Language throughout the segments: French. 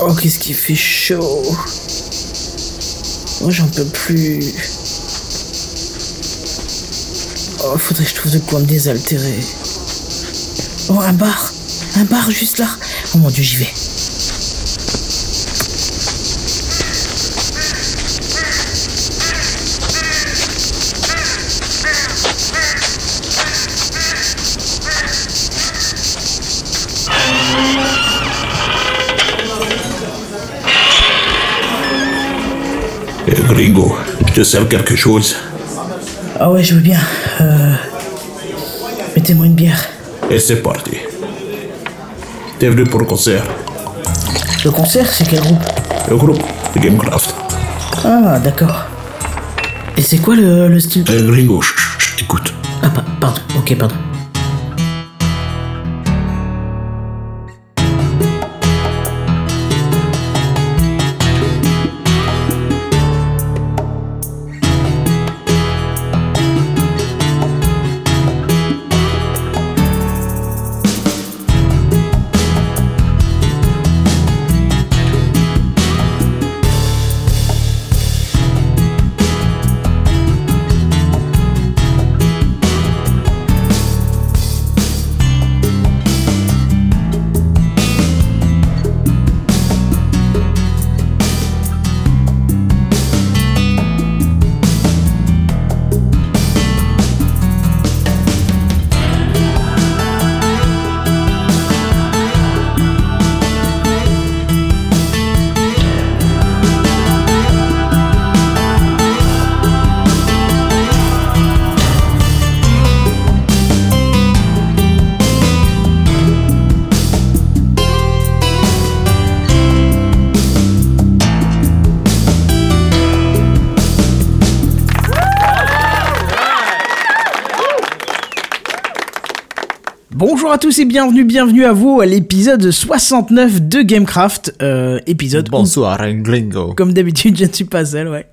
Oh, qu'est-ce qu'il fait chaud Moi, j'en peux plus. Oh, faudrait que je trouve de quoi me désaltérer. Oh, un bar Un bar juste là Oh mon dieu, j'y vais. Eh, Gringo, je te sers quelque chose. Ah ouais, je veux bien. Euh, Mettez-moi une bière. Et c'est parti. T'es venu pour le concert. Le concert, c'est quel groupe Le groupe de Gamecraft. Ah, d'accord. Et c'est quoi le, le style Eh, Gringo, chut, chut, chut, écoute. Ah, pa- pardon, ok, pardon. Bonjour à tous et bienvenue, bienvenue à vous à l'épisode 69 de Gamecraft, euh, épisode où, Bonsoir, gringo. comme d'habitude, je ne suis pas seul, ouais.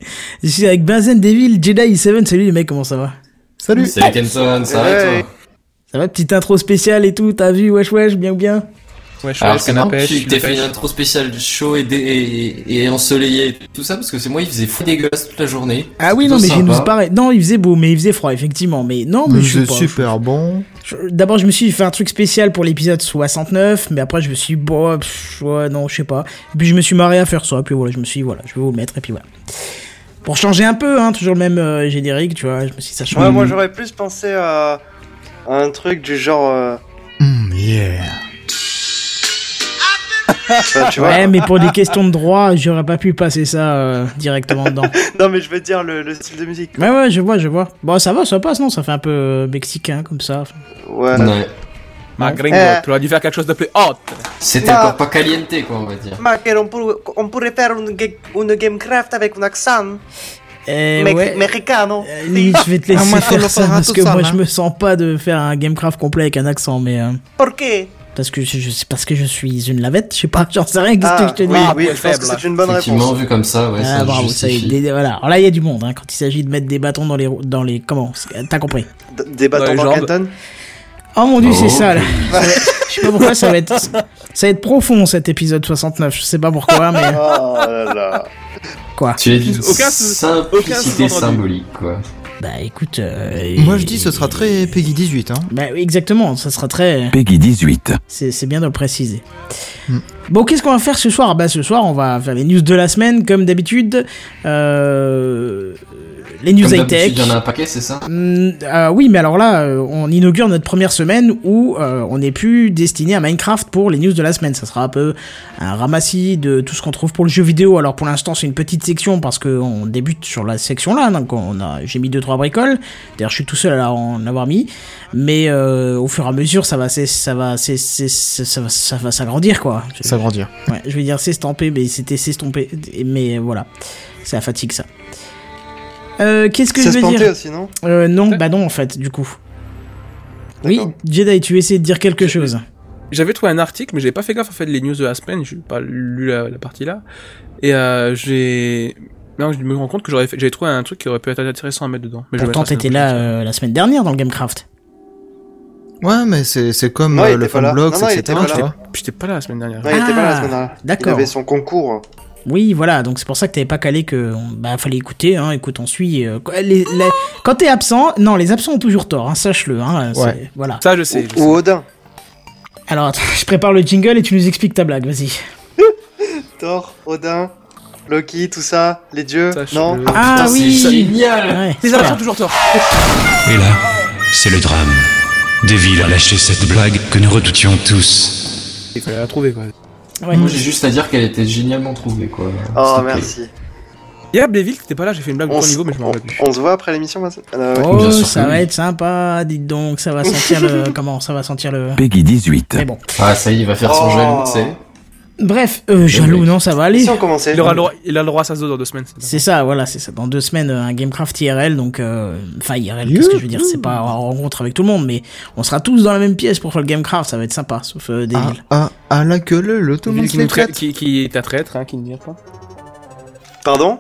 Je suis avec Benzen Devil, Jedi 7, salut les mecs, comment ça va Salut. Salut Kenson, ça va et toi Ça va, petite intro spéciale et tout, t'as vu, wesh wesh, bien ou bien Ouais, je suis Alors le c'est marrant canapé, que je suis le tu t'es fait une pêche. intro spéciale chaud et, dé- et, et- et ensoleillé et tout ça parce que c'est moi il faisait fou dégueulasse toute la journée. Ah oui, Plutôt non, mais j'ai sympa. nous pareil. Non, il faisait beau, mais il faisait froid, effectivement. Mais non, mais je C'est suis pas. super bon. je- D'abord, je me suis fait un truc spécial pour l'épisode 69, mais après, je me suis dit, bon, pff, ouais, non, je sais pas. Et puis, je me suis marré à faire ça, puis voilà, je me suis dit, voilà, je vais vous le mettre, et puis voilà. Pour changer un peu, hein, toujours le même euh, générique, tu vois, je me suis dit, ça change. Ouais, moi j'aurais plus pensé à... à un truc du genre. euh, Mm, yeah. enfin, tu vois. Ouais, mais pour des questions de droit, j'aurais pas pu passer ça euh, directement dedans. Non, mais je veux dire le, le style de musique. Ouais, ouais, je vois, je vois. Bon, ça va, ça passe, non Ça fait un peu euh, mexicain, comme ça. Ouais. Ouais. Ah, Ma gringo, Euh. eh. tu aurais dû faire quelque chose de plus hot. C'était Ah. encore pas caliente quoi on va dire. Ma gueule, on, pour- on pourrait faire une, ga- une Gamecraft avec un accent Et mec- Eh ouais. mexicano. Euh, limite, je vais te Ah, laisser moi, faire solo ça para parce que tout ça, moi là. je me sens pas de faire un Gamecraft complet avec un accent, mais euh, Por qué parce que je, je- parce que je suis une lavette, je sais pas, j'en sais rien. Qu'est-ce Ah, que je te dis oui, Ah, oui, point je pense que faible. c'est une bonne Effectivement réponse. vu comme ça ouais ça bravo, ça y est, justifie. des- des- voilà. Alors là, il y a du monde hein, quand il s'agit de mettre des bâtons dans les roues- dans les comment c'est- T'as compris D- Des bâtons Ouais, dans genre- Canton Oh mon dieu, Oh. c'est ça. Là. Ça va- je sais pas pourquoi ça va être ça va être profond cet épisode 69. Je sais pas pourquoi, mais Oh là là. quoi Tu es d'une Aucun sous- aucun simplicité sous-entendu. symbolique quoi. Bah écoute. euh, Moi et- je dis ce sera très Peggy 18. Hein. Bah oui, exactement, ça sera très. Peggy 18. C'est c'est bien de le préciser. Mm. Bon, qu'est-ce qu'on va faire ce soir Bah, ce soir, on va faire les news de la semaine, comme d'habitude. Euh, Les news Comme high-tech. d'habitude il y en a un paquet c'est ça Mm, euh, oui, mais alors là, euh, on inaugure notre première semaine où euh, on n'est plus destiné à Minecraft pour les news de la semaine. Ça sera un peu un ramassis de tout ce qu'on trouve pour le jeu vidéo. Alors pour l'instant, c'est une petite section parce qu'on débute sur la section là. Donc on a, j'ai mis deux trois bricoles. D'ailleurs, je suis tout seul à en avoir mis. Mais euh, au fur et à mesure, ça va, c'est, ça va, c'est, c'est- c'est- ça va, ça va s'agrandir quoi. Je- S'agrandir. Ouais, je vais dire s'estomper, mais c'était s'estomper. Mais voilà, c'est la fatigue ça. Euh, qu'est-ce que Ça se je veux dire plantait aussi, non euh, non, bah non, en fait, du coup. Oui, D'accord. Jedi, tu essaies de dire quelque chose. J'avais trouvé un article, mais j'ai pas fait gaffe en fait les news de la semaine. J'ai pas lu la, la partie là. Et euh, j'ai. Non, je me rends compte que j'aurais fait- j'avais trouvé un truc qui aurait pu être intéressant à mettre dedans. Mais je vais Pourtant, mettre ça, t'étais c'est là un peu euh, la semaine dernière dans le Gamecraft. plus. Ouais, mais c'est c'est comme Non, il euh, était le pas là. fanblog, Non, non, il était etc. ah, pas tu là. vois. J'étais pas là la semaine dernière. Non, il était pas là la Ah, semaine dernière. Il d'accord. avait son concours. Oui, voilà, donc c'est pour ça que t'avais pas calé que bah fallait écouter, hein, écoute, on suit. euh, quoi, les- les- Quand t'es absent, non, les absents ont toujours tort, hein, sache-le. Hein, c'est- Ouais. Voilà. Ça, je sais. je Ou Odin. Alors, attends, je prépare le jingle et tu nous expliques ta blague, vas-y. Thor, Odin, Loki, tout ça, les dieux. sais, ça, je- non. le- Ah Putain, oui C'est génial Ouais, Les super. absents ont toujours tort. Et là, c'est le drame. Deville a lâché cette blague que nous redoutions tous. Il fallait la trouver quoi. Ouais. Moi j'ai juste à dire qu'elle était génialement trouvée quoi. Oh, S'il te plaît. merci. Y'a Bléville, t'étais pas là, j'ai fait une blague de On, bon s- niveau, mais je m'en on- rappelle plus. on se voit après l'émission Vincent Euh, ouais. Oh, Bien sûr ça que va oui. être sympa, dites donc, ça va sentir le. Comment Ça va sentir le. Peggy 18. Mais bon. Ah ça y est, il va faire son Oh. jaloux, tu sais. Bref, euh, jaloux, non, ça va aller. Si on commençait. Il aura le droit, il a le droit à sa zone dans deux semaines. C'est ça, voilà, c'est ça. Dans deux semaines, euh, un Gamecraft IRL, donc. euh, Enfin, IRL, qu'est-ce que je veux dire C'est pas en rencontre avec tout le monde, mais on sera tous dans la même pièce pour faire le Gamecraft, ça va être sympa, sauf euh, des Ah, ah, ah, la gueule, le tout le monde Bléville se qui, nous les trai- traite. qui, qui est un traître, hein, qui ne dit pas. Pardon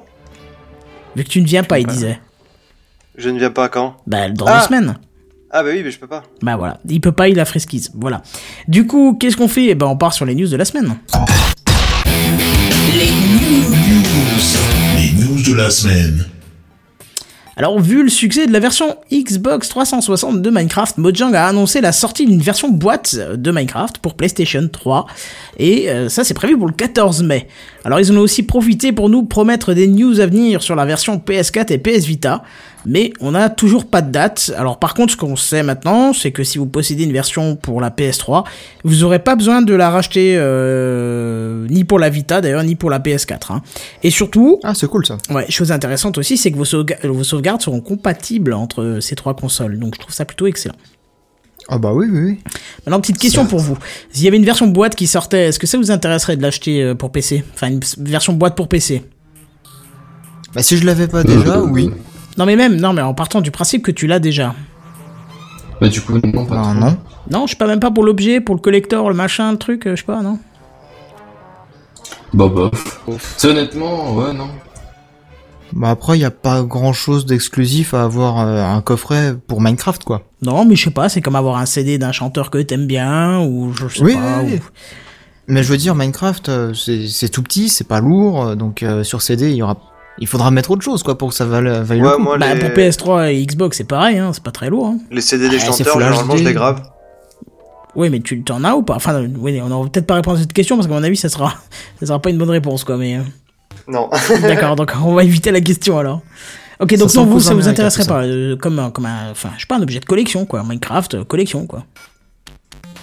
Vu que tu ne viens pas, il disait. Je ne viens pas quand Bah, dans Ah. deux semaines. Ah, bah oui, mais je peux pas. Bah voilà, il peut pas, il a fresquise. Voilà. Du coup, qu'est-ce qu'on fait Eh ben, on part sur les news de la semaine. Les news de la semaine. Alors, vu le succès de la version Xbox 360 de Minecraft, Mojang a annoncé la sortie d'une version boîte de Minecraft pour PlayStation 3. Et euh, ça, c'est prévu pour le 14 mai. Alors, ils en ont aussi profité pour nous promettre des news à venir sur la version PS4 et PS Vita. Mais on n'a toujours pas de date. Alors, par contre, ce qu'on sait maintenant, c'est que si vous possédez une version pour la PS3, vous aurez pas besoin de la racheter euh, ni pour la Vita d'ailleurs, ni pour la PS4. hein. Et surtout, Ah, c'est cool ça. Ouais, chose intéressante aussi, c'est que vos, sauvegardes- vos sauvegardes seront compatibles entre euh, ces trois consoles, donc je trouve ça plutôt excellent. Ah bah oui, oui, oui. Maintenant, petite question pour vous. S'il y avait une version boîte qui sortait, est-ce que ça vous intéresserait de l'acheter euh, pour PC Enfin, une s- version boîte pour PC Bah si je l'avais pas déjà, oui. Non mais même, non mais en partant du principe que tu l'as déjà. Bah du coup non pas Bah trop. non. Non, je sais pas même pas pour l'objet, pour le collector, le machin, le truc, euh, je sais pas, non Bah bof. C'est honnêtement, ouais non. Bah après, y a pas grand chose d'exclusif à avoir euh, un coffret pour Minecraft quoi. Non, mais je sais pas, c'est comme avoir un CD d'un chanteur que t'aimes bien, ou je sais Oui, pas. oui, oui. ou- Mais je veux dire, Minecraft, euh, c'est c'est tout petit, c'est pas lourd, euh, donc euh, sur CD, il y aura, il faudra mettre autre chose quoi pour que ça vaille, vaille le Ouais, coup. moi, Bah, les... pour PS3 et Xbox, c'est pareil, hein, c'est pas très lourd. Hein. les CD des Ah, c'est chanteurs, Full généralement, je HD. les grave. Oui, mais tu t'en as ou pas Enfin, euh, oui, on n'aura peut-être pas répondu à cette question parce qu'à mon avis, ça sera, ça sera pas une bonne réponse, quoi. Mais euh, Non. d'accord, donc on va éviter la question alors. Ok, Ça donc sent non, le vous, cousin ça vous américain, intéresserait tout ça. pas euh, comme, un- comme un, enfin, je sais pas, un objet de collection, quoi. Minecraft, euh, collection, quoi.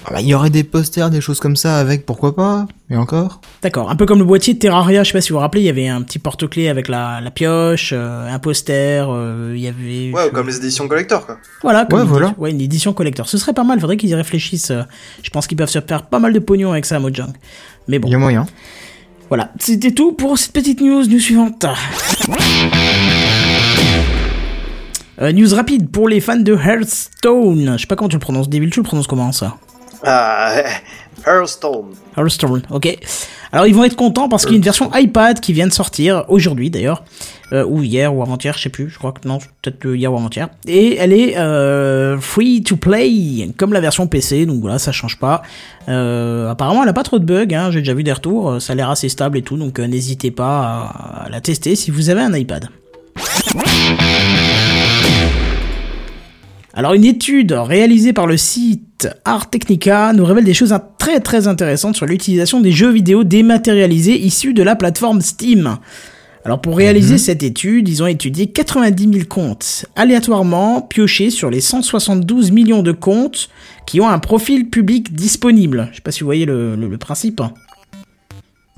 Ah bah, il y aurait des posters, des choses comme ça avec, pourquoi pas Et encore D'accord, un peu comme le boîtier de Terraria, je sais pas si vous vous rappelez, il y avait un petit porte-clés avec la, la pioche, euh, un poster, euh, il y avait. Ouais, ou comme les éditions collector, quoi. Voilà, comme Ouais, une, voilà. ouais, une édition collector. Ce serait pas mal, faudrait qu'ils y réfléchissent. euh, Je pense qu'ils peuvent se faire pas mal de pognon avec ça, Mojang. Mais bon. Il y a moyen. Voilà, c'était tout pour cette petite news. News suivante. Euh, news rapide pour les fans de Hearthstone. Je sais pas comment tu le prononces, Devil, tu le prononces comment ça Ah, Hearthstone. Hearthstone, ok. Alors ils vont être contents parce qu'il y a une version iPad qui vient de sortir aujourd'hui d'ailleurs, Euh, ou hier ou avant-hier, je sais plus. Je crois que non, peut-être euh, hier ou avant-hier. Et elle est euh, free to play comme la version PC, donc voilà, ça change pas. Euh, apparemment, elle a pas trop de bugs. hein, J'ai déjà vu des retours. euh, Ça a l'air assez stable et tout, donc euh, n'hésitez pas à- à la tester si vous avez un iPad. Alors une étude réalisée par le site Art Technica nous révèle des choses in- très très intéressantes sur l'utilisation des jeux vidéo dématérialisés issus de la plateforme Steam. Alors pour réaliser Mhm. cette étude, ils ont étudié 90 000 comptes, aléatoirement piochés sur les 172 millions de comptes qui ont un profil public disponible. Je sais pas si vous voyez le, le- le principe. Euh,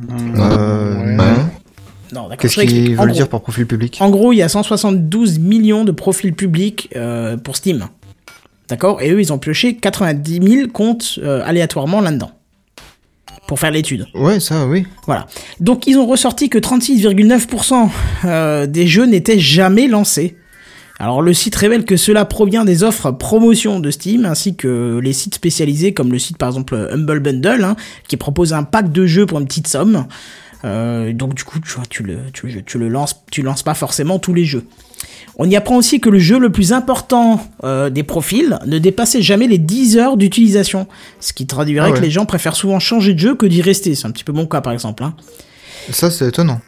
non. ben. Non, d'accord. Qu'est-ce je réexplique. qu'ils En veulent gros- dire par profil public En gros, il y a 172 millions de profils publics euh, pour Steam. D'accord Et eux, ils ont pioché 90 000 comptes euh, aléatoirement là-dedans. Pour faire l'étude. Ouais, ça, oui. Voilà. Donc, ils ont ressorti que 36,9% euh, des jeux n'étaient jamais lancés. Alors, le site révèle que cela provient des offres promotion de Steam, ainsi que les sites spécialisés, comme le site par exemple Humble Bundle, hein, qui propose un pack de jeux pour une petite somme. Euh, donc, du coup, tu vois, tu le, tu, tu le lances, tu lances pas forcément tous les jeux. On y apprend aussi que le jeu le plus important euh, des profils ne dépassait jamais les 10 heures d'utilisation, ce qui traduirait Ah ouais. que les gens préfèrent souvent changer de jeu que d'y rester. C'est un petit peu mon cas par exemple. Hein. Ça, c'est étonnant.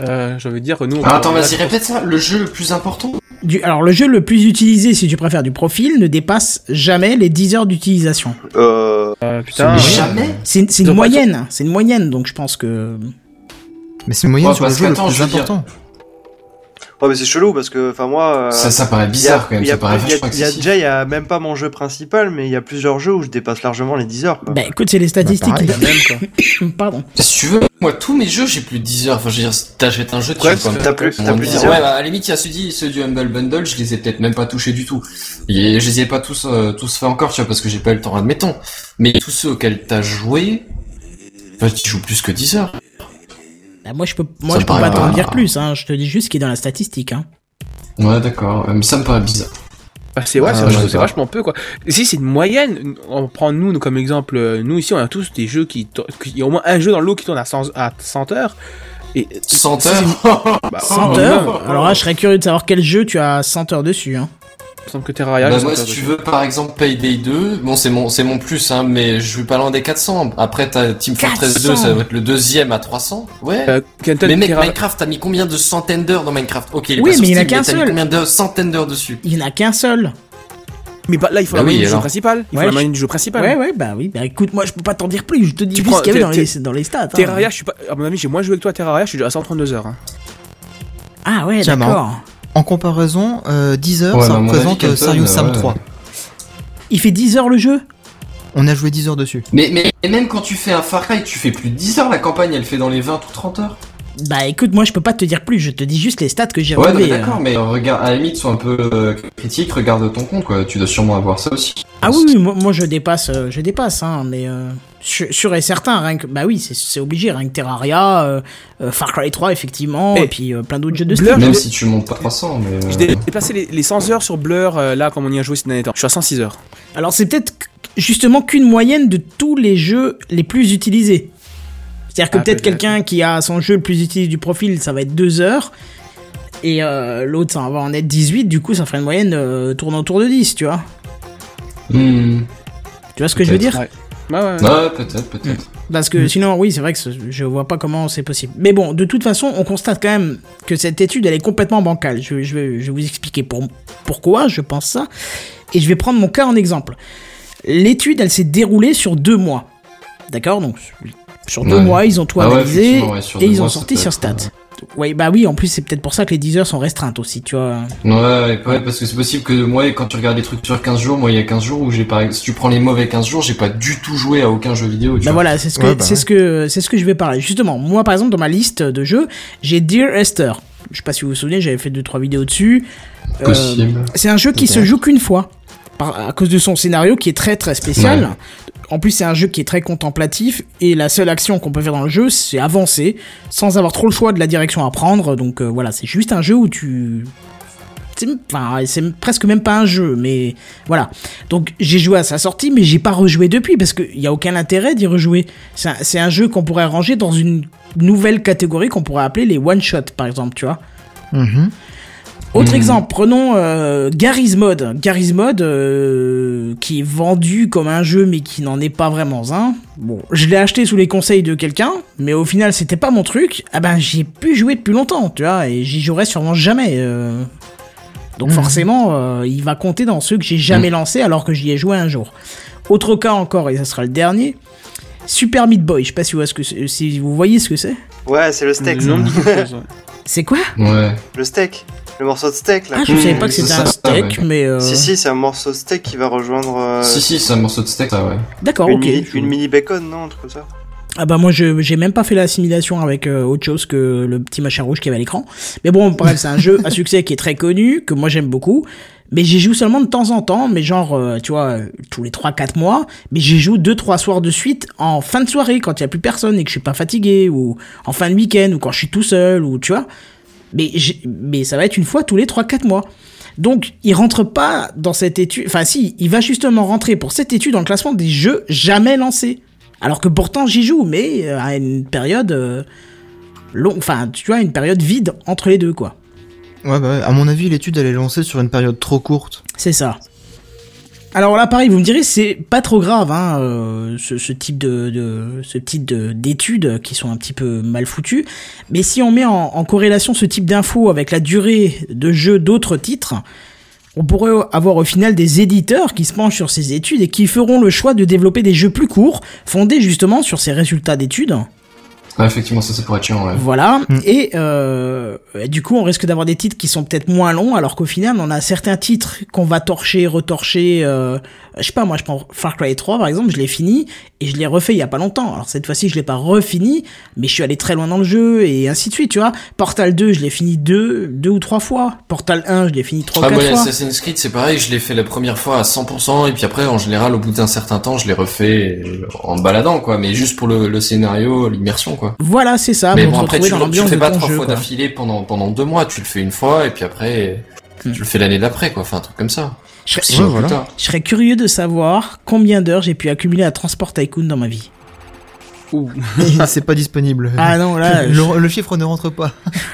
Euh, J'ai envie de dire, nous. on- Ah, attends, on- vas-y, répète ça. Le jeu le plus important Du, alors le jeu le plus utilisé, si tu préfères, du profil ne dépasse jamais les 10 heures d'utilisation. Euh. Euh, putain. Ah, C'est ouais. Jamais C'est c'est Ils une ont pas moyenne, hein, c'est une moyenne, donc je pense que... Mais c'est moyen Ouais, sur le parce jeu le qu'attends, plus je veux dire- important. Ouais, mais c'est chelou parce que, enfin, moi. euh, Ça, ça paraît bizarre quand même, y a- ça paraît y a- vachement y a- excessif. Déjà, il y a même pas mon jeu principal, mais il y a plusieurs jeux où je dépasse largement les 10 heures. quoi. Bah écoute, c'est les statistiques. pareil. qui- Pardon. Bah, Si tu veux, moi, tous mes jeux, j'ai plus de 10 heures. Enfin, je veux dire, si t'achètes un jeu, tu Ouais, vas pas me- t'as plus, t'as on plus dit- 10 Ouais, heures. bah, à la limite, il y a ceux, dit- ceux du Humble Bundle, je les ai peut-être même pas touchés du tout. Et je les ai pas tous, euh, tous fait encore, tu vois, parce que j'ai pas eu le temps, admettons. Mais tous ceux auxquels t'as joué, enfin, tu joues plus que 10 heures. Bah, moi je peux, moi, Ça je peux me pas paraît t'en pas- dire plus, hein. je te dis juste ce qui est dans la statistique. Hein. Ouais, d'accord. Euh, Mais ça me paraît bizarre. Bah, c'est ouais, Ah, c'est ouais, vachement- ouais, c'est ouais. vachement peu quoi. Si c'est une moyenne, on prend nous, nous comme exemple, euh, nous ici on a tous des jeux qui, tour- qui- il y a au moins un jeu dans l'eau qui tourne à 100, à 100 heures. Et 100 heures Oh, bah, 100 ouais, heures Alors là, je serais curieux de savoir quel jeu tu as 100 heures dessus. Hein. Il me semble que Terraria. Bah, j'ai moi, cent si heures tu dessus. veux, par exemple, Payday 2, bon, c'est mon, c'est mon plus, hein, mais je suis pas loin des 400. Après, t'as Team Fortress 2, 400. ça va être le deuxième à 300. Ouais. Euh, Kenton, mais mec, Terra- Minecraft, t'as mis combien de centaines d'heures dans Minecraft Ok, il est Oui, pas mais il y en a sorti, qu'un t'as seul. mis combien de centaines d'heures dessus Il n'y en a qu'un seul. mais bah, là il faut Bah la oui, moyenne du jeu alors. principal. Il Ouais, faut la je- moyenne du jeu principal. Ouais, ouais, bah oui, bah écoute, moi je peux pas t'en dire plus, je te dis Tu juste prends- ce qu'il y avait dans t'es- les, dans les stats. hein. Terraria, je suis pas, à mon avis, j'ai moins joué que toi à Terraria, je suis déjà à 132 heures. hein. Ah ouais, Tiens, d'accord. En comparaison, euh, 10 heures, Ouais, ça bah, à mon représente avis, euh, Serious Captain, Sam ouais. 3. Il fait 10 heures le jeu On a joué 10 heures dessus. Mais, mais et même quand tu fais un Far Cry, tu fais plus de 10 heures, la campagne, elle fait dans les 20 ou 30 heures. Bah écoute, moi je peux pas te dire plus, je te dis juste les stats que j'ai Ouais, non, mais relevées, d'accord, euh. mais euh, regarde, à la limite, sois un peu euh, critique, regarde ton compte, quoi. Tu dois sûrement avoir ça aussi. Ah oui, oui, moi, moi, je dépasse, euh, je dépasse, hein, mais euh, sûr sûr et certain, rien que, bah oui, c'est- c'est obligé, rien que Terraria, euh, euh, Far Cry 3 effectivement, Eh, et puis euh, plein d'autres jeux de Blur, style. Même je- si tu montes pas 300, mais. euh, J'ai dé- déplacé les, les 100 heures sur Blur, euh, là, comme on y a joué ces derniers temps. Je suis à 106 heures. Alors c'est peut-être qu- justement qu'une moyenne de tous les jeux les plus utilisés. C'est-à-dire que Ah, peut-être peut-être. quelqu'un qui a son jeu le plus utilisé du profil, ça va être 2 heures. Et euh, l'autre, ça va en être 18, du coup, ça ferait une moyenne euh, tournant autour de 10, tu vois. hmm. Tu vois ce que je veux dire Ouais, ouais, ouais. Ouais, peut-être, peut-être. Parce Mm. que sinon, oui, c'est vrai que ce- je vois pas comment c'est possible. Mais bon, de toute façon, on constate quand même que cette étude, elle est complètement bancale. Je, je vais, je vais vous expliquer pour- pourquoi je pense ça. Et je vais prendre mon cas en exemple. L'étude, elle s'est déroulée sur deux mois. D'accord Donc, sur deux Ouais. mois, ils ont tout Ah ouais, analysé effectivement, ouais, sur et deux ils ont mois, ça sorti peut sur être, euh, stats. Oui, bah oui, en plus, c'est peut-être pour ça que les 10 heures sont restreintes aussi, tu vois. Ouais, ouais, ouais, parce que c'est possible que moi, quand tu regardes des trucs sur 15 jours, moi, il y a 15 jours où j'ai pas. Si tu prends les mauvais 15 jours, j'ai pas du tout joué à aucun jeu vidéo. Tu Bah vois. voilà, c'est ce que Ouais, bah c'est ouais. ce que c'est ce que je vais parler. Justement, moi par exemple dans ma liste de jeux, j'ai Dear Esther. Je sais pas si vous vous souvenez, j'avais fait deux trois vidéos dessus. Euh, Possible. c'est un jeu qui se joue qu'une fois par, à cause de son scénario qui est très très spécial. Ouais. En plus, c'est un jeu qui est très contemplatif et la seule action qu'on peut faire dans le jeu, c'est avancer sans avoir trop le choix de la direction à prendre. Donc euh, voilà, c'est juste un jeu où tu c'est même- enfin, c'est presque même pas un jeu, mais voilà. Donc j'ai joué à sa sortie, mais j'ai pas rejoué depuis parce qu'il n'y a aucun intérêt d'y rejouer. C'est un, c'est un jeu qu'on pourrait ranger dans une nouvelle catégorie qu'on pourrait appeler les one shot par exemple, tu vois. Mhm. Autre Mhm. exemple, prenons euh, Garry's Mod. Garry's Mod, euh, qui est vendu comme un jeu, mais qui n'en est pas vraiment un. Bon, je l'ai acheté sous les conseils de quelqu'un, mais au final, c'était pas mon truc. Ah ben, j'ai pu jouer depuis longtemps, tu vois, et j'y jouerai sûrement jamais. euh. Donc Mhm. forcément, euh, il va compter dans ceux que j'ai jamais lancés, alors que j'y ai joué un jour. Autre cas encore, et ça sera le dernier. Super Meat Boy, je sais pas si vous voyez ce que c'est- si vous voyez ce que c'est. Ouais, c'est le steak. Le nombre de ça. choses, ouais. C'est quoi Ouais. le steak. Le morceau de steak, là. Ah, je savais Mhm, pas que c'est c'était un ça, steak, ouais. mais euh, Si, si, c'est un morceau de steak qui va rejoindre. euh, Si, si, c'est un morceau de steak, ça, ouais. d'accord, Une, ok. mini, je- une mini bacon, non, un truc comme ça. Ah bah moi je j'ai même pas fait l'assimilation avec euh, autre chose que le petit machin rouge qui avait à l'écran. Mais bon, bref, c'est un jeu à succès qui est très connu, que moi j'aime beaucoup, mais j'y joue seulement de temps en temps, mais genre euh, tu vois euh, tous les 3 4 mois, mais j'y joue deux trois soirs de suite en fin de soirée quand il y a plus personne et que je suis pas fatigué ou en fin de week-end ou quand je suis tout seul ou tu vois. Mais j'ai- mais ça va être une fois tous les 3 4 mois. Donc, il rentre pas dans cette étude. Enfin, si, il va justement rentrer pour cette étude dans le classement des jeux jamais lancés. Alors que pourtant, j'y joue, mais euh, à une période euh, longue. Enfin, tu vois, une période vide entre les deux, quoi. Ouais, bah, ouais. à mon avis, l'étude, elle est lancée sur une période trop courte. C'est ça. Alors là, pareil, vous me direz, c'est pas trop grave, hein, euh, ce, ce type de, de- ce type de- d'études qui sont un petit peu mal foutues. Mais si on met en, en corrélation ce type d'infos avec la durée de jeu d'autres titres, on pourrait avoir au final des éditeurs qui se penchent sur ces études et qui feront le choix de développer des jeux plus courts, fondés justement sur ces résultats d'études. Ouais, effectivement, ça, ça pourrait être chiant, ouais. Voilà. Et euh, et du coup, on risque d'avoir des titres qui sont peut-être moins longs, alors qu'au final, on a certains titres qu'on va torcher, retorcher. euh, je sais pas, moi, je prends Far Cry 3 par exemple, je l'ai fini et je l'ai refait il y a pas longtemps. Alors cette fois-ci, je l'ai pas refini, mais je suis allé très loin dans le jeu et ainsi de suite, tu vois. Portal 2, je l'ai fini deux, deux ou trois fois. Portal 1, je l'ai fini trois ou Ah, moi, quatre fois. Assassin's Creed, c'est pareil, je l'ai fait la première fois à 100%, et puis après, en général, au bout d'un certain temps, je l'ai refait euh, en me baladant, quoi, mais juste pour le, le scénario, l'immersion, quoi. Voilà, c'est ça. mais Ah, pour bon, te après, retrouver tu, dans le- tu le l'ambiance fais de pas ton trois jeu, fois quoi. d'affilée pendant, pendant deux mois, tu le fais une fois, et puis après, tu Hmm. le fais l'année d'après, quoi, enfin, un truc comme ça. Je serais- Six mois plus voilà. tard. je serais curieux de savoir combien d'heures j'ai pu accumuler à Transport Tycoon dans ma vie. c'est pas disponible. Ah non, là, je- Mm. le, le chiffre ne rentre pas.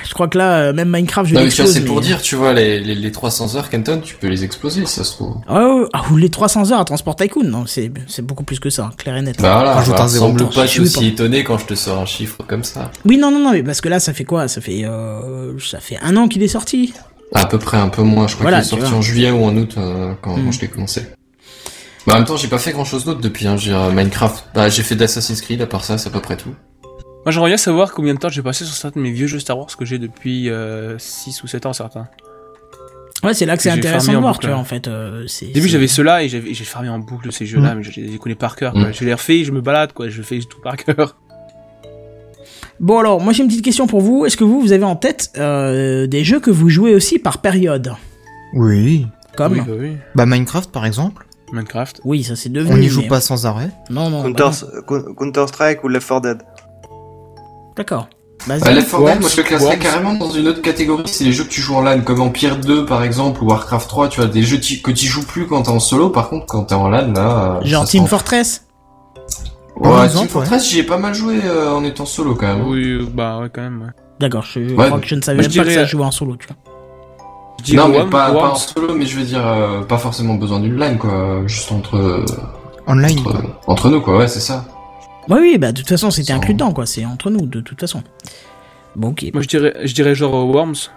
Je crois que là, euh, même Minecraft, je Non, mais tu vois, l'explose, c'est pour mais- dire, tu vois, les, les, les 300 heures, Kenton, tu peux les exploser, si ça se trouve. Ah ouais, ouais. Ah, ou les 300 heures à Transport Tycoon, non, c'est c'est beaucoup plus que ça, clair et net. Bah voilà, Rajoute voilà, un zéro semble dedans. pas Je être suis aussi pas. étonné quand je te sors un chiffre comme ça. Oui, non, non, non, mais parce que là, ça fait quoi ça fait, euh, ça fait un an qu'il est sorti. À peu près, un peu moins, je crois Voilà, qu'il tu est sorti vois. en juillet ou en août euh, quand, Hmm. quand je l'ai commencé. Bah, en même temps, j'ai pas fait grand chose d'autre depuis, hein. j'ai euh, Minecraft, bah, j'ai fait d'Assassin's Creed, à part ça, c'est à peu près tout. Moi, j'aimerais bien savoir combien de temps j'ai passé sur certains de mes vieux jeux Star Wars que j'ai depuis 6 ou 7 ans, certains. Ouais, c'est là que c'est J'ai intéressant fermé de en voir, boucle, tu vois, hein. en fait. euh, c'est- Au début, c'est- j'avais ceux-là et j'avais- j'ai fermé en boucle ces Mm. jeux-là, mais je les connais par cœur. quoi. Mm. Je les refais, je me balade, quoi. Je fais tout par cœur. Bon, alors, moi, j'ai une petite question pour vous. Est-ce que vous, vous avez en tête euh, des jeux que vous jouez aussi par période Oui. Comme. Oui, Oui, bah oui. Bah, Minecraft, par exemple, Minecraft. ça, c'est devenu. on n'y joue mais- pas sans arrêt. Non, non. bah non. Counter, Coun- Counter-Strike ou Left 4 Dead. D'accord. Vas-y. Bah, Left 4 Dead, Worms, moi je le classerais Worms. carrément dans une autre catégorie, c'est les jeux que tu joues en LAN, comme Empire 2 par exemple, ou Warcraft 3, tu vois, des jeux ti- que tu joues plus quand t'es en solo, par contre quand t'es en LAN, là... euh, Genre ça se Team rend- Fortress Par Ouais, exemple, Team Fortress, j'y ai pas mal joué euh, en étant solo quand même. Oui, euh, bah ouais, quand même. ouais. D'accord, je, je Ouais, Bah, crois que je ne savais je même pas que dirais- ça jouait en solo, tu vois. Je dirais non, mais Worms, pas, pas en Worms. solo, mais je veux dire, euh, pas forcément besoin d'une LAN, quoi, juste entre, Online. entre, entre nous, quoi, ouais, c'est ça. Ouais, oui, bah, de toute façon, c'était Sans- inclus dedans, quoi. C'est entre nous, de toute façon. Bon, ok. Moi, je dirais, je dirais genre euh, Worms.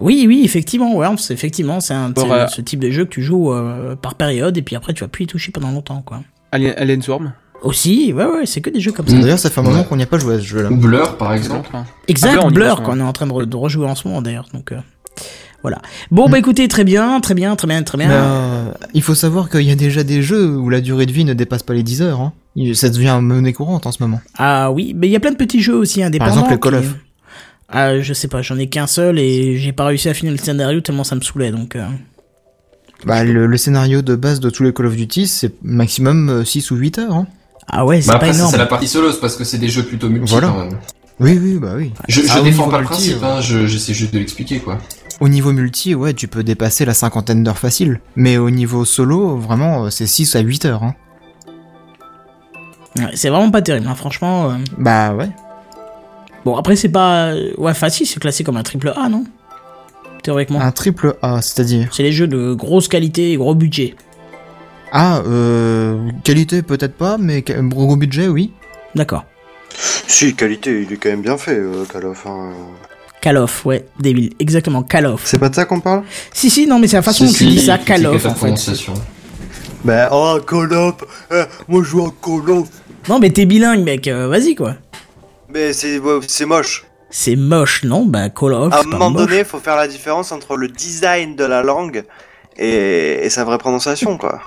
Oui, oui, effectivement, Worms, effectivement, c'est un Bon, c'est euh, ce type de jeu que tu joues euh, par période et puis après tu vas plus y toucher pendant longtemps, quoi. Alien, Aliens Worm. Aussi, ouais, ouais, c'est que des jeux comme ça. Mm. D'ailleurs, ça fait un moment Ouais. qu'on n'y a pas joué à ce jeu-là. Ou Blur, par C'est exemple. l'autre, hein. Exact, Blur, on y Blur, pense, qu'on est en train de, re- de rejouer en ce moment d'ailleurs, donc euh, voilà. Bon, bah écoutez, très bien, très bien, très bien, très bien. Mais, euh, il faut savoir qu'il y a déjà des jeux où la durée de vie ne dépasse pas les 10 heures. hein. Il- Ça devient monnaie courante en ce moment. Ah oui, mais il y a plein de petits jeux aussi indépendants. exemple, le Call qui- of. Ah, je sais pas, j'en ai qu'un seul et j'ai pas réussi à finir le scénario tellement ça me saoulait, donc. euh, Bah, le, le scénario de base de tous les Call of Duty, c'est maximum euh, 6 ou 8 heures. hein. Ah ouais, c'est Bah pas après, ça, énorme. c'est la partie solo, c'est parce que c'est des jeux plutôt multi Voilà. quand même. Oui, oui, bah oui. Je, je Ah, au défends niveau pas le multi, principe, hein, je- j'essaie juste de l'expliquer, quoi. Au niveau multi, ouais, tu peux dépasser la cinquantaine d'heures facile. Mais au niveau solo, vraiment, euh, c'est 6 à 8 heures. hein. Ouais, C'est vraiment pas terrible, hein, franchement. euh. Bah ouais. Bon, après, c'est pas. euh, Ouais, facile, c'est classé comme un triple A, non Théoriquement. Un triple A, c'est-à-dire. C'est les jeux de grosse qualité et gros budget. Ah, euh, qualité peut-être pas, mais ca- gros budget, oui. D'accord. Si, qualité, il est quand même bien fait, euh, Call of. hein. Call of, ouais, débile. Exactement, Call of. C'est pas de ça qu'on parle Si, si, non, mais c'est la façon dont tu Ceci dis ça, critique Call à of, ta en fait. prononciation. Bah, oh, Call of eh, Moi, je joue à Call of Non, mais t'es bilingue, mec, euh, vas-y, quoi. Mais c'est ouais, c'est moche. C'est moche, non Bah, Call of, à un c'est pas moment moche. donné, faut faire la différence entre le design de la langue et, et sa vraie prononciation, quoi.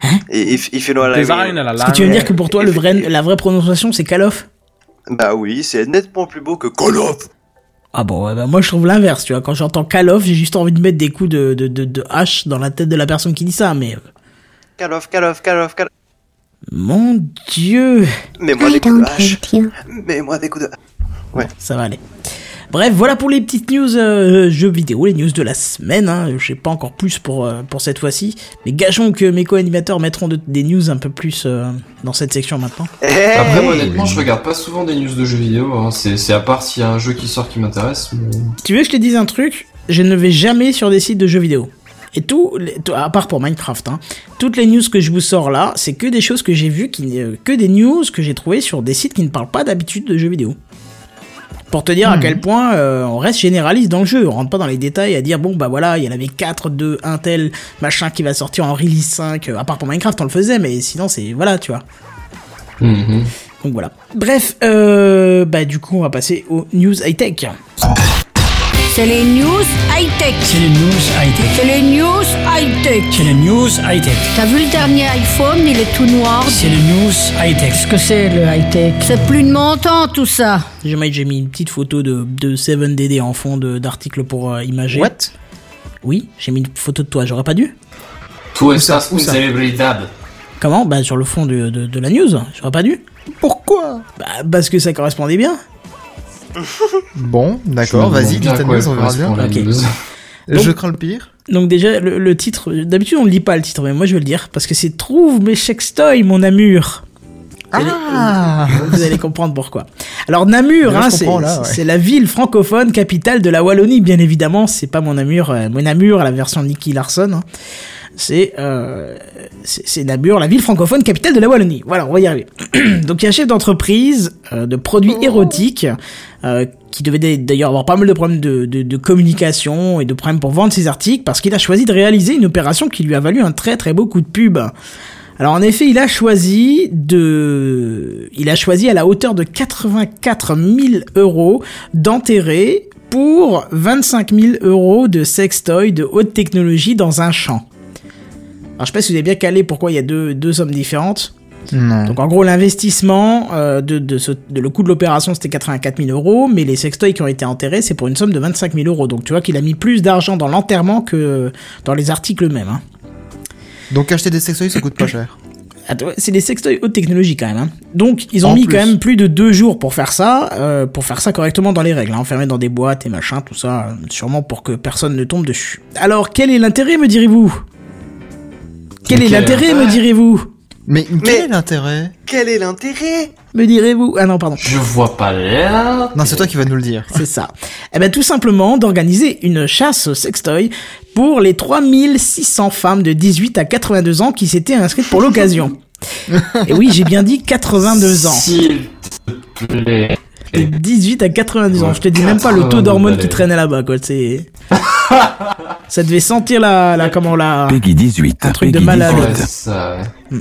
Hein et, il, il fait le Design à la Est-ce que tu veux me langue. dire que pour toi, le vrai, la vraie prononciation, c'est Call of Bah oui, c'est nettement plus beau que Call of. Ah bon, ouais, bah, moi, je trouve l'inverse, tu vois. Quand j'entends Call of, j'ai juste envie de mettre des coups de, de, de, de hache dans la tête de la personne qui dit ça, mais... euh, Call of, Call of, Call of, Call of. Mon Dieu Mais moi des coups de hache. Mais moi des coups de. ça va aller. Bref, voilà pour les petites news euh, jeux vidéo, les news de la semaine. Hein. Je sais pas encore plus pour, euh, pour cette fois-ci, mais gageons que mes co-animateurs mettront de- des news un peu plus euh, dans cette section maintenant. Eh Après, moi, honnêtement, je regarde pas souvent des news de jeux vidéo. hein. C'est c'est à part s'il y a un jeu qui sort qui m'intéresse. mais- Si tu veux que je te dise un truc, je ne vais jamais sur des sites de jeux vidéo. Et tout, les- tout- à part pour Minecraft, hein, toutes les news que je vous sors là, c'est que des choses que j'ai vues, qui, ne- que des news que j'ai trouvées sur des sites qui ne parlent pas d'habitude de jeux vidéo. Pour te dire à quel point euh, on reste généraliste dans le jeu, on rentre pas dans les détails à dire bon bah voilà, il y en avait 4 de un tel machin qui va sortir en release 5, euh, à part pour Minecraft on le faisait, mais sinon c'est voilà, tu vois. Mhm. Donc voilà. Bref, euh, bah du coup on va passer aux news high-tech. C'est les news high-tech. C'est les news high-tech. C'est les news high-tech. C'est les news high-tech. T'as vu le dernier iPhone, il est tout noir. C'est les news high-tech. Qu'est-ce que c'est le high-tech C'est plus de mon temps tout ça. J'ai mis- j'ai mis une petite photo de, de 7DD en fond de- d'article pour euh, imager. What Oui, j'ai mis une photo de toi, j'aurais pas dû Tout est ça, ça, où ça celebridad. Comment Bah sur le fond de, de- de la news, j'aurais pas dû Pourquoi Bah parce que ça correspondait bien. Bon, d'accord, vas-y, dis Bien, ta quoi, news, on verra bien. correspond la Ok. news. Donc- Je crains le pire. Donc déjà, le, le titre, d'habitude on ne lit pas le titre, mais moi je vais le dire, parce que c'est « Trouve mes sextoys, mon Namur ». Vous allez- Ah Vous allez comprendre pourquoi. Alors Namur, Là, je hein, c'est comprends, là, ouais. c'est la ville francophone capitale de la Wallonie, bien évidemment. C'est pas mon Namur, euh, mon Namur, la version Nicky Larson. hein. C'est euh, c'est c'est Namur, la ville francophone capitale de la Wallonie. Voilà, on va y arriver. Donc il y a un chef d'entreprise euh, de produits érotiques euh, qui devait d'a- d'ailleurs avoir pas mal de problèmes de, de- de communication et de problèmes pour vendre ses articles parce qu'il a choisi de réaliser une opération qui lui a valu un très très beau coup de pub. Alors en effet, il a choisi de, il a choisi à la hauteur de 84 000 euros d'enterrer pour 25 000 euros de sextoy de haute technologie dans un champ. Alors je sais pas si vous avez bien calé pourquoi il y a deux, deux sommes différentes. Non. Donc en gros l'investissement euh, de, de, ce- de le coût de l'opération c'était 84 000 euros, mais les sextoys qui ont été enterrés c'est pour une somme de 25 000 euros. Donc tu vois qu'il a mis plus d'argent dans l'enterrement que dans les articles eux-mêmes. hein. Donc acheter des sextoys, ça coûte pas cher. Attends, ouais, C'est des sextoys haute technologie quand même. hein. Donc ils ont En mis plus. quand même plus de deux jours pour faire ça, euh, pour faire ça correctement dans les règles, hein, enfermés dans des boîtes et machin, tout ça, euh, sûrement pour que personne ne tombe dessus. Alors quel est l'intérêt, me direz-vous Quel est Quel l'intérêt, me direz-vous Mais quel Mais- est l'intérêt Quel est l'intérêt Me direz-vous Ah non, pardon. Je vois pas l'air. Non, c'est toi qui vas nous le dire. C'est ça. Eh ben tout simplement d'organiser une chasse au sextoy pour les 3600 femmes de 18 à 82 ans qui s'étaient inscrites pour l'occasion. et oui, j'ai bien dit 82 ans. S'il te plaît. De 18 à 92 ans. Ouais. Je te dis même pas le taux 92, d'hormones allez. qui traînait là-bas, quoi. C'est. ça devait sentir la, la, comment la. Peggy 18. Un truc de malade. Ouais, ça, ouais.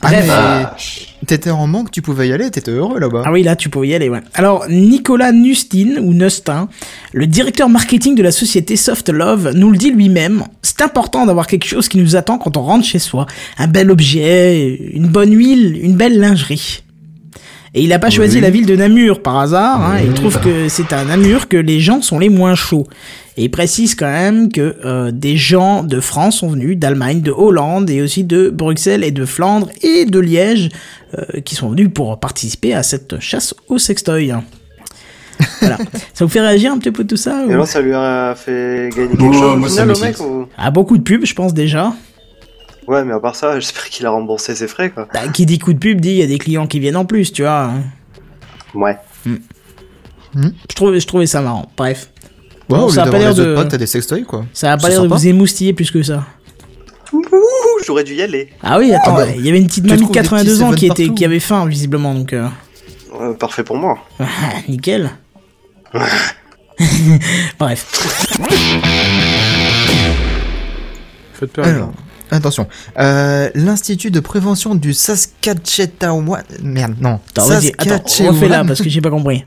Ah, Bref. Ah, mais t'étais en manque, tu pouvais y aller, t'étais heureux là-bas. Ah oui, là, tu peux y aller, ouais. Alors, Nicolas Nustin, ou Nustin, le directeur marketing de la société Soft Love, nous le dit lui-même. C'est important d'avoir quelque chose qui nous attend quand on rentre chez soi. Un bel objet, une bonne huile, une belle lingerie. Et il n'a pas choisi la ville de Namur par hasard. hein. Il trouve que c'est à Namur que les gens sont les moins chauds. Et il précise quand même que euh, des gens de France sont venus, d'Allemagne, de Hollande et aussi de Bruxelles et de Flandre et de Liège euh, qui sont venus pour participer à cette chasse au sextoy. Voilà. ça vous fait réagir un petit peu tout ça ou- Et alors, ça lui a fait gagner quelque Ouais, chose au moi, ça final, au m'excite. mec ou... Ah, beaucoup de pubs, je pense déjà. Ouais, mais à part ça, j'espère qu'il a remboursé ses frais, quoi. Bah, qui dit coup de pub dit il y a des clients qui viennent en plus, tu vois. Ouais. Je trouvais, je trouvais ça marrant. Bref, Ouais, Non, au lieu ça a pas d'avoir l'air les autres de- potes, t'as des sextoys quoi. ça a pas C'est l'air de sympa. vous émoustiller plus que ça. Ouh, j'aurais dû y aller. Ah oui, attends, bah, il y avait une petite tu mamie de trouves des petits 82 ans qui, Seven était, partout. qui avait faim, visiblement, donc... euh, Euh, parfait pour moi. Ah, Nickel. Bref. Faites peur. les Alors, gens. attention. Euh, L'Institut de prévention du Saskatchewan. Merde, non. Attends, vas-y, attends, Saskatchewan. refais là parce que j'ai pas compris.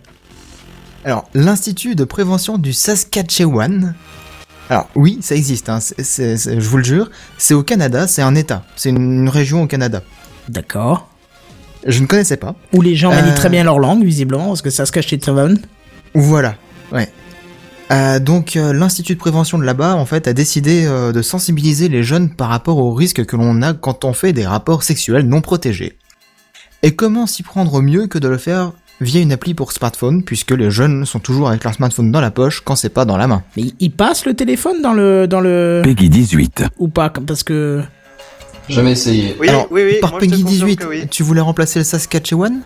Alors, l'Institut de prévention du Saskatchewan. Alors, oui, ça existe, hein, c'est- c'est- c'est- je vous le jure. C'est au Canada, c'est un état. C'est une région au Canada. D'accord. Je ne connaissais pas. Où les gens manient Euh. très bien leur langue, visiblement, parce que ça se cache chez Trevon. Voilà, ouais. Euh, donc euh, l'institut de prévention de là-bas en fait a décidé euh, de sensibiliser les jeunes par rapport aux risques que l'on a quand on fait des rapports sexuels non protégés. Et comment s'y prendre mieux que de le faire via une appli pour smartphone, puisque les jeunes sont toujours avec leur smartphone dans la poche quand c'est pas dans la main. Mais il passe le téléphone dans le. Dans le... Peggy 18. Ou pas, comme- parce que. Jamais essayé. Oui, Alors, oui, oui. par moi, je te Peggy confirme 18, que oui. tu voulais remplacer le Saskatchewan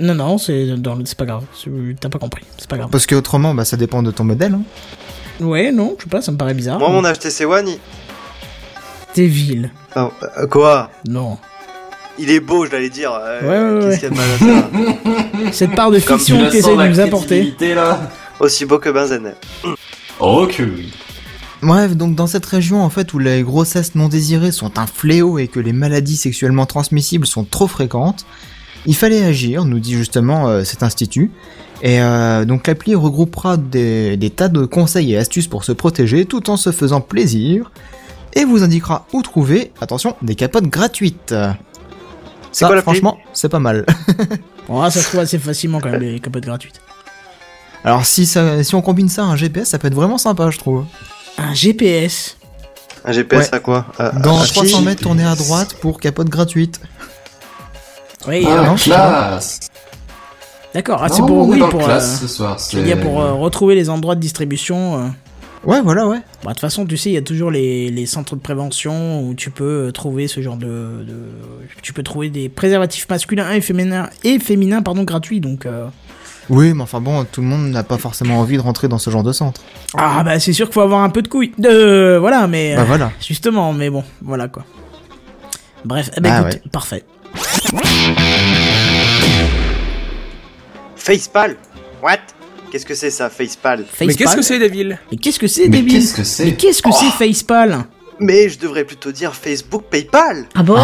Non, non, c'est dans le- c'est pas grave. c'est- T'as pas compris. C'est pas grave. Parce que autrement, bah, ça dépend de ton modèle. hein. Ouais, non, je sais pas, ça me paraît bizarre. Moi, mon HTC One, il- T'es vil. Ah, euh, quoi Non. Il est beau, je l'allais dire. euh, Ouais, ouais, Qu'est-ce qu'il y a de mal à ça Cette part de Comme fiction tu que la t'essayes sens, de la nous apporter. crédibilité, là. Aussi beau que Benzen. Oh que oui. Bref, donc dans cette région en fait où les grossesses non désirées sont un fléau et que les maladies sexuellement transmissibles sont trop fréquentes, il fallait agir, nous dit justement euh, cet institut. Et euh, donc l'appli regroupera des, des tas de conseils et astuces pour se protéger tout en se faisant plaisir et vous indiquera où trouver, attention, des capotes gratuites. Ça, quoi l'appli franchement, c'est pas mal. Oh, ça se trouve assez facilement quand même, les capotes gratuites. Alors si, ça, si on combine ça à un GPS, ça peut être vraiment sympa, je trouve. Un GPS. Un GPS Ouais. à quoi Euh, À- à- Dans à- 300 mètres, tournez à droite pour capote gratuite. Oui, Ah, non, classe. d'accord. Ah, Non, c'est pour. on est Oui, dans pour. euh, classe ce soir. je veux dire, pour euh, retrouver les endroits de distribution. euh. Ouais, voilà, ouais. Bah, de toute façon, tu sais, il y a toujours les, les centres de prévention où tu peux euh, trouver ce genre de, de- Tu peux trouver des préservatifs masculins et féminins, et féminins pardon, gratuits, donc... euh, Oui, mais enfin bon, tout le monde n'a pas forcément envie de rentrer dans ce genre de centre. Ah bah c'est sûr qu'il faut avoir un peu de couilles. Euh, voilà, mais... Bah voilà. Justement, mais bon, voilà quoi. Bref, eh ben, Ah écoute, parfait. Facepal What Qu'est-ce que c'est ça, Facepal Mais Facepal. qu'est-ce que c'est, Devil Mais qu'est-ce que c'est, Mais débile qu'est-ce que c'est Mais qu'est-ce que Oh c'est, Facepal Mais je devrais plutôt dire Facebook PayPal Ah bon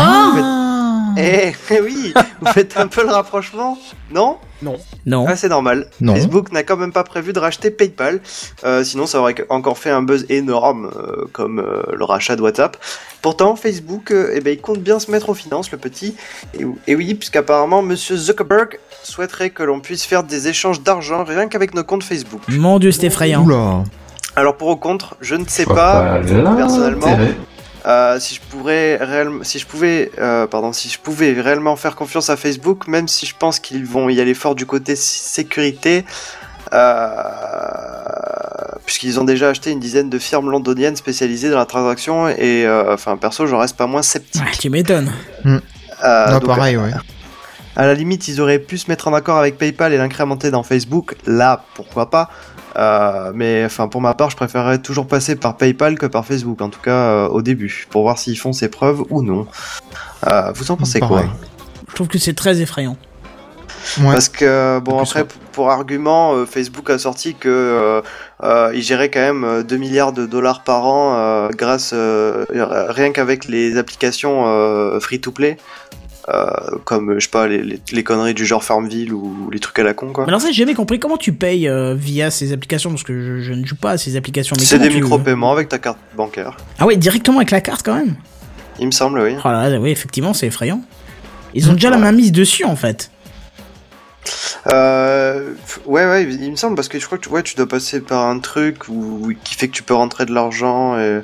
Eh eh oui Vous faites un peu le rapprochement Non Non. Ah, c'est normal. Non. Facebook n'a quand même pas prévu de racheter PayPal. Euh, sinon, ça aurait encore fait un buzz énorme, euh, comme euh, le rachat de WhatsApp. Pourtant, Facebook, euh, eh ben, il compte bien se mettre aux finances, le petit. Et, et oui, puisqu'apparemment, monsieur Zuckerberg souhaiterait que l'on puisse faire des échanges d'argent rien qu'avec nos comptes Facebook. Mon dieu, c'est effrayant. Oula. Alors, pour au contre, je ne sais Je vois pas, l'intérêt. personnellement, euh, si je pourrais réellement, si je pouvais, euh, pardon, si je pouvais réellement faire confiance à Facebook, même si je pense qu'ils vont y aller fort du côté s- sécurité, euh, puisqu'ils ont déjà acheté une dizaine de firmes londoniennes spécialisées dans la transaction et, euh, enfin, perso, j'en reste pas moins sceptique. Ouais, tu m'étonnes. Euh, non, donc, pareil, ouais. à la limite, ils auraient pu se mettre en accord avec PayPal et l'incrémenter dans Facebook. Là, pourquoi pas. Euh, mais enfin, pour ma part, je préférerais toujours passer par PayPal que par Facebook, en tout cas euh, au début, pour voir s'ils font ses preuves ou non. Euh, vous en pensez quoi Pareil. Je trouve que c'est très effrayant. Ouais. Parce que bon En plus, après p- pour argument euh, Facebook a sorti que euh, euh, il gérait quand même euh, 2 milliards de dollars par an euh, grâce euh, r- rien qu'avec les applications euh, free to play comme euh, je sais pas les, les- les conneries du genre Farmville ou les trucs à la con quoi. Mais alors ça, j'ai jamais compris comment tu payes euh, via ces applications, parce que je, je ne joue pas à ces applications. mais C'est comment des tu- micro-paiements avec ta carte bancaire. Ah ouais, directement avec la carte quand même Il me semble oui. Oh là là, oui, effectivement, c'est effrayant. Ils ont déjà la main mise dessus en fait. Euh, f- ouais ouais il il me semble parce que je crois que tu, ouais, tu dois passer par un truc où- qui fait que tu peux rentrer de l'argent et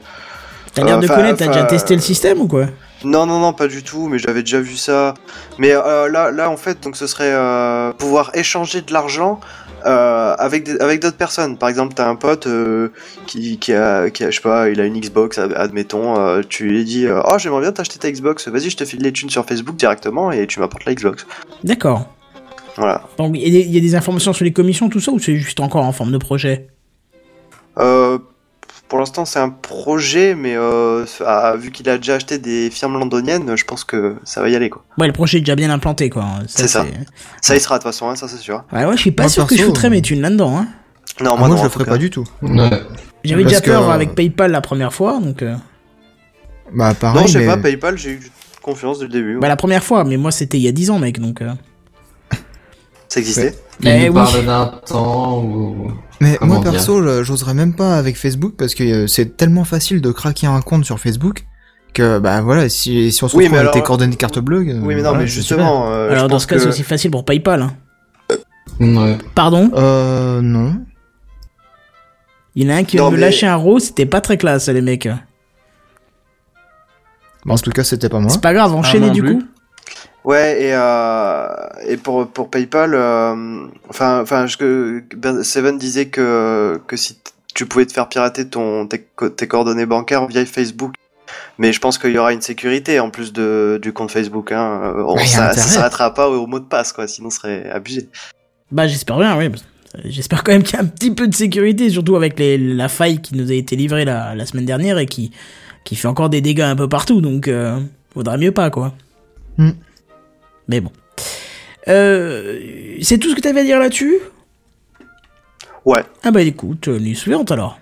T'as l'air Euh, de enfin, connaître, t'as enfin, déjà testé le euh, système ou quoi Non, non, non, pas du tout, mais j'avais déjà vu ça. Mais euh, là, là, en fait, donc ce serait euh, pouvoir échanger de l'argent euh, avec des- avec d'autres personnes. Par exemple, t'as un pote euh, qui, qui, a, qui a, je sais pas, il a une Xbox, ad- admettons. euh, tu lui dis, euh, oh, j'aimerais bien t'acheter ta Xbox. Vas-y, je te file les thunes sur Facebook directement et tu m'apportes la Xbox. D'accord. Voilà. Donc, il y, a des- il y a des informations sur les commissions, tout ça, ou c'est juste encore en forme de projet Euh, pour l'instant, c'est un projet, mais euh, ah, vu qu'il a déjà acheté des firmes londoniennes, je pense que ça va y aller, quoi. Ouais, le projet est déjà bien implanté, quoi. C'est ça. Ça y sera de toute façon, hein, ça c'est sûr. Ouais, ouais, je suis pas Moi, sûr que je perso, foutrais euh, mes thunes là-dedans, hein. Non, Ah, moi, moi, non, je en le tout ferais cas. pas du tout. Ouais. J'avais Parce déjà peur que- euh, avec PayPal la première fois, donc. euh, Bah pareil. Non, je sais mais- pas, PayPal, j'ai eu confiance dès le début. Bah, la première fois, mais moi c'était il y a 10 ans, mec, donc. euh, Ça existait. Il Eh nous oui. parle d'un temps où. Mais Comment moi perso, je- j'oserais même pas avec Facebook parce que euh, c'est tellement facile de craquer un compte sur Facebook que bah voilà, si, si on se Oui, retrouve mais avec tes alors- coordonnées carte bleue. euh, Oui, mais non, voilà, mais c'est justement. euh, je Alors, dans pense ce cas, que- c'est aussi facile pour PayPal. hein. Ouais. Pardon super. Euh non. Il y en a un qui Non, veut me mais- lâcher un rose, c'était pas très classe, les mecs. Bah, en tout cas, c'était pas moi. Ah, C'est pas grave, enchaînez non du plus. coup. Ouais, et, euh, et pour, pour PayPal, euh, enfin, enfin, je- que- Ben- Seven disait que, que si t- tu pouvais te faire pirater ton, tes, co- tes coordonnées bancaires via Facebook. Mais je pense qu'il y aura une sécurité en plus de, du compte Facebook. Hein. Euh, On, Mais il y a ça ça intérêt. s'arrêtera pas au, au mot de passe, quoi, sinon ce serait abusé. Bah j'espère bien, oui. parce que J'espère quand même qu'il y a un petit peu de sécurité, surtout avec les- la faille qui nous a été livrée la, la semaine dernière et qui, qui fait encore des dégâts un peu partout, donc euh, vaudrait mieux pas, quoi. Hmm. Mais bon. Euh, c'est tout ce que t'avais à dire là-dessus Ouais. Ah bah écoute, euh, nuit suivante alors.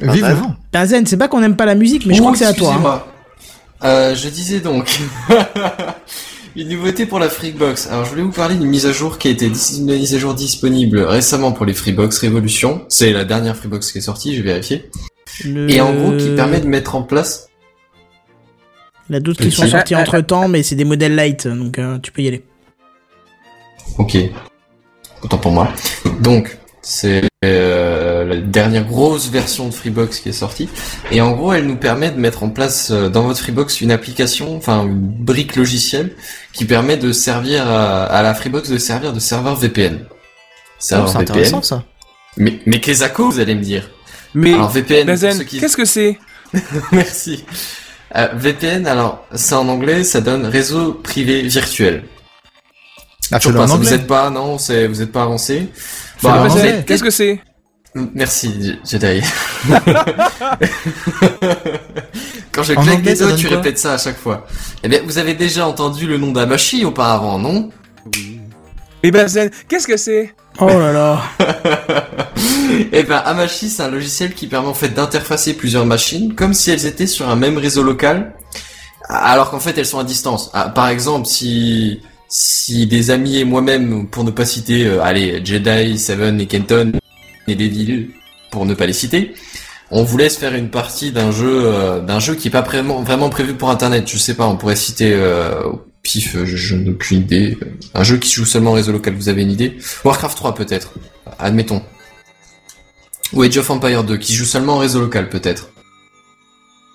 Vive le vent. Benzen, c'est pas qu'on aime pas la musique, mais je Oh, crois que c'est à toi. hein. excusez-moi. Euh, je disais donc une nouveauté pour la Freebox. Alors je voulais vous parler d'une mise à jour qui a été dis- une mise à jour disponible récemment pour les Freebox Révolution. C'est la dernière Freebox qui est sortie, j'ai vérifié. hein. Le- Et en gros qui Euh. permet de mettre en place. Il y en a d'autres qui sont sortis entre temps, mais c'est des modèles light, donc euh, tu peux y aller. Ok. Autant pour moi. Donc, c'est euh, la dernière grosse version de Freebox qui est sortie. Et en gros, elle nous permet de mettre en place euh, dans votre Freebox une application, enfin une brique logicielle, qui permet de servir à, à la Freebox de servir de serveur VPN. Oh, Serveur C'est VPN. intéressant ça. Mais, mais qu'est-ce à quoi, vous allez me dire Mais Alors VPN, pour Bazen, ceux qui- Bah, qu'est-ce que c'est Merci. Euh, VPN, alors, c'est en anglais, ça donne réseau privé virtuel. Ah, Toujours fais-le pas, en ça, vous anglais. n'êtes pas, non, c'est- vous n'êtes pas avancé. Bah, Fais-le en alors, Bazen, c'est- anglais. Qu'est-ce que c'est Merci, Jedi. Quand je En claque anglais, des ça doigts, donne tu quoi répètes ça à chaque fois. Eh bien, vous avez déjà entendu le nom d'Amashi auparavant, non Mais Bazen, qu'est-ce que c'est Oh là là. Eh ben, Amashi, c'est un logiciel qui permet en fait d'interfacer plusieurs machines comme si elles étaient sur un même réseau local, alors qu'en fait elles sont à distance. Ah, par exemple, si si des amis et moi-même, pour ne pas citer, euh, allez, Jedi, Seven et Kenton et Devil, pour ne pas les citer, on vous laisse faire une partie d'un jeu euh, d'un jeu qui est pas vraiment vraiment prévu pour Internet. Je sais pas, on pourrait citer. euh, au Pif, euh, je, je n'ai aucune idée. Un jeu qui se joue seulement en réseau local, vous avez une idée Warcraft 3 peut-être, admettons. Ou Age of Empire 2, qui joue seulement en réseau local peut-être.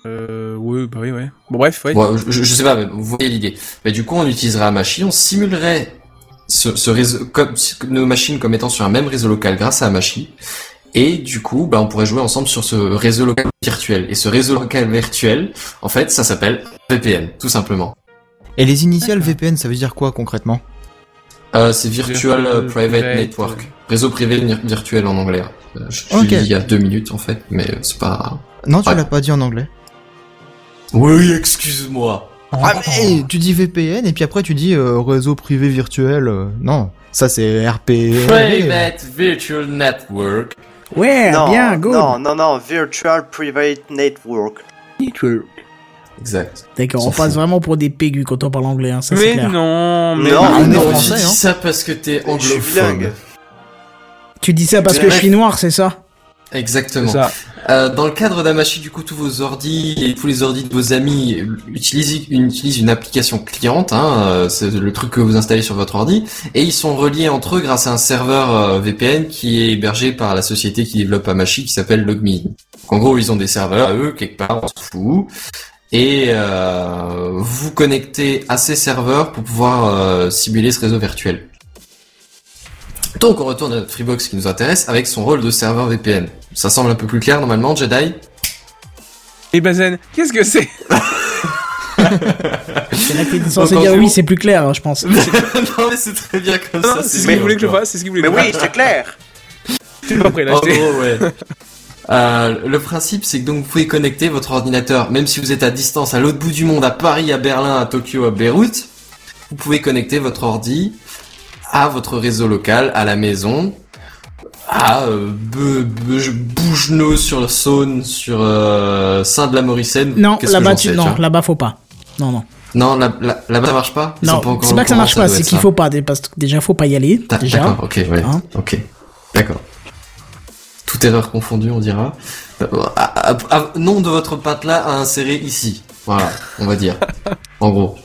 Euh, oui, bah oui, ouais. Bon, bref, ouais. Bon, je, je sais pas, mais vous voyez l'idée. Mais du coup, on utiliserait Amashi, on simulerait ce, ce réseau, comme, si- comme nos machines comme étant sur un même réseau local grâce à Amashi. Et du coup, bah, on pourrait jouer ensemble sur ce réseau local virtuel. Et ce réseau local virtuel, en fait, ça s'appelle VPN, tout simplement. Et les initiales VPN, ça veut dire quoi concrètement Euh, c'est Virtual Virtual Private Private Network. Réseau privé ni- virtuel en anglais. Euh, Je, je Ok. l'ai dit il y a deux minutes, en fait, mais euh, c'est pas... Non, tu Ouais. l'as pas dit en anglais. Oui, excuse-moi Ah mais tu dis VPN et puis après tu dis euh, réseau privé virtuel. euh, non, ça c'est RP. Private Virtual Network. Eh, Ouais, non, bien, go. non, non, non, Virtual Private Network. Exact. D'accord, on S'en passe fout. vraiment pour des pégus quand on parle anglais, hein, ça c'est mais clair. non, mais Non, on est Ah, non, français, j'ai dit hein. ça parce que t'es Je suis anglophone. bilingue. Tu dis ça parce que je suis noir, c'est ça c'est Exactement. ça. Euh, dans le cadre d'Amashi, du coup, tous vos ordis et tous les ordis de vos amis euh, utilisent une, utilisent une application cliente, hein, euh, c'est le truc que vous installez sur votre ordi, et ils sont reliés entre eux grâce à un serveur euh, VPN qui est hébergé par la société qui développe Amashi qui s'appelle LogMeIn. Donc, en gros, ils ont des serveurs à eux, quelque part, on s'en fout. Et euh, vous connectez à ces serveurs pour pouvoir euh, simuler ce réseau virtuel. Donc on retourne à notre Freebox qui nous intéresse avec son rôle de serveur VPN. Ça semble un peu plus clair normalement, Jedi Et Bazen, Eh ben, qu'est-ce que c'est C'est là que t'es censé Donc, en dire gros- oui, c'est plus clair, hein, je pense. Non mais c'est très bien comme Non, ça. c'est ce qu'il voulait que je fasse. fasse, c'est ce qu'il voulait Mais que je oui, fasse. c'est clair. Tu l'as compris, là, En je t'ai- gros, Oh, ouais. Euh, le principe, c'est que donc vous pouvez connecter votre ordinateur, même si vous êtes à distance, à l'autre bout du monde, à Paris, à Berlin, à Tokyo, à Beyrouth, vous pouvez connecter votre ordi à votre réseau local, à la maison, à euh, Be- Be- Bougenot sur le Saône, sur euh, Saint-de-la-Mauricienne. Non, Qu'est-ce que là-bas, j'en tu... sais, non, vois là-bas, faut pas. Non, non. Non, là- là- là-bas ça marche pas Ils Non, sont encore c'est pas que ça au courant, marche pas, doit c'est être qu'il ça. faut pas, parce que déjà, faut pas y aller, Ta- déjà. Ah, D'accord, ok, ouais. Hein ok. D'accord. Toute erreur confondue, on dira. Euh, à- à- à- nom de votre patelin à insérer ici. Voilà, on va dire. en gros.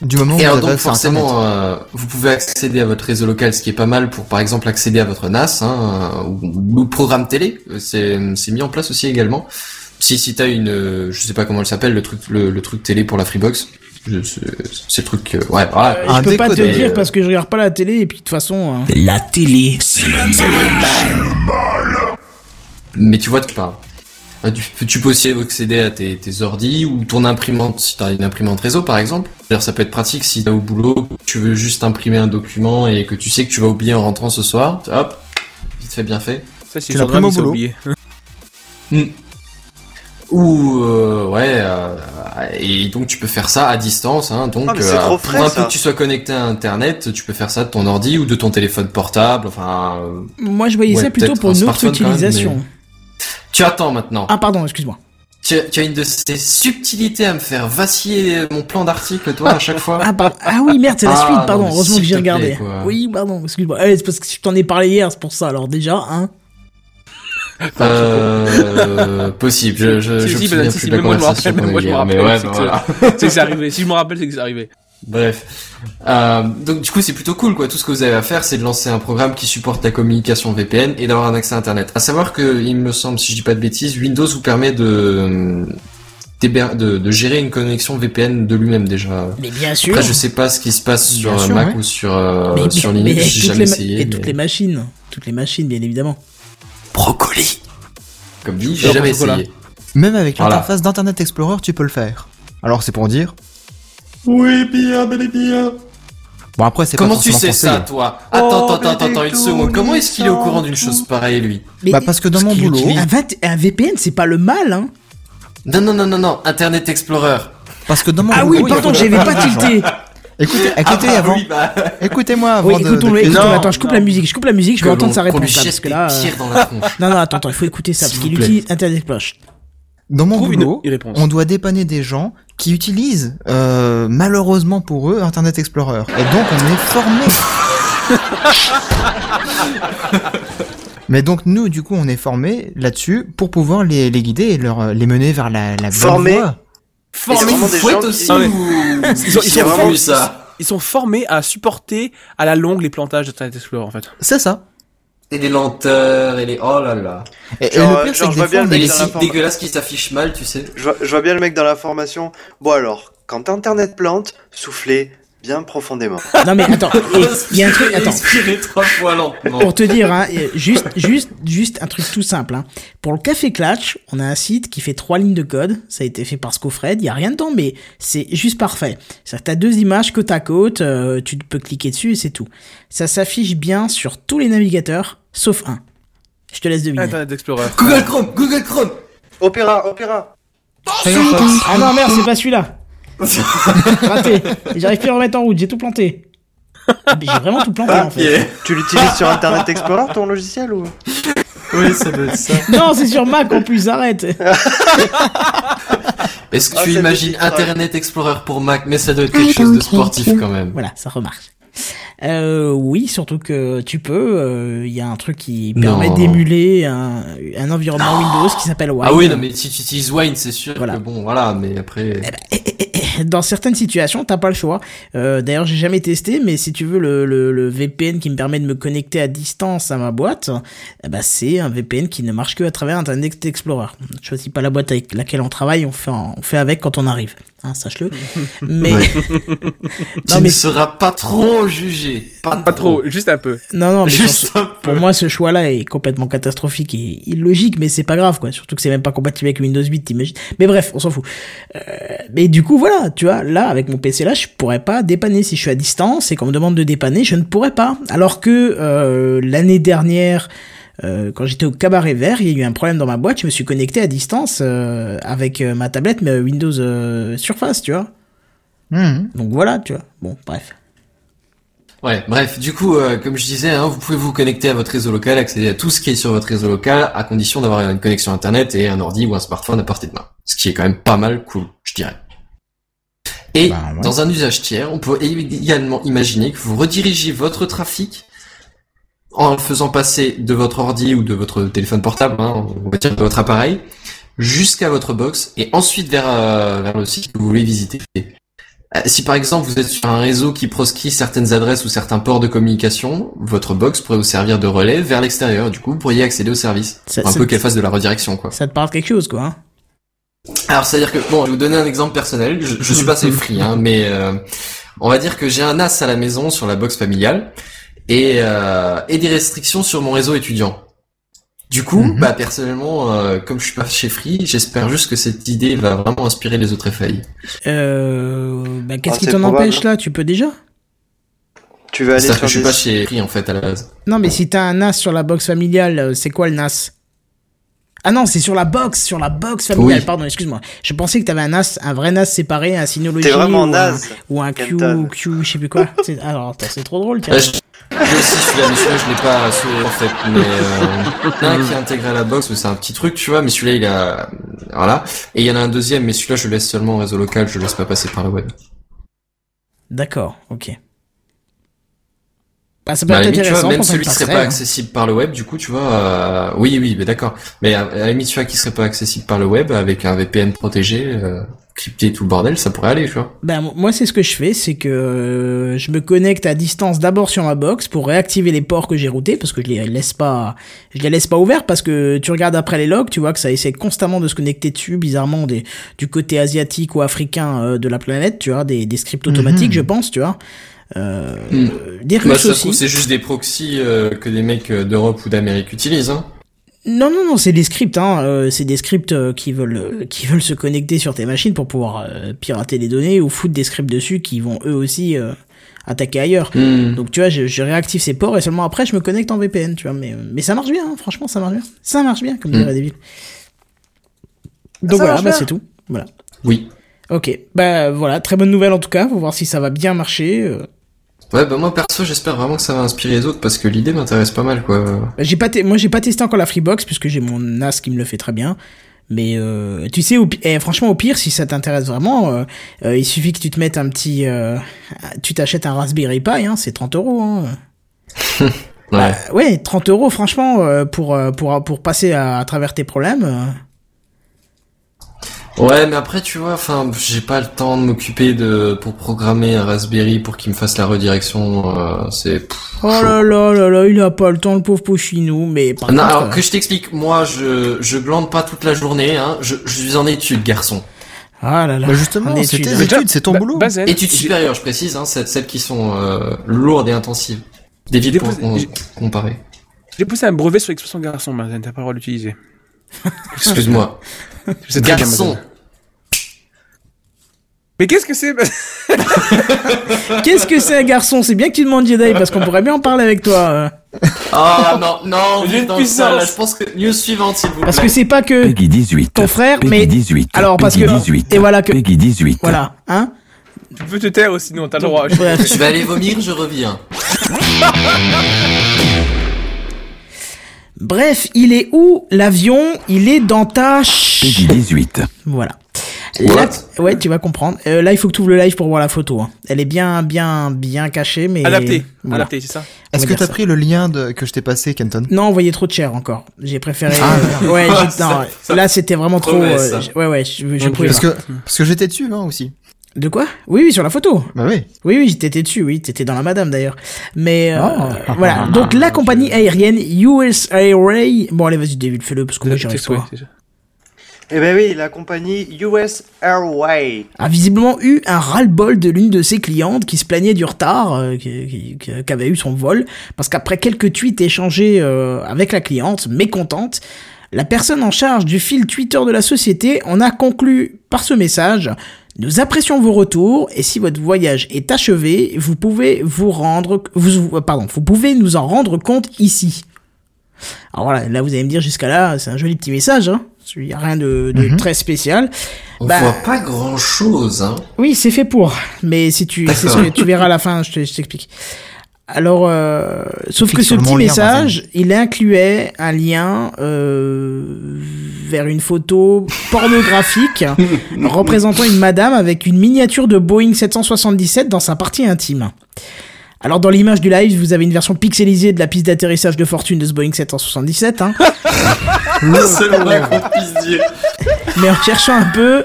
Du moment où Et vous alors avez donc accès à Internet. forcément, euh, vous pouvez accéder à votre réseau local, ce qui est pas mal pour par exemple accéder à votre NAS hein, euh, ou, ou programme télé. Euh, C'est c'est mis en place aussi également. Si si t'as une, euh, je sais pas comment elle s'appelle, le truc le, le truc télé pour la Freebox, je, ce, ce truc, euh, ouais, Je voilà. peux pas te dire parce que je regarde pas la télé et puis de toute façon. hein. La télé, c'est le Mais tu vois de quoi je parle. Tu, peux- tu peux aussi accéder à tes, tes ordi ou ton imprimante, si tu as une imprimante réseau par exemple. C'est-à-dire, ça peut être pratique si t'as au boulot, tu veux juste imprimer un document et que tu sais que tu vas oublier en rentrant ce soir. Hop, vite fait, bien fait. Ça, c'est Tu l'imprimes au Instagram, boulot. il s'est Hmm. Ou, euh, ouais, euh, et donc tu peux faire ça à distance. Hein, donc, Ah, mais c'est euh, trop pour frais, un ça. peu que tu sois connecté à Internet, tu peux faire ça de ton ordi ou de ton téléphone portable. Enfin, euh, Moi, je voyais ouais, ça plutôt peut-être pour un une autre smartphone quand même, utilisation. mais- Tu attends maintenant. Ah, pardon, excuse-moi. Tu, as- tu as une de ces subtilités à me faire vaciller mon plan d'article, toi, à chaque fois. Ah, par- ah oui, merde, c'est la Ah, suite, pardon. non, mais Heureusement que s'il j'ai te plaît, regardé. quoi. oui, pardon, excuse-moi. Eh, c'est parce que je t'en ai parlé hier, c'est pour ça. Alors déjà, hein. Euh, possible, je, je, Si, je si, me bah, souviens si, plus si, de la mais moi, je me conversation rappelle, qu'on mais moi, a eu je me hier, mais rappelle, ouais, c'est bah, que voilà. C'est que c'est arrivé. Si je me rappelle, c'est que c'est arrivé. Bref. Euh, donc du coup c'est plutôt cool quoi. Tout ce que vous avez à faire c'est de lancer un programme qui supporte la communication VPN et d'avoir un accès à Internet. À savoir que il me semble, si je dis pas de bêtises, Windows vous permet de d'héber- de, de gérer une connexion VPN de lui-même déjà. Mais bien sûr. Après je sais pas ce qui se passe sur Bien sûr, Mac ouais. ou sur euh, Mais- sur mais- mais Linux. avec J'ai toutes les jamais ma- essayé. Et toutes mais- les machines. Toutes les machines, bien évidemment. Brocoli. Comme dit, Et j'ai jamais au chocolat. essayé. Même avec euh, Voilà. l'interface d'Internet Explorer, tu peux le faire. Alors c'est pour dire. Oui, bien, bien, bien. Bon après c'est pas Comment tu sais forcément ça, hein. conseillé. toi Attends, attends, attends, attends, une seconde. Comment est-ce qu'il est au courant d'une chose pareille, lui Bah parce que dans mon boulot, Un, vingt- un VPN, c'est pas le mal, hein. Non, non, non, non, non, Internet Explorer. parce que dans mon Ah oui, boulot, il y a pardon, beaucoup j'avais pas d'argent. tilté. Écoutez, écoutez Ah, avant, oui, bah. écoutez-moi avant Oui, de- écoutons-le, de- écoutons-le. Non. Attends, je coupe la musique, je coupe la musique, je Que veux entendre l'on- sa qu'on lui réponse. là, jette parce que des là. euh, tirs dans la tronche. Non, non, attends, attends, il faut écouter ça, S'il parce vous qu'il plaît. utilise Internet Explorer. Dans mon Trouve une- boulot, une réponse. on doit dépanner des gens qui utilisent euh, malheureusement pour eux Internet Explorer. Et donc on est formé. Mais donc nous, du coup, on est formé là-dessus pour pouvoir les, les guider et leur, euh, les mener vers la, la bonne Formés. voie. Formé vraiment vous des fouette gens aussi qui- Ah, mais- ou... Ils sont, ils sont C'est vraiment formés, ça. Ils sont formés à supporter à la longue les plantages d'Internet Explorer en fait. C'est ça. Et les lenteurs, et les... Oh là là. Et, et Genre, le pire, genre, je c'est que vois des fois, bien le on Et mec les est- dans la sites forme. dégueulasses qui s'affichent mal, tu sais. Je vois, je vois bien le mec dans la formation. Bon alors, quand Internet plante, soufflez bien profondément. Non, mais attends, et il y a un truc, attends. Expirez trois fois lentement. Pour te dire, hein, euh, juste, juste, juste un truc tout simple. Hein. Pour le Café Clutch, on a un site qui fait trois lignes de code. Ça a été fait par Scofred. Il y a rien dedans, mais c'est juste parfait. C'est-à-dire que t'as deux images côte à côte. euh, tu peux cliquer dessus et c'est tout. Ça s'affiche bien sur tous les navigateurs, sauf un. Je te laisse deviner. Internet Explorer. Google Chrome, Google Chrome. Opéra, opéra. Ah non, merde, c'est pas celui-là. Raté. J'arrive plus à le remettre en route. J'ai tout planté. Ah, mais J'ai vraiment tout planté, en fait. Tu l'utilises sur Internet Explorer ton logiciel ou Oui, ça doit être ça. Non, c'est sur Mac en plus. Arrête. Est-ce que Ah, tu ça me imagines dit ça. Internet Explorer pour Mac Mais ça doit être quelque chose de sportif quand même. Voilà, ça remarche. Euh, oui, surtout que tu peux. euh, Il y a un truc qui permet Non. d'émuler un, un environnement Windows qui s'appelle Wine. Ah oui, non, mais si tu utilises Wine, c'est sûr Voilà. Eh ben, que bon, voilà, mais après... Dans certaines situations, t'as pas le choix. Euh, D'ailleurs, j'ai jamais testé, mais si tu veux le, le, le VPN qui me permet de me connecter à distance à ma boîte, eh ben, c'est un VPN qui ne marche que à travers Internet Explorer. On ne choisit pas la boîte avec laquelle on travaille, on fait, en- on fait avec quand on arrive. Hein, Sache-le. Mais Tu Non, mais- ne seras pas trop jugé. Pas, Pas trop, juste un peu. non, non, mais sur ce- Juste un peu. Pour moi, ce choix-là est complètement catastrophique et illogique, mais c'est pas grave, quoi. Surtout que c'est même pas compatible avec Windows 8, t'imagines. Mais bref, on s'en fout. Euh, mais du coup, voilà, tu vois, là, avec mon PC là, je pourrais pas dépanner. Si je suis à distance et qu'on me demande de dépanner, je ne pourrais pas. Alors que euh, l'année dernière, euh, quand j'étais au cabaret vert, il y a eu un problème dans ma boîte. Je me suis connecté à distance euh, avec euh, ma tablette, mais euh, Windows euh, Surface, tu vois. Mhm. Donc voilà, tu vois. Bon, bref. Ouais, bref, du coup, euh, comme je disais, hein, vous pouvez vous connecter à votre réseau local, accéder à tout ce qui est sur votre réseau local, à condition d'avoir une connexion Internet et un ordi ou un smartphone à portée de main. Ce qui est quand même pas mal cool, je dirais. Et Bah ouais. dans un usage tiers, on peut également imaginer que vous redirigez votre trafic en le faisant passer de votre ordi ou de votre téléphone portable, hein, on va dire de votre appareil, jusqu'à votre box et ensuite vers, euh, vers le site que vous voulez visiter. Euh, Si par exemple vous êtes sur un réseau qui proscrit certaines adresses ou certains ports de communication, votre box pourrait vous servir de relais vers l'extérieur. Du coup, vous pourriez accéder au service. Ça- un ça- peu qu'elle fasse de la redirection, quoi. Ça te parle quelque chose, quoi. hein Alors, c'est-à-dire que, bon, je vais vous donner un exemple personnel. Je, je suis pas assez free, hein, mais euh, on va dire que j'ai un NAS à la maison sur la box familiale et, euh, et des restrictions sur mon réseau étudiant. Du coup, Mhm. bah personnellement, euh, comme je suis pas chez Free, j'espère juste que cette idée va vraiment inspirer les autres FAI. Euh, bah, qu'est-ce Ah, qui c'est t'en probable. empêche là Tu peux déjà Tu vas aller C'est-à-dire sur que je suis des- pas chez Free en fait à la base. Non, mais si t'as un NAS sur la box familiale, euh, c'est quoi le NAS Ah non, c'est sur la box, sur la box familiale, Oui. pardon, excuse-moi. Je pensais que t'avais un NAS, un vrai NAS séparé, un Synology. T'es vraiment ou euh, un- naze, Ou un Q, Kenton. Q, je sais plus quoi. C'est- Alors, attends, c'est trop drôle, tiens. Ah, je... Moi aussi, je suis là, mais celui-là, je l'ai pas celui-là, en fait. Mais euh, il y en a un qui est intégré à la box, mais c'est un petit truc, tu vois. Mais celui-là, il a voilà. Et il y en a un deuxième, mais celui-là, je le laisse seulement au réseau local. Je le laisse pas passer par le web. D'accord, ok. Bah, ça peut Bah, à être la limite, tu intéressant. vois, même pour faire celui une qui serait passerelle, pas hein. accessible par le web, du coup, tu vois, euh, oui, oui, mais d'accord. Mais à, à la limite, tu vois, qui serait pas accessible par le web, avec un VPN protégé, euh, crypté et tout le bordel, ça pourrait aller, tu vois. Ben, mo- moi, c'est ce que je fais, c'est que euh, je me connecte à distance d'abord sur ma box pour réactiver les ports que j'ai routés parce que je les laisse pas, je les laisse pas ouverts parce que tu regardes après les logs, tu vois que ça essaie constamment de se connecter dessus, bizarrement des, du côté asiatique ou africain euh, de la planète, tu vois, des, des scripts automatiques, je pense, tu vois. Euh, Des Mhm. Russes Bah, ça se aussi. trouve, c'est juste des proxys euh, que des mecs euh, d'Europe ou d'Amérique utilisent, hein. Non, non, non, c'est des scripts, hein. euh, c'est des scripts euh, qui veulent euh, qui veulent se connecter sur tes machines pour pouvoir euh, pirater les données ou foutre des scripts dessus qui vont eux aussi euh, attaquer ailleurs. Hmm. Donc tu vois, je, je réactive ces ports et seulement après je me connecte en VPN, tu vois. Mais, euh, mais ça marche bien, hein, franchement, ça marche bien. Ça marche bien, comme dirait David. Donc voilà, marche bah, bien. c'est tout. Voilà. Oui. Ok, bah voilà, très bonne nouvelle en tout cas. Faut voir si ça va bien marcher. euh. Ouais, bah moi perso, j'espère vraiment que ça va inspirer les autres parce que l'idée m'intéresse pas mal, quoi. Bah, J'ai pas, te- moi j'ai pas testé encore la Freebox puisque j'ai mon NAS qui me le fait très bien. Mais euh, tu sais, au pi- eh, franchement, au pire, si ça t'intéresse vraiment, euh, euh, il suffit que tu te mettes un petit, euh, tu t'achètes un Raspberry Pi, hein, c'est 30 euros. Hein. Ouais. Bah, ouais, 30 euros, franchement, euh, pour, euh, pour, pour passer à, à travers tes problèmes. euh. Ouais, mais après, tu vois, enfin, j'ai pas le temps de m'occuper de pour programmer un Raspberry pour qu'il me fasse la redirection. euh, c'est pff, Oh là là là là, il a pas le temps, le pauvre Pochinou, mais par Non, contre, alors euh, que je t'explique, moi je je glande pas toute la journée, hein. Je, je suis en études, garçon. Ah là là. Bah, justement, en c'est études, tes hein. études, c'est ton Ba- boulot. Bazen, Études bah, j'ai- supérieures, je précise, hein, celles, celles qui sont euh, lourdes et intensives. Des vides pour déposé- j'ai- pour comparer. J'ai poussé un brevet sur l'expression garçon, Bazen, t'as pas le droit d'utiliser. Excuse-moi. C'est très bien, garçon. Bazen. Mais qu'est-ce que c'est bah, Bazen Qu'est-ce que c'est, garçon C'est bien que tu demandes Jedi parce qu'on pourrait bien en parler avec toi. euh. Ah non, non, J'ai une putain, ça, là, puissance. je pense que news suivante, s'il vous plaît. Parce que c'est pas que Peggy 18. ton frère, Peggy mais 18. alors parce Peggy que 18. et voilà que Peggy 18. voilà, hein Tu peux te taire aussi, non, t'as le droit. Bref. Je vais aller vomir, je reviens. Bref, il est où l'avion Il est dans ta ch- Peggy 18. Voilà. What Là- ouais, tu vas comprendre. Euh, là, il faut que tu ouvres le live pour voir la photo. hein. Elle est bien, bien, bien cachée, mais Adapté, Voilà. adapté, c'est ça. Est-ce On va que dire t'as ça. pris le lien de... que je t'ai passé, Kenton Non, on voyait trop de chair encore. J'ai préféré. euh, ouais, j'ai- non, Ah, Ça- ça- là, c'était vraiment trop. Promesse, euh, ça. j- ouais, ouais, je, je Mon pouvais Parce pas. que parce que j'étais dessus hein, aussi. De quoi Oui, oui, sur la photo. Bah oui. Oui, oui, t'étais dessus, oui, t'étais dans la madame d'ailleurs. Mais euh, Ah. voilà, donc la compagnie aérienne US Airways. Bon, allez, vas-y, David, fais-le parce que moi, j'y arrive Texte, ouais, pas. c'est ça. Eh ben oui, la compagnie US Airways. A visiblement eu un ras-le-bol de l'une de ses clientes qui se plaignait du retard euh, qui- qui- qui- qu'avait eu son vol. Parce qu'après quelques tweets échangés euh, avec la cliente, mécontente, la personne en charge du fil Twitter de la société en a conclu par ce message. Nous apprécions vos retours et si votre voyage est achevé, vous pouvez vous rendre, vous, euh, pardon, vous pouvez nous en rendre compte ici. Alors voilà, là vous allez me dire jusqu'à là, c'est un joli petit message, hein. Il n'y a rien de, de très spécial. On Bah- voit pas grand chose, hein. Oui, c'est fait pour. Mais si tu, c'est ce que tu verras à la fin, je te- je t'explique. Alors, euh, sauf Clique que ce sur le petit bon lien, message, il incluait un lien euh, vers une photo pornographique représentant une madame avec une miniature de Boeing 777 dans sa partie intime. Alors dans l'image du live, vous avez une version pixelisée de la piste d'atterrissage de fortune de ce Boeing 777. Hein. C'est le moins qu'on puisse dire. mais en cherchant un peu,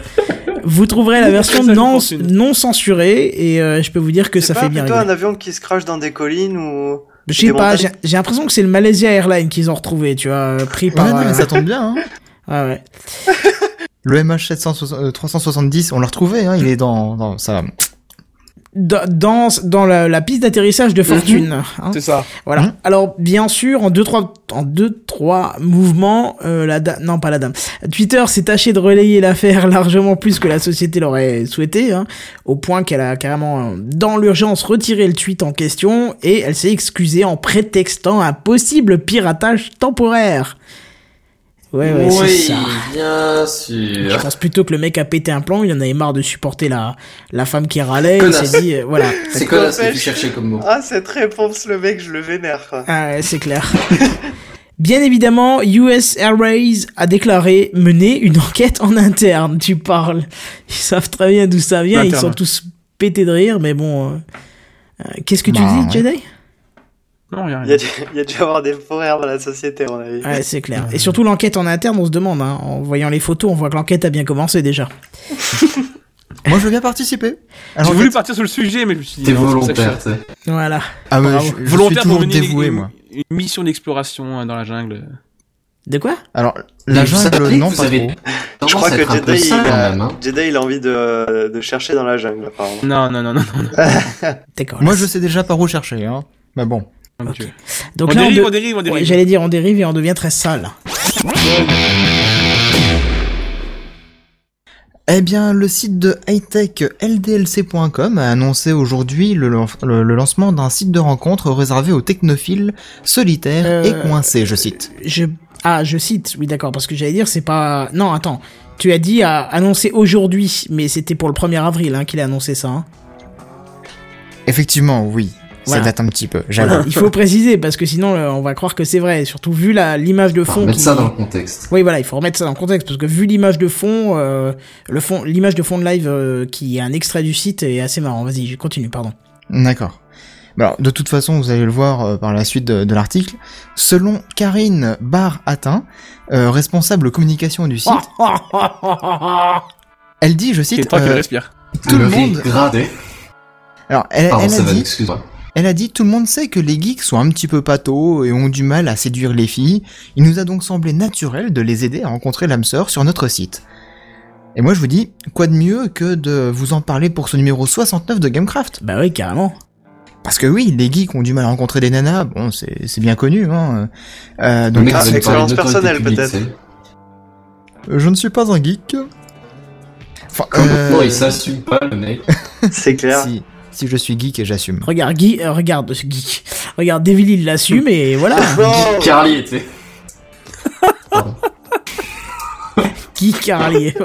Vous trouverez la version Ça, je non, pense une- non censurée et euh, je peux vous dire que ça pas fait bien plutôt rigoler. un avion qui se crache dans des collines ou. Je sais pas, j'ai j'ai l'impression que c'est le Malaysia Airlines qu'ils ont retrouvé, tu vois, euh, pris par. Ouais, non, mais euh, ça tombe bien. Hein. ah ouais. Le euh, MH370, on l'a retrouvé, hein, il est dans, dans ça. Dans, dans, dans la, la piste d'atterrissage de Fortune. hein. C'est ça. Voilà. Mhm. Alors bien sûr, en deux trois en deux trois mouvements, euh, la dame, non pas la dame, Twitter s'est tâché de relayer l'affaire largement plus que la société l'aurait souhaité, hein, au point qu'elle a carrément euh, dans l'urgence retiré le tweet en question et elle s'est excusée en prétextant un possible piratage temporaire. Ouais ouais c'est ça. bien Je sûr. pense plutôt que le mec a pété un plan, il en avait marre de supporter la la femme qui râlait, il Connasse. s'est dit euh, voilà. C'est quoi là ce que tu N'empêche. cherchais comme mot Ah, cette réponse, le mec, je le vénère, quoi. Ah ouais, c'est clair. Bien évidemment, US Airways a déclaré mener une enquête en interne. Tu parles. Ils savent très bien d'où ça vient. Ils Interne. sont tous pétés de rire, mais bon. euh, euh, Qu'est-ce que tu Bah, dis, Jedi Non, rien. Il y a dû, il y a dû avoir des fourrères dans la société, à mon avis. Ouais, c'est clair. Et surtout, l'enquête en interne, on se demande. hein. En voyant les photos, on voit que l'enquête a bien commencé déjà. Moi, je veux bien participer. J'ai Alors, voulu partir sur le sujet, mais je me suis dit. T'es non, c'est pour ça que je volontaire, suis- t'sais. Voilà. ah, mais bravo. je, je suis Volontaire pour toujours mener dévoué, une, moi. une mission d'exploration euh, dans la jungle. De quoi Alors, la Mais vous jungle, savez non, que vous pas avez- trop. Tendance Je crois à que être un peu Jedi, euh, il, sale, quand a- même, hein. Jedi, il a envie de, de chercher dans la jungle, apparemment. Non, non, non, non. non, D'accord. Moi, je sais déjà par où chercher, hein. Mais bon. non, Dieu. Donc on, là, on dérive, de- on dérive, on dérive, Ouais, J'allais dire, on dérive et on devient très sale. Eh bien, le site de hightech ldlc.com a annoncé aujourd'hui le, lan- le- le lancement d'un site de rencontre réservé aux technophiles solitaires Euh, et coincés, je cite. Je... Ah, je cite, oui, d'accord, parce que j'allais dire, c'est pas. Non, attends. Tu as dit à annoncer aujourd'hui, mais c'était pour le 1er avril hein, qu'il a annoncé ça. hein. Effectivement, oui. Voilà. Ça date un petit peu, j'avoue. Il faut préciser, parce que sinon, euh, on va croire que c'est vrai. Surtout vu la- l'image de Faut fond. Mettre qui- ça dans le contexte. Oui, voilà, il faut remettre ça dans le contexte, parce que vu l'image de fond, euh, le fond, l'image de fond de live euh, qui est un extrait du site est assez marrant. Vas-y, je continue, pardon. D'accord. Bah Alors, de toute façon, vous allez le voir euh, par la suite de, de l'article. Selon Karine Barr-Attin, euh, responsable communication du site, Oh Bah elle dit, je Qui est cite, toi qui euh, respire. tout le riz monde... gradé. Alors, elle, Pardon, elle a ça va, dit... excuse-moi. Elle a dit tout le monde sait que les geeks sont un petit peu patos et ont du mal à séduire les filles. Il nous a donc semblé naturel de les aider à rencontrer l'âme sœur sur notre site. Et moi je vous dis, quoi de mieux que de vous en parler pour ce numéro 69 de Gamecraft Bah oui, carrément. Parce que oui, les geeks ont du mal à rencontrer des nanas, bon c'est c'est bien connu. Hein. Euh, Le donc, mec, ah, il veut parler expérience d'autorité personnelle, publique, peut-être. t'sais. euh, je ne suis pas un geek. Enfin, euh, Non, il s'assume pas, le mec. C'est clair. si, si je suis geek et j'assume. Regarde, Guy, euh, regarde, ce geek. Regarde, Devil, il l'assume et voilà. Non Carly, tu sais. Guy Carlier.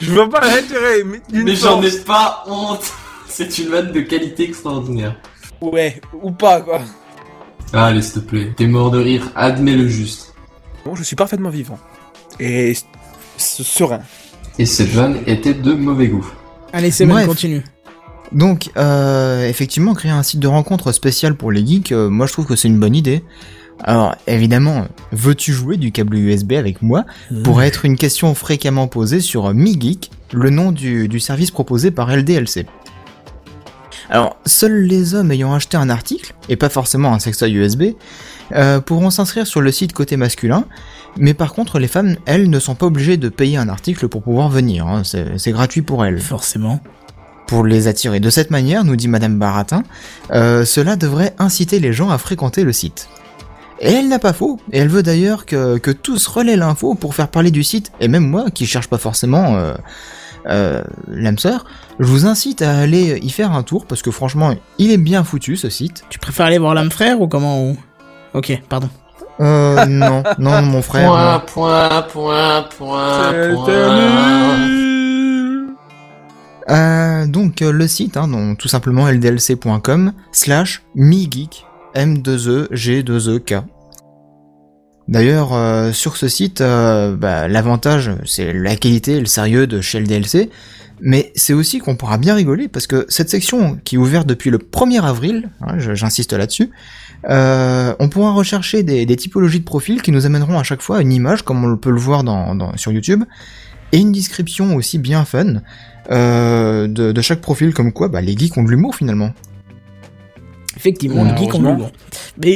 Je vois pas l'intérêt, mais d'une Mais j'en ai force. pas honte. C'est une vanne de qualité extraordinaire. Ah, Ouais, ou pas, quoi. Allez, s'il te plaît. T'es mort de rire, admets le juste. Bon, je suis parfaitement vivant. Et s- s- serein. Et cette vanne était de mauvais goût. Allez, c'est bon, Bref. continue. Donc, euh, effectivement, créer un site de rencontre spécial pour les geeks, euh, moi je trouve que c'est une bonne idée. Alors, évidemment, veux-tu jouer du câble USB avec moi Euh, pourrait être une question fréquemment posée sur MiGeek, le nom du, du service proposé par LDLC. Alors, seuls les hommes ayant acheté un article, et pas forcément un sextoy USB, euh, pourront s'inscrire sur le site côté masculin, mais par contre, les femmes, elles, ne sont pas obligées de payer un article pour pouvoir venir, hein, c'est c'est gratuit pour elles Forcément. pour les attirer. De cette manière, nous dit Madame Baratin, euh, cela devrait inciter les gens à fréquenter le site. Et elle n'a pas faux, et elle veut d'ailleurs que, que tous relaient l'info pour faire parler du site, et même moi, qui cherche pas forcément euh, euh, l'âme sœur, je vous incite à aller y faire un tour, parce que franchement, il est bien foutu ce site. Tu préfères aller voir l'âme frère ou comment on- Ok, pardon. Euh, non, non, mon frère, hein. non. point, point, point, Euh, donc euh, le site, hein, donc, tout simplement ldlc.com slash migeek E m2e-g2e-k. D'ailleurs, euh, sur ce site, euh, bah, l'avantage, c'est la qualité et le sérieux de chez LDLC, mais c'est aussi qu'on pourra bien rigoler parce que cette section qui est ouverte depuis le 1er avril, hein, je- j'insiste là-dessus, euh, on pourra rechercher des, des typologies de profils qui nous amèneront à chaque fois une image, comme on peut le voir dans, dans- sur YouTube, et une description aussi bien fun euh, de, de chaque profil, comme quoi bah, les geeks ont de l'humour finalement. Effectivement, les geeks ont de Malheureusement. l'humour.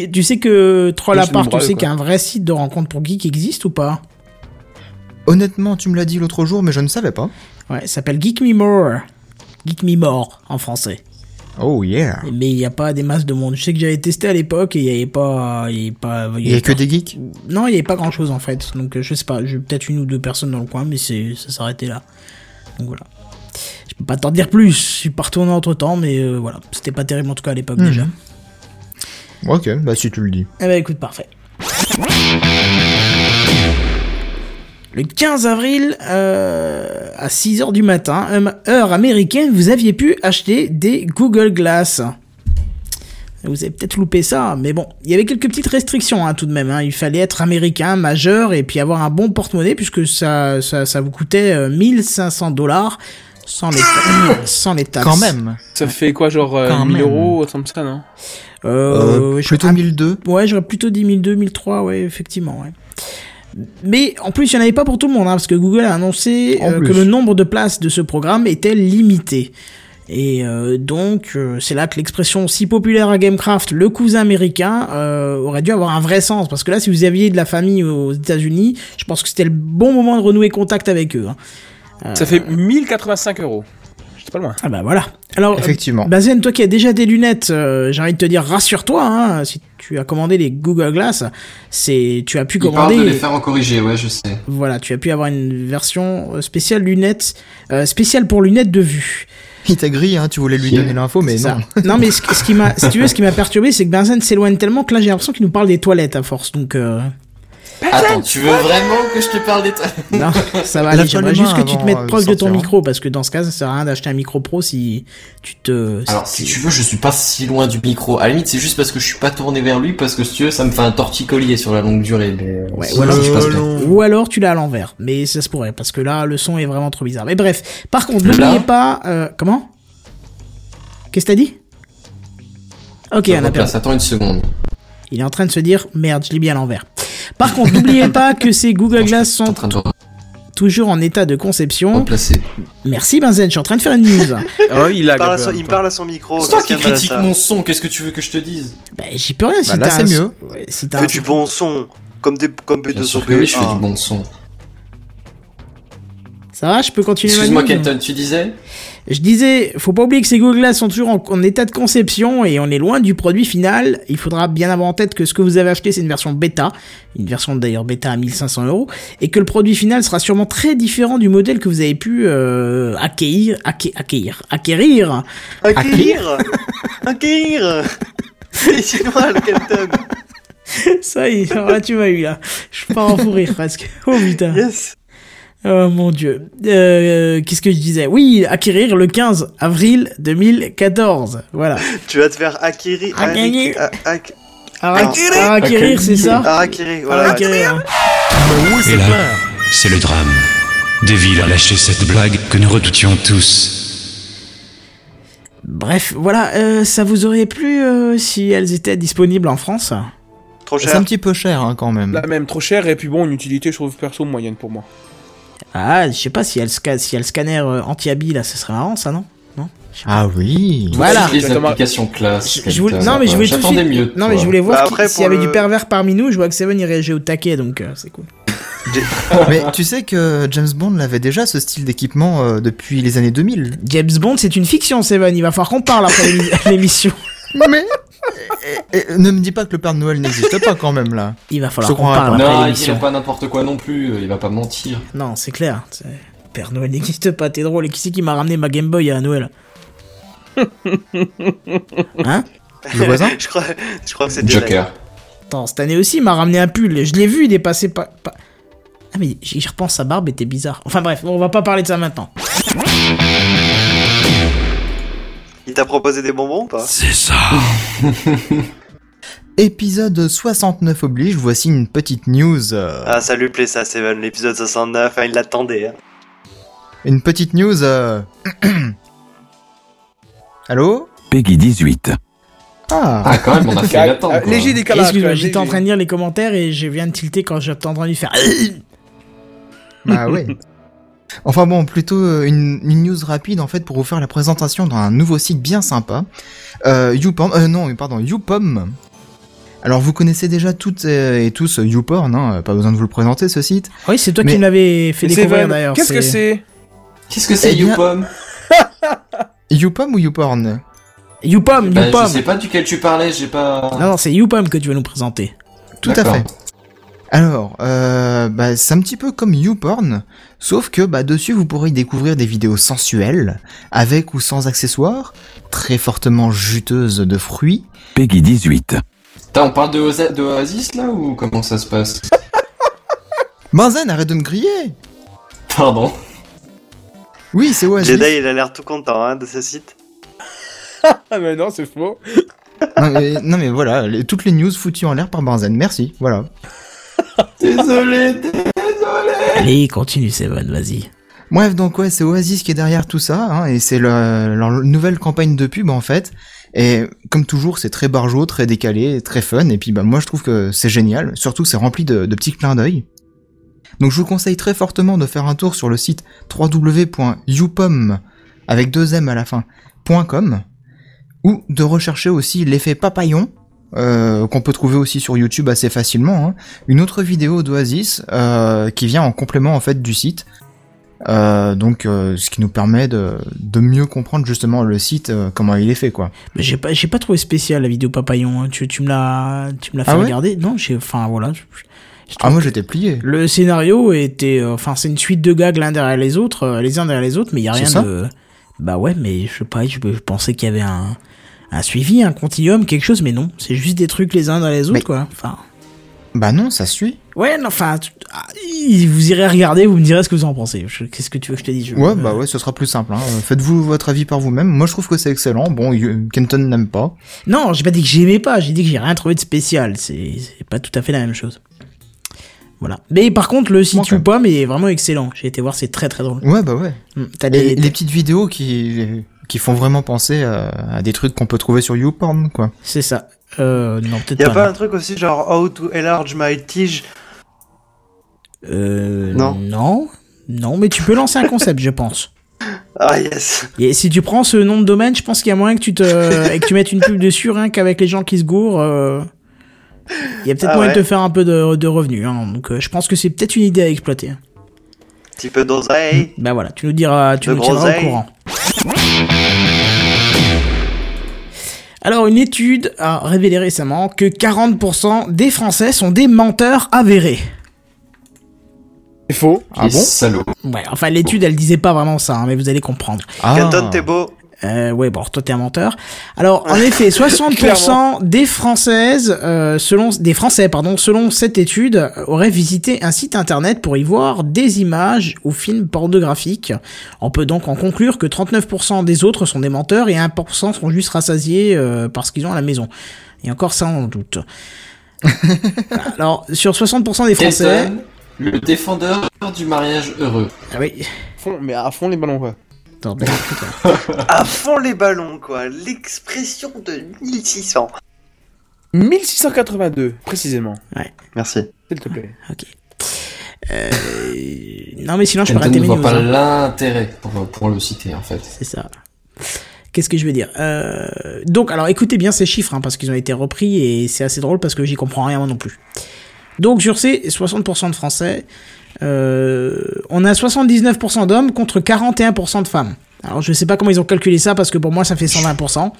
Mais tu sais que Troll Plus à part, tu nombreux, sais quoi. qu'un vrai site de rencontre pour geeks existe ou pas Honnêtement, tu me l'as dit l'autre jour, mais je ne savais pas. Ouais, ça s'appelle Geek Me More. Geek Me More en français. Oh yeah. Mais il n'y a pas des masses de monde. Je sais que j'avais testé à l'époque et il n'y avait pas. Il n'y avait pas. Il y a que des geeks. Non, il n'y avait pas grand chose en fait. Donc euh, je sais pas, j'ai peut-être une ou deux personnes dans le coin, mais c'est, ça s'arrêtait là. Donc voilà. Je peux pas t'en dire plus, je suis pas retourné entre temps, mais euh, voilà, c'était pas terrible en tout cas à l'époque Mhm. déjà. Ok, bah si tu le dis. Eh ben écoute, parfait. Le 15 avril, euh, à 6h du matin, hum, heure américaine, vous aviez pu acheter des Google Glass. Vous avez peut-être loupé ça, mais bon, il y avait quelques petites restrictions hein, tout de même. hein. Il fallait être américain, majeur, et puis avoir un bon porte-monnaie, puisque ça, ça, ça vous coûtait euh, 1500 dollars sans les, sans les taxes. Quand même. Ça fait quoi, genre euh, Quand 1000 même. euros, comme ça, non Euh, Euh, je- plutôt 1002. Ouais, j'aurais plutôt dit 1002, 1003, ouais, effectivement, ouais. Mais en plus, il n'y en avait pas pour tout le monde, hein, parce que Google a annoncé En euh, plus. que le nombre de places de ce programme était limité. Et euh, donc, euh, c'est là que l'expression si populaire à GameCraft, le cousin américain, euh, aurait dû avoir un vrai sens. Parce que là, si vous aviez de la famille aux États-Unis, je pense que c'était le bon moment de renouer contact avec eux. hein. Ça fait 1085 euros. J'étais pas loin. Ah bah voilà. Alors, Effectivement. euh, Bazen, toi qui as déjà des lunettes, euh, j'ai envie de te dire, rassure-toi, hein, si tu as commandé les Google Glass, c'est tu as pu Il parle commander. de les faire en corriger, ouais, je sais. Voilà, tu as pu avoir une version euh, spéciale lunettes, euh, spéciale pour lunettes de vue. Il t'a grillé, hein, tu voulais lui donner l'info, Oh, mais C'est non. ça. non, mais ce, qui- ce qui m'a, si tu veux, ce qui m'a perturbé, c'est que Benzen s'éloigne tellement que là, j'ai l'impression qu'il nous parle des toilettes à force. Donc, euh, Attends, tu veux vraiment que je te parle des trucs non, ça va Lave-toi aller. J'aimerais les juste que mains tu te avant, mettes euh, proche de ton sortir, hein. micro, parce que dans ce cas, ça sert à rien d'acheter un micro pro si tu te. Alors, si tu veux, je suis pas si loin du micro. À la limite, c'est juste parce que je suis pas tourné vers lui, parce que si tu veux, ça me fait un torticollier sur la longue durée. Mais... euh, Ouais, sinon, ou alors, je passe bien. Ou alors tu l'as à l'envers, mais ça se pourrait parce que là le son est vraiment trop bizarre. Mais bref, par contre, Là n'oubliez pas euh, comment Qu'est-ce que t'as dit Ok, Hop on là, a perdu. Attends une seconde. Il est en train de se dire merde, je l'ai mis à l'envers. Par contre, n'oubliez pas que ces Google Attends, je Glass suis en sont train de toujours en état de conception. replacer. Merci Benzen, je suis en train de faire une news. Ah oui, il a. Il parle à son- il me parle à son micro. C'est toi Oh, qui qu'est-ce qu'il y a de critique ça mon son, qu'est-ce que tu veux que je te dise bah, j'y peux rien si Bah, là, t'as un- c'est mieux. ouais, si t'as un- Fais du bon son. Comme, des, comme Bien P2O sûr que oui, je fais du P1. bon son. Ça va, je peux continuer ma Excuse-moi, news Kenton, tu disais Je disais, faut pas oublier que ces Google Glass sont toujours en, en état de conception et on est loin du produit final. Il faudra bien avoir en tête que ce que vous avez acheté, c'est une version bêta, une version d'ailleurs bêta à 1500 euros, et que le produit final sera sûrement très différent du modèle que vous avez pu euh, acquérir, acqué- acquérir, acquérir. Acquérir Acquérir C'est chinois, le Captain Ça y est, alors là tu m'as eu là. Je pars en fou rire presque. Oh putain. Yes Oh mon dieu. Euh, Qu'est-ce que je disais Oui, acquérir le 15 avril 2014. Voilà. Tu vas te faire acquérir. Acquérir. Ac- ac- Alors, Acquérir. alors, acquérir, c'est ça Ah, acquérir, voilà. Alors, acquérir. Et là, c'est le drame. Deville a lâché cette blague que nous redoutions tous. Bref, voilà, euh, ça vous aurait plu euh, si elles étaient disponibles en France Trop C'est cher. un petit peu cher hein, quand même. La même, trop cher, et puis bon, une utilité, je trouve, perso, moyenne pour moi. Ah, je sais pas si elles, sca- si elles scanner anti-habit là, ce serait marrant ça, non Ah oui. Bah, Voilà. Les Exactement. applications classe. Je- je voulais- Kenton. non mais je voulais tout de J'attendais suite- mieux. de Non mais toi. je voulais voir Bah, qui- après, s'il y avait pour du le- pervers parmi nous, je vois que Seven il réagit au taquet donc euh, c'est cool. Mais tu sais que James Bond l'avait déjà ce style d'équipement euh, depuis les années 2000. James Bond c'est une fiction Seven, il va falloir qu'on parle après l'émi- l'émission. Mais et- et- et ne me dis pas que le Père Noël n'existe pas quand même là. Il va falloir Je qu'on crois parle pas. après Non, il dit l'émission. pas n'importe quoi non plus, euh, il va pas mentir. Non, c'est clair. c'est- Père Noël n'existe pas, t'es drôle. Et qui c'est qui m'a ramené ma Game Boy à Noël Hein Le voisin Je crois, je crois que c'était. Joker. Attends, cette année aussi, il m'a ramené un pull. Je l'ai vu, il est passé pas. pas- Ah, mais j'y j'y repense, sa barbe était bizarre. Enfin bref, on va pas parler de ça maintenant. Il t'a proposé des bonbons ou pas Épisode 69 oblige, voici une petite news. euh, Ah, salut, plaît ça, Seven, l'épisode 69, hein, il l'attendait. Hein. Une petite news. euh, Allô Peggy 18. Ah. Ah, quand même, on a fait l'attente, Euh, quoi. Léger décalage, Excuse-moi, quoi, j'étais léger. en train de lire les commentaires et je viens de tilter quand j'étais en train de lui faire. Ah Bah oui. Enfin bon, plutôt euh, une, une news rapide en fait pour vous faire la présentation d'un nouveau site bien sympa. Euh, YouPorn, euh, non, pardon, YouPom. Alors vous connaissez déjà toutes euh, et tous euh, YouPorn, hein, euh, pas besoin de vous le présenter ce site. Oui, c'est toi Mais- qui me l'avais fait découvrir d'ailleurs. Qu'est-ce que c'est, Eh bien- Youpom YouPom ou YouPorn YouPom, Bah, YouPom. Ah, Je sais pas duquel tu parlais, j'ai pas. Non, non, c'est YouPom que tu vas nous présenter. Tout à D'accord. fait. Alors, euh, bah, c'est un petit peu comme YouPorn, sauf que bah, dessus vous pourrez y découvrir des vidéos sensuelles, avec ou sans accessoires, très fortement juteuses de fruits. Peggy 18. Putain, on parle de, Osa- de Oasis là ou comment ça se passe Benzen, arrête de me griller Pardon. Oui, c'est Oasis. Jedi, il a l'air tout content hein, de ce site. Ah, mais non, c'est faux. non, mais, non, mais voilà, les- toutes les news foutues en l'air par Benzen, merci, voilà. Désolé, Allez, continue, Seven, vas-y. Bref, donc ouais, c'est Oasis qui est derrière tout ça, hein, et c'est le- leur nouvelle campagne de pub en fait. Et comme toujours, c'est très barjot, très décalé, très fun, et puis bah moi je trouve que c'est génial, surtout que c'est rempli de, de petits clins d'œil. Donc je vous conseille très fortement de faire un tour sur le site www.youpom avec deux M à la fin, .com, ou de rechercher aussi l'effet papayon, euh, qu'on peut trouver aussi sur YouTube assez facilement, hein. une autre vidéo d'Oasis euh, qui vient en complément en fait du site, euh, donc euh, ce qui nous permet de, de mieux comprendre justement le site, euh, comment il est fait quoi. Mais j'ai pas, j'ai pas trouvé spécial la vidéo Papayon. hein. Tu, tu me l'as, tu me l'as fait Ah ouais regarder. Non, j'ai, enfin voilà. je- je Ah trouve moi que j'étais plié. Le scénario était, euh, enfin c'est une suite de gags l'un derrière les autres, euh, les uns derrière les autres, mais il y a C'est rien ça de. Bah ouais, mais je sais pas, je, je pensais qu'il y avait un, un suivi, un continuum, quelque chose, mais non, c'est juste des trucs les uns derrière les autres quoi. Enfin. Bah non, ça suit. Ouais, non, enfin, tu- ah, y- vous irez regarder, vous me direz ce que vous en pensez. Je- Qu'est-ce que tu veux que je te dise je- Ouais bah ouais, ce sera plus simple. hein. Euh, Faites-vous votre avis par vous-même. Moi je trouve que c'est excellent. Bon, y- Kenton n'aime pas. Non, j'ai pas dit que j'aimais pas, j'ai dit que j'ai rien trouvé de spécial. C'est c'est pas tout à fait la même chose. Voilà. Mais par contre, le site YouPom est vraiment excellent. J'ai été voir, c'est très très drôle. Ouais bah ouais. Mm, T'as Et des. les petites vidéos qui qui font vraiment penser à, à des trucs qu'on peut trouver sur YouPorn quoi. C'est ça. Euh, non, peut-être Y a pas. pas non. un truc aussi genre How to enlarge my tige Euh, Non. Non. Non, mais tu peux lancer un concept, je pense. Ah yes. Et si tu prends ce nom de domaine, je pense qu'il y a moyen que tu te et que tu mettes une pub dessus, rien qu'avec les gens qui se gourent. euh, Il y a peut-être Ah moyen de ouais. te faire un peu de, de revenus. hein. Donc, euh, je pense que c'est peut-être une idée à exploiter. Petit peu d'oseille. Bah voilà, tu nous diras, tu De nous tiendras au groseille. courant. Alors, une étude a révélé récemment que 40% des Français sont des menteurs avérés. C'est faux. Ah bon Salaud. Ouais, enfin, l'étude, elle disait pas vraiment ça, hein, mais vous allez comprendre. Ah. Kenton, t'es beau. Euh, ouais, bon, toi, t'es un menteur. Alors, en effet, 60% Clairement. des Françaises, euh, selon, des Français, pardon, selon cette étude, euh, auraient visité un site internet pour y voir des images ou films pornographiques. On peut donc en conclure que 39% des autres sont des menteurs et 1% sont juste rassasiés euh, parce qu'ils ont à la maison. Et encore ça, on en doute. Alors, sur 60% des Français... Kenton, le défendeur du mariage heureux. Ah oui, Fond, mais à fond les ballons, quoi. attends, ben, putain. À fond les ballons quoi. L'expression de 1600. 1682, précisément. Merci. S'il te plaît. Ok. Euh, non, mais sinon, je peux Kenton rater ne mes voit news, pas hein. l'intérêt pour, pour le citer en fait. C'est ça. Qu'est-ce que je veux dire Euh, Donc, alors écoutez bien ces chiffres, hein, parce qu'ils ont été repris et c'est assez drôle parce que j'y comprends rien moi non plus. Donc, sur ces 60% de Français, euh, on a 79% d'hommes contre 41% de femmes. Alors, je sais pas comment ils ont calculé ça parce que pour moi, ça fait 120%.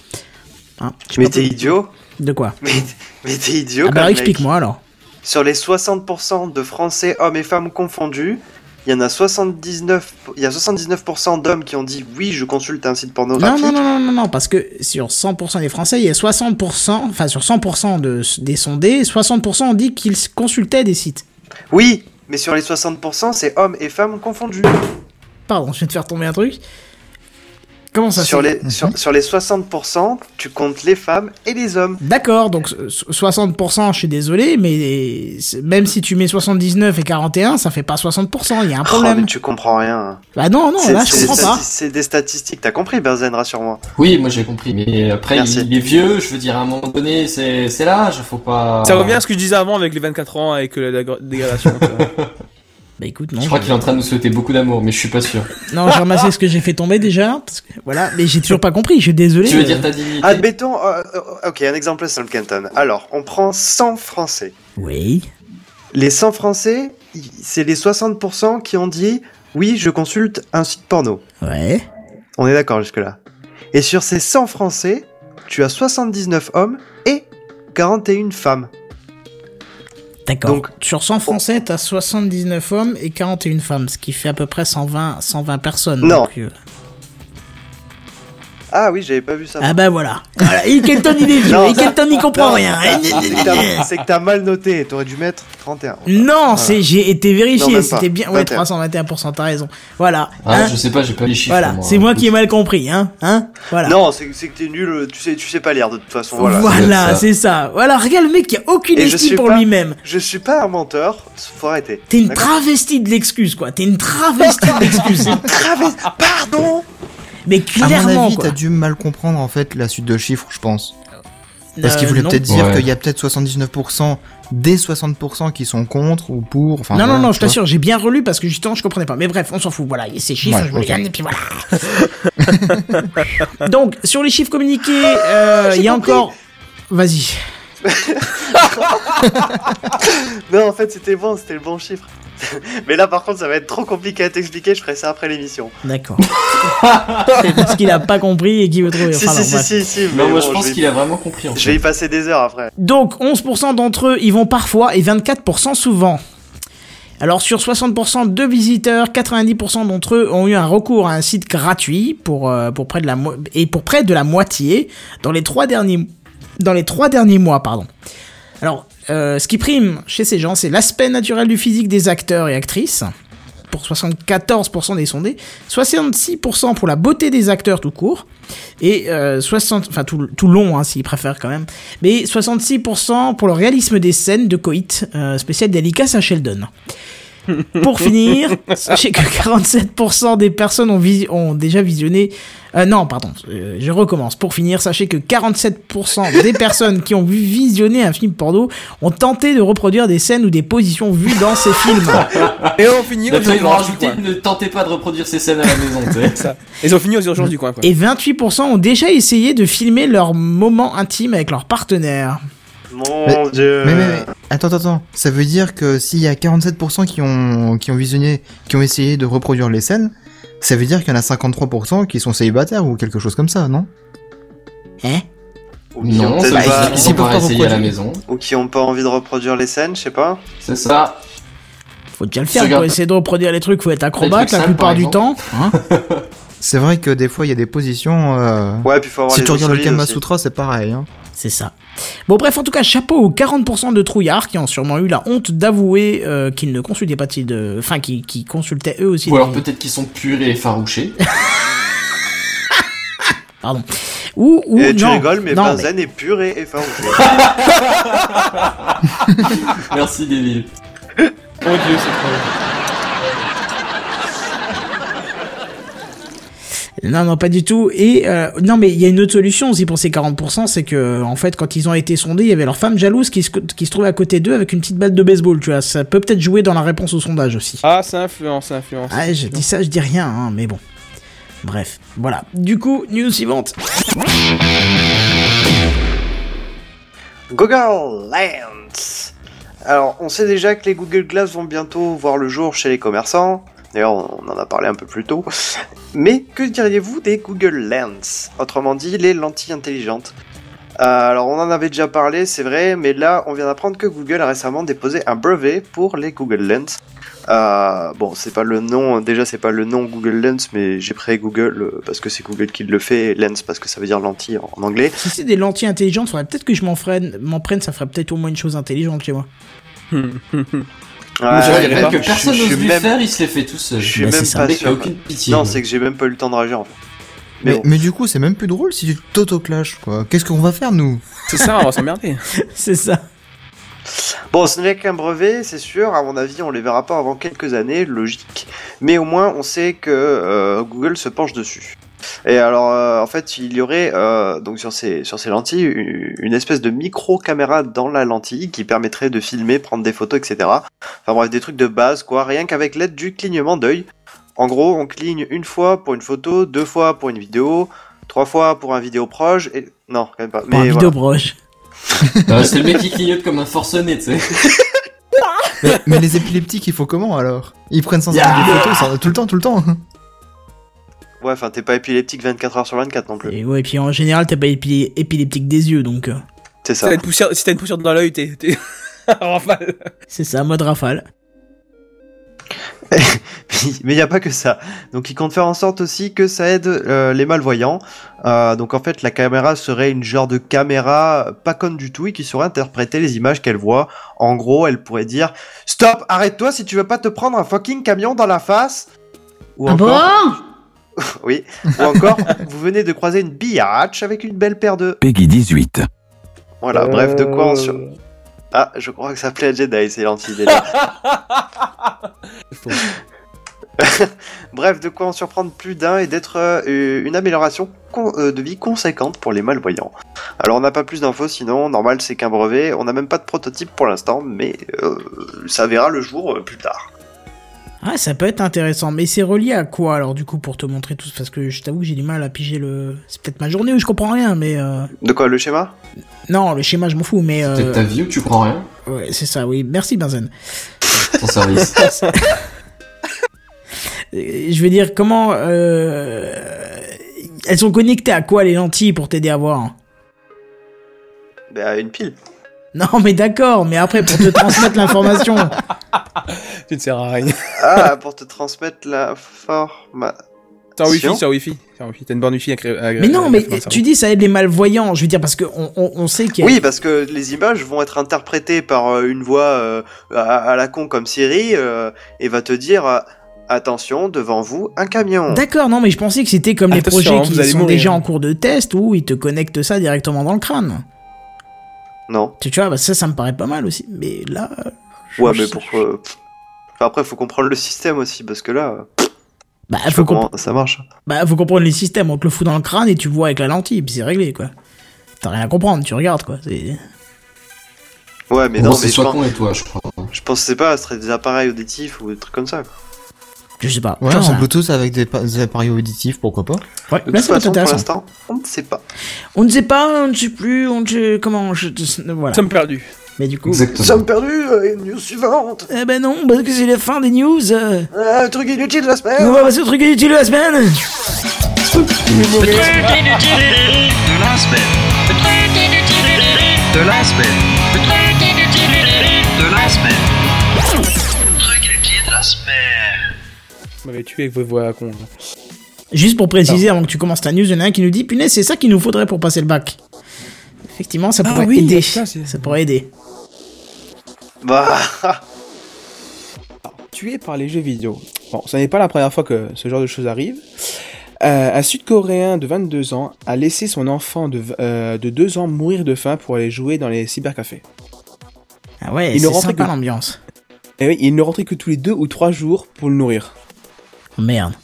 Hein, je sais Mais pas t'es pour- idiot. De quoi Mais, mais t'es idiot. Ah quand bah, même, explique-moi alors. mec. Sur les 60% de Français, hommes et femmes confondus, il y en a 79. Il y a 79% d'hommes qui ont dit oui, je consulte un site Non, pornographique. non, non, non, non, non, parce que sur 100% des Français, il y a 60%, enfin sur 100% de, des sondés, 60% ont dit qu'ils consultaient des sites. Oui, mais sur les 60%, c'est hommes et femmes confondus. Pardon, je viens de faire tomber un truc. Comment ça sur se- les, sur, sur les 60%, tu comptes les femmes et les hommes. D'accord, donc so- 60%, je suis désolé, mais c'est- même si tu mets 79 et 41, ça fait pas 60%, il y a un Oh, problème. mais tu comprends rien. Bah non, non, C'est- là, je c'est des comprends pas. stati- C'est des statistiques, t'as compris, Berzen, rassure-moi. Oui, moi j'ai compris. Mais après, Merci. il est vieux, je veux dire, à un moment donné, c'est c'est l'âge, faut pas. Ah. Ça revient à ce que je disais avant avec les 24 ans, avec euh, la dégra- dégradation. bah écoute, Je crois qu'il est en train de nous souhaiter beaucoup d'amour, mais je suis pas sûr. Non, j'ai ramassé ce que j'ai fait tomber déjà, parce que, voilà, mais j'ai toujours pas compris, je suis désolé. Tu veux euh, dire ta dignité Admettons, euh, euh, ok, un exemple simple, Kenton. Alors, on prend 100 Français. Oui. Les 100 Français, y- c'est les 60% qui ont dit oui, je consulte un site porno. Ouais. On est d'accord jusque-là. Et sur ces 100 Français, tu as 79 hommes et 41 femmes. D'accord. Donc, sur 100 Français, t'as 79 hommes et 41 femmes, ce qui fait à peu près 120, 120 personnes. Non. donc, euh, Ah oui, j'avais pas vu ça. Ah bah voilà. Voilà, Hilton, il est vieux, Non, Hilton, il comprend non, rien. hein. Ah, c'est que t'as- C'est que t'as mal noté, t'aurais dû mettre 31. Non, Voilà. c'est j'ai été Non, vérifié, même pas. c'était bien. Ouais, 21. 321%, t'as raison. Voilà. Ah, hein. je sais pas, j'ai pas les chiffres. Voilà, moi. c'est moi qui ai mal compris, hein, hein, voilà. Non, c'est c'est que t'es nul, euh, tu sais, tu sais pas lire de toute façon. Voilà. voilà, c'est ça. Voilà, regarde le mec qui a aucune Et je suis estime pour pas- lui-même. Je suis pas un menteur, faut arrêter. T'es une D'accord travestie de l'excuse, quoi. T'es une travestie de l'excuse. Pardon Mais à mon clairement, avis, quoi. t'as dû mal comprendre en fait la suite de chiffres, je pense. Parce qu'il Euh, voulait non. peut-être dire Ouais. qu'il y a peut-être 79% des 60% qui sont contre ou pour. Enfin, non, non, voilà, non, tu je vois. t'assure, j'ai bien relu parce que justement, je comprenais pas. Mais bref, on s'en fout. Voilà, ces chiffres, Ouais, je vous les ok. donne, et puis voilà. Donc, sur les chiffres communiqués, Ah, euh, il y a encore. Vas-y. Non, en fait, c'était bon, c'était le bon chiffre. Mais là, par contre, ça va être trop compliqué à t'expliquer, je ferai ça après l'émission. D'accord. C'est parce qu'il a pas compris et qu'il veut trouver. si, Enfin, si, non, si, bref. si, si, Non, mais moi bon, je pense vais- qu'il a vraiment compris. En Je vais fait. y passer des heures après. Donc 11% d'entre eux y vont parfois et 24% souvent. Alors sur 60% de visiteurs, 90% d'entre eux ont eu un recours à un site gratuit pour, euh, pour près de la mo- et pour près de la moitié dans les trois derniers, dans les trois derniers mois. Pardon. Alors euh, ce qui prime chez ces gens, c'est l'aspect naturel du physique des acteurs et actrices pour 74% des sondés, 66% pour la beauté des acteurs tout court, et euh, 60, enfin tout, tout long hein, s'ils préfèrent quand même, mais 66% pour le réalisme des scènes de coït, euh, spécial dédicace à Sheldon. Pour finir, sachez que 47% des personnes ont, visi- ont déjà visionné. euh, non, pardon, euh, je recommence. Pour finir, sachez que 47% des personnes qui ont vu visionner un film porno ont tenté de reproduire des scènes ou des positions vues dans ces films. Et on finit aux Maintenant, ils vont urgences du rajouter coin. ne tentez pas de reproduire ces scènes à la maison, tu sais. Ça. Ils ont fini aux urgences du coin. Après. Et 28% ont déjà essayé de filmer leur moment intime avec leur partenaire. Mon Mais- dieu. Mais, mais, mais, attends, attends, attends. Ça veut dire que s'il y a 47% qui ont, qui ont visionné, qui ont essayé de reproduire les scènes, ça veut dire qu'il y en a 53% qui sont célibataires ou quelque chose comme ça, non Hein Ou qui ont Non, peut-être ça pas- va. Ils peuvent vont pas essayer à la reproduire. maison. ou qui ont pas envie de reproduire les scènes, je sais pas. C'est ça. Faut déjà le faire Regarde. pour essayer de reproduire les trucs, faut être Les acrobate trucs la simples, plupart par du temps. Hein C'est vrai que des fois, il y a des positions... euh, Ouais, puis faut avoir si les tu os regardes le solides Kama aussi. Sutra, c'est pareil. Hein. C'est ça. Bon bref, en tout cas, chapeau aux 40% de trouillards qui ont sûrement eu la honte d'avouer euh, qu'ils ne consultaient pas de site de... Enfin, qui, qui consultaient eux aussi. Ou des- alors peut-être qu'ils sont purs et effarouchés. Pardon. Ou, ou Eh, Et non. tu rigoles, mais non, Benzen est pur et effarouché. Merci, Devil. Mon dieu, c'est trop. Non, non, pas du tout. Et euh, non, mais il y a une autre solution aussi pour ces 40%, c'est que en fait, quand ils ont été sondés, il y avait leur femme jalouse qui se, qui se trouvait à côté d'eux avec une petite balle de baseball. Tu vois, ça peut peut-être jouer dans la réponse au sondage aussi. Ah, ça influence, ça influence. Ah, je dis ça, je dis rien, hein, mais bon. Bref, voilà. Du coup, news suivante. Google Lens. Alors, on sait déjà que les Google Glass vont bientôt voir le jour chez les commerçants. D'ailleurs, on en a parlé un peu plus tôt. Mais que diriez-vous des Google Lens Autrement dit, les lentilles intelligentes. Euh, alors, on en avait déjà parlé, c'est vrai, mais là, on vient d'apprendre que Google a récemment déposé un brevet pour les Google Lens. Euh, bon, c'est pas le nom, déjà, c'est pas le nom Google Lens, mais j'ai pris Google euh, parce que c'est Google qui le fait, et Lens parce que ça veut dire lentille en en anglais. Si c'est des lentilles intelligentes, faudrait peut-être que je m'en freine- m'en prenne, ça ferait peut-être au moins une chose intelligente chez moi. je Ouais, dirais même pas. que je- personne je n'ose suis lui même- faire, il se les fait tout seul. Je suis Bah, c'est même ça. pas Mec, sûr. aucune pitié. Non, c'est que j'ai même pas eu le temps de réagir en fait. Mais, bon. mais du coup, c'est même plus drôle si tu t'auto-clashes, quoi. Qu'est-ce qu'on va faire, nous C'est ça, on va s'emmerder. C'est ça. Bon, ce n'est qu'un brevet, c'est sûr. À mon avis, on les verra pas avant quelques années, logique. Mais au moins, on sait que euh, Google se penche dessus. Et alors, euh, en fait, il y aurait euh, donc sur ces sur ces lentilles une, une espèce de micro caméra dans la lentille qui permettrait de filmer, prendre des photos, etc. Enfin bref, des trucs de base, quoi. Rien qu'avec l'aide du clignement d'œil. En gros, on cligne une fois pour une photo, deux fois pour une vidéo, trois fois pour un vidéo proche. Et non, quand même pas. Pour un Mais voilà. vidéobroche. Euh, c'est le mec qui clignote comme un forcené, tu sais. mais, mais les épileptiques, il faut comment alors Ils prennent sans Yeah. arrêt des photos, sans- tout le temps, tout le temps. Ouais, enfin, t'es pas épileptique 24 heures sur 24 non plus. Et ouais, et puis en général, t'es pas épi- épileptique des yeux, donc. euh, C'est Si ça. t'as une poussière, si t'as une poussière dans l'œil, t'es. t'es- Rafale. C'est ça, mode rafale. Mais il n'y a pas que ça. Donc ils comptent faire en sorte aussi que ça aide euh, les malvoyants. Euh, donc en fait la caméra serait une genre de caméra euh, pas conne du tout et qui saurait interpréter les images qu'elle voit. En gros elle pourrait dire Stop, arrête-toi si tu veux pas te prendre un fucking camion dans la face. Ou Ah encore, bon oui. Ou encore, vous venez de croiser une billarache avec une belle paire de. Peggy 18. Voilà, bref, de quoi on sur. Euh. Ah, je crois que ça plaît à Jedi, c'est l'anti-délire. Bref, de quoi en surprendre plus d'un et d'être euh, une amélioration con- euh, de vie conséquente pour les malvoyants. Alors on n'a pas plus d'infos sinon, normal c'est qu'un brevet, on n'a même pas de prototype pour l'instant, mais euh, ça verra le jour euh, plus tard. Ah, ça peut être intéressant, mais c'est relié à quoi alors du coup pour te montrer tout Parce que je t'avoue que j'ai du mal à piger le. C'est peut-être ma journée où je comprends rien, mais. euh, De quoi le schéma Non, le schéma, je m'en fous, mais. euh, Peut-être ta vie ou tu prends rien Ouais, c'est ça, oui. Merci, Benzen. Ton service. Euh, Je veux dire, comment. euh, Elles sont connectées à quoi les lentilles pour t'aider à voir hein Bah une pile. Non, mais d'accord, mais après pour te transmettre l'information. Tu ne sers à rien. Ah, pour te transmettre la forme... T'as un wifi, Sion. t'as un wifi. T'as un wifi, t'as une borne wifi agré- agré- Mais non, mais agré- tu dis ça aide les malvoyants. Je veux dire, parce que on, on- on sait qu'il y a. Oui, parce que les images vont être interprétées par euh, une voix euh, à, à la con comme Siri euh, et va te dire euh, attention devant vous un camion. D'accord, non, mais je pensais que c'était comme les Attention, projets hein, qui vous allez sont mourir. déjà en cours de test où ils te connectent ça directement dans le crâne. Non. Tu, tu vois, bah ça, ça me paraît pas mal aussi. Mais là. euh, je- Ouais, je- mais pourquoi euh, pff. Enfin, après, faut comprendre le système aussi parce que là, euh, Bah, je sais faut, pas compre- comment ça marche. bah, faut comprendre les systèmes. On te le fout dans le crâne et tu vois avec la lentille, puis c'est réglé, quoi. T'as rien à comprendre, tu regardes, quoi. C'est. Ouais, mais Bon, non, c'est mais je soit pense, con et toi, je crois. je pense que c'est pas, ce serait des appareils auditifs ou des trucs comme ça. quoi. Je sais pas. Ouais, J'en sais en rien. Bluetooth avec des, pa- des appareils auditifs, pourquoi pas Ouais, De là, toute ça va être façon, pour intéressant. l'instant, on ne sait pas. On ne sait pas, on ne sait plus, on ne sait comment. Je... euh, Nous Voilà. sommes perdus. Mais du coup. Nous Exactement. sommes perdus, euh, une news suivante. Eh ben non, parce que c'est la fin des news. euh. Un truc inutile de la semaine. On va passer au truc inutile de la semaine. Vous m'avez tué avec vos voix à con. là. Juste pour préciser, avant que tu commences ta news, il y en a un qui nous dit Punaise, c'est ça qu'il nous faudrait pour passer le bac. Effectivement, ça Ah pourrait oui, aider. ça, c'est- ça pourrait aider. Bah, tué par les jeux vidéo. Bon, ce n'est pas la première fois que ce genre de choses arrive. Euh, un Sud-Coréen de 22 ans a laissé son enfant de, v- euh, de 2 ans mourir de faim pour aller jouer dans les cybercafés. Ah ouais, Il c'est nous rentrait sympa que- l'ambiance. Et Eh oui, il ne rentrait que tous les 2 ou 3 jours pour le nourrir. Oh, Merde.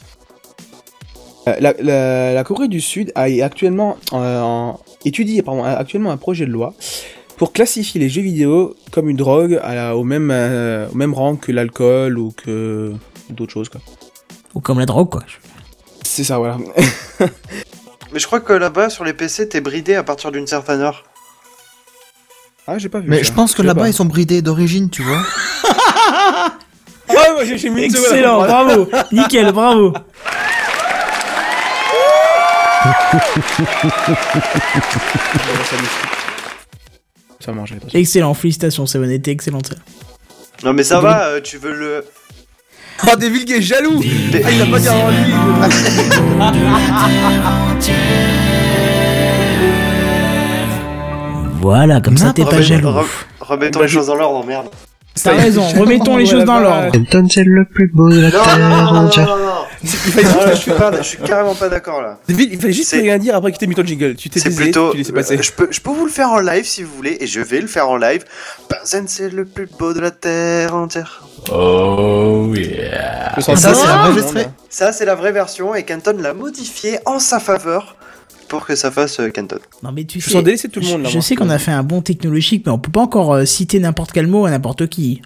Euh, la, la- la Corée du Sud a est actuellement euh, en- étudie pardon, a actuellement un projet de loi pour classifier les jeux vidéo comme une drogue à la- au, même, euh, au même rang que l'alcool ou que d'autres choses. quoi. Ou comme la drogue, quoi. C'est ça, voilà. mais je crois que là-bas sur les PC, t'es bridé à partir d'une certaine heure. ah, j'ai pas vu. Mais ça. je pense que l'ai pas. là-bas, ils sont bridés d'origine, tu vois. Ouais, moi, j'ai- j'ai mis une seconde. Excellent, bravo. Nickel, bravo. Ça mange, attention. Excellent, félicitations, Seven, était excellente. celle-là. Non, mais ça va, euh, tu veux le. Oh, des villes qui est jaloux Ah, il l'a pas dit avant lui. Voilà, comme ça, N'importe t'es pas Remet- jaloux. re- remettons les choses dans l'ordre, merde. T'as raison, remettons les choses dans l'ordre. Non, non, non, non, non, non, non. Il fallait juste- Ah, je, suis pas- je suis carrément pas d'accord là. David, il fallait juste C'est- rien dire après qu'il t'ait mis ton jingle. Tu t'es C'est désolé, plutôt. tu laissais passer. Euh, Je, peux, je peux vous le faire en live si vous voulez, et je vais le faire en live. Benzen, c'est le plus beau de la terre entière. Oh yeah. Je sens Ça, pas c'est tout le monde, enregistré. hein. Ça, c'est la vraie version, et Kenton l'a modifiée en sa faveur pour que ça fasse euh, Kenton. Non mais tu Je sais. sens délaisser tout le monde, là, Je, moi. sais qu'on a fait un bon technologique, mais on peut pas encore euh, citer n'importe quel mot à n'importe qui.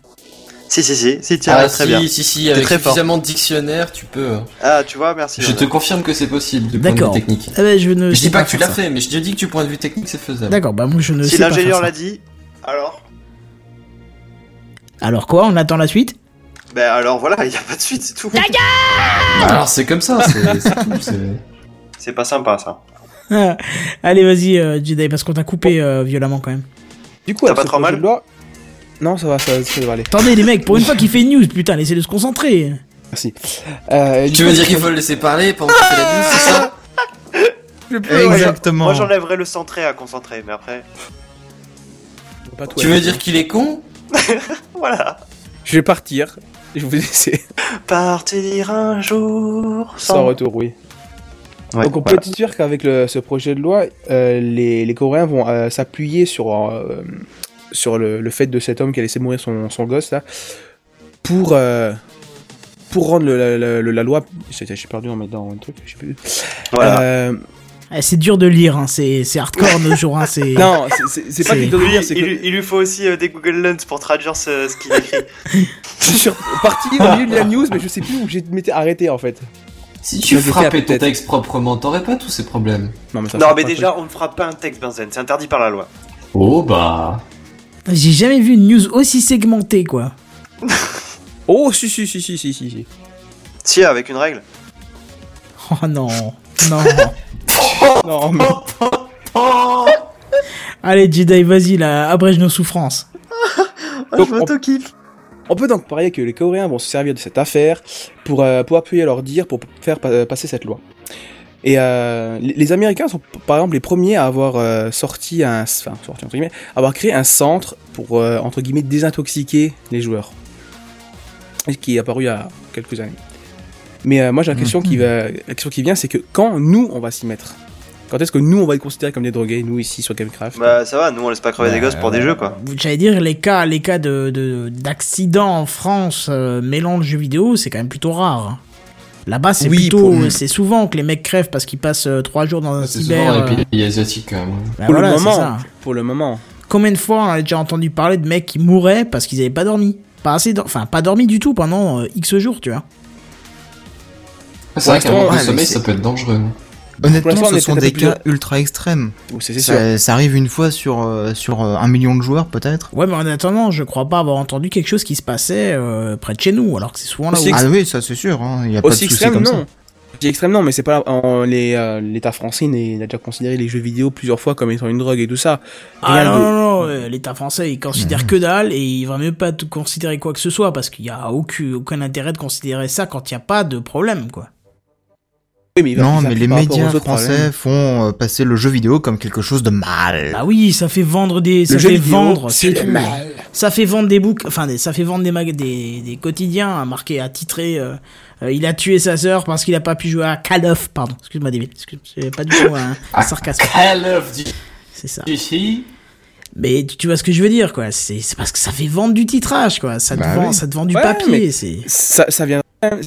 Si, si, si, si, tu Ah, arrives si, très bien. si, si, T'es avec très fort. suffisamment de dictionnaires, tu peux. hein. Ah, tu vois, merci. Je te Jordan. confirme que c'est possible du point de vue D'accord. technique. Eh ben, je ne. Je dis sais pas que tu faire l'as ça. fait, mais je te dis que du point de vue technique, c'est faisable. D'accord, bah moi je ne Si sais pas. l'ingénieur faire l'a ça. dit, alors. Alors quoi, on attend la suite Ben alors voilà, il n'y a pas de suite, c'est tout. Alors c'est comme ça, c'est c'est tout. c'est- C'est pas sympa ça. Allez, vas-y, euh, Jedi, parce qu'on t'a coupé euh, violemment quand même. Du coup, T'as avec pas ce trop projet mal de loi- Non, ça va, ça, ça va aller. Attendez, les mecs, pour une fois qu'il fait une news, putain, laissez-le se concentrer. Merci. Euh, du Tu coup, veux dire qu'il faut le laisser parler pendant que tu fais la douce, c'est ça Exactement. Moi j'enlèverais le centré à concentrer, mais après. pas tout Tu aller. veux dire qu'il est con Voilà. Je vais partir. Je vais vous laisser. Partir un jour sans. Sans retour, oui. Ouais, Donc on voilà. peut dire qu'avec le- ce projet de loi, euh, les, les Coréens vont euh, s'appuyer sur, euh, sur le, le fait de cet homme qui a laissé mourir son, son gosse là, pour, euh, pour rendre le- la, la- la loi... J'ai j'ai perdu en mettant un truc, je sais plus. Voilà. Euh, Eh, c'est dur de lire, hein, c'est c'est hardcore nos jours. Hein, c'est- non, c'est- c'est c'est pas C'est- qu'il doit dire, Il, c'est il que lui- il lui faut aussi euh, des Google Lens pour traduire ce, ce qu'il écrit. je suis parti au milieu de la news, mais je sais plus où j'ai m'étais arrêté en fait. Si tu Je vais faire frappais ton peut-être. texte proprement, t'aurais pas tous ces problèmes. Non mais, ça non, fera mais pas déjà, on ne fera pas un texte, Benzen, c'est interdit par la loi. Oh bah. J'ai jamais vu une news aussi segmentée, quoi. très- Oh si si si si si si. si. Si, avec une règle. Oh non, non. Non mais... Oh Allez, Jedi, vas-y, là, abrège nos souffrances. Donc, on- Ah, m'auto-kiffe. On peut donc parier que les Coréens vont se servir de cette affaire pour, euh, pour appuyer leur dire, pour faire pa- euh, passer cette loi. Et euh, les, les Américains sont p- par exemple les premiers à avoir euh, sorti un, enfin, sorti, entre guillemets, avoir créé un centre pour euh, entre guillemets désintoxiquer les joueurs, Et qui est apparu il y a quelques années. Mais euh, moi j'ai la question qui va, la question qui vient, c'est que quand nous on va s'y mettre, quand est-ce que nous on va être considérés comme des drogués, nous ici sur Gamecraft Bah, ça va, nous on laisse pas crever des gosses pour des jeux quoi. J'allais dire, les cas, les cas d'accidents de, d'accidents en France euh, mêlant le jeu vidéo, c'est quand même plutôt rare. hein. Là-bas, c'est Oui, plutôt, pour- c'est souvent que les mecs crèvent parce qu'ils passent euh, trois jours dans un C'est cyber. souvent les euh, pays asiatiques quand même. bah Pour voilà, le c'est moment, ça. pour le moment. Combien de fois on a déjà entendu parler de mecs qui mouraient parce qu'ils avaient pas dormi Pas assez, dor- enfin pas dormi du tout pendant euh, X jours, tu vois. C'est vrai qu'un l'instant, manque de ouais, mais sommeil, c'est- ça peut être dangereux. Pour Honnêtement, l'instant, on ce est sont peut-être un des peu plus cas ultra extrêmes. Oh, C'est c'est sûr. Ça, ça arrive une fois sur, euh, sur euh, un million de joueurs, peut-être. Ouais, mais en attendant, je crois pas avoir entendu quelque chose qui se passait euh, près de chez nous, alors que c'est souvent là Aussi où. Ah oui, ça c'est sûr, hein, il n'y a pas de Aussi souci extrême, comme ça. non. Aussi extrême, non, mais c'est pas. en- les, euh, L'État français il a déjà considéré les jeux vidéo plusieurs fois comme étant une drogue et Mhm. tout ça. Ah Rien non, de- non, non, euh, l'État français il considère que dalle et il va même pas te considérer quoi que ce soit parce qu'il y a aucun, aucun intérêt de considérer ça quand il y a pas de problème quoi. Oui, mais il va Non, plus mais ça les par rapport médias aux autres français problèmes. font euh, passer le jeu vidéo comme quelque chose de mal. Ah Bah oui, ça fait vendre des, ça jeu fait vidéo, vendre, c'est c'est tout. Ça fait vendre des boucs, enfin des- ça fait vendre des mag- des, des quotidiens à marquer, à titrer. euh, euh, il a tué sa sœur parce qu'il a pas pu jouer à Call of, pardon. Excuse-moi David, excuse, c'est pas du tout un un Ah. sarcasme, Hell of Duty. c'est ça. Mais tu, tu vois ce que je veux dire quoi. C'est c'est parce que ça fait vendre du titrage quoi. Ça te Bah vend, oui. ça te vend du Ouais, papier. mais- C'est Ça, ça vient.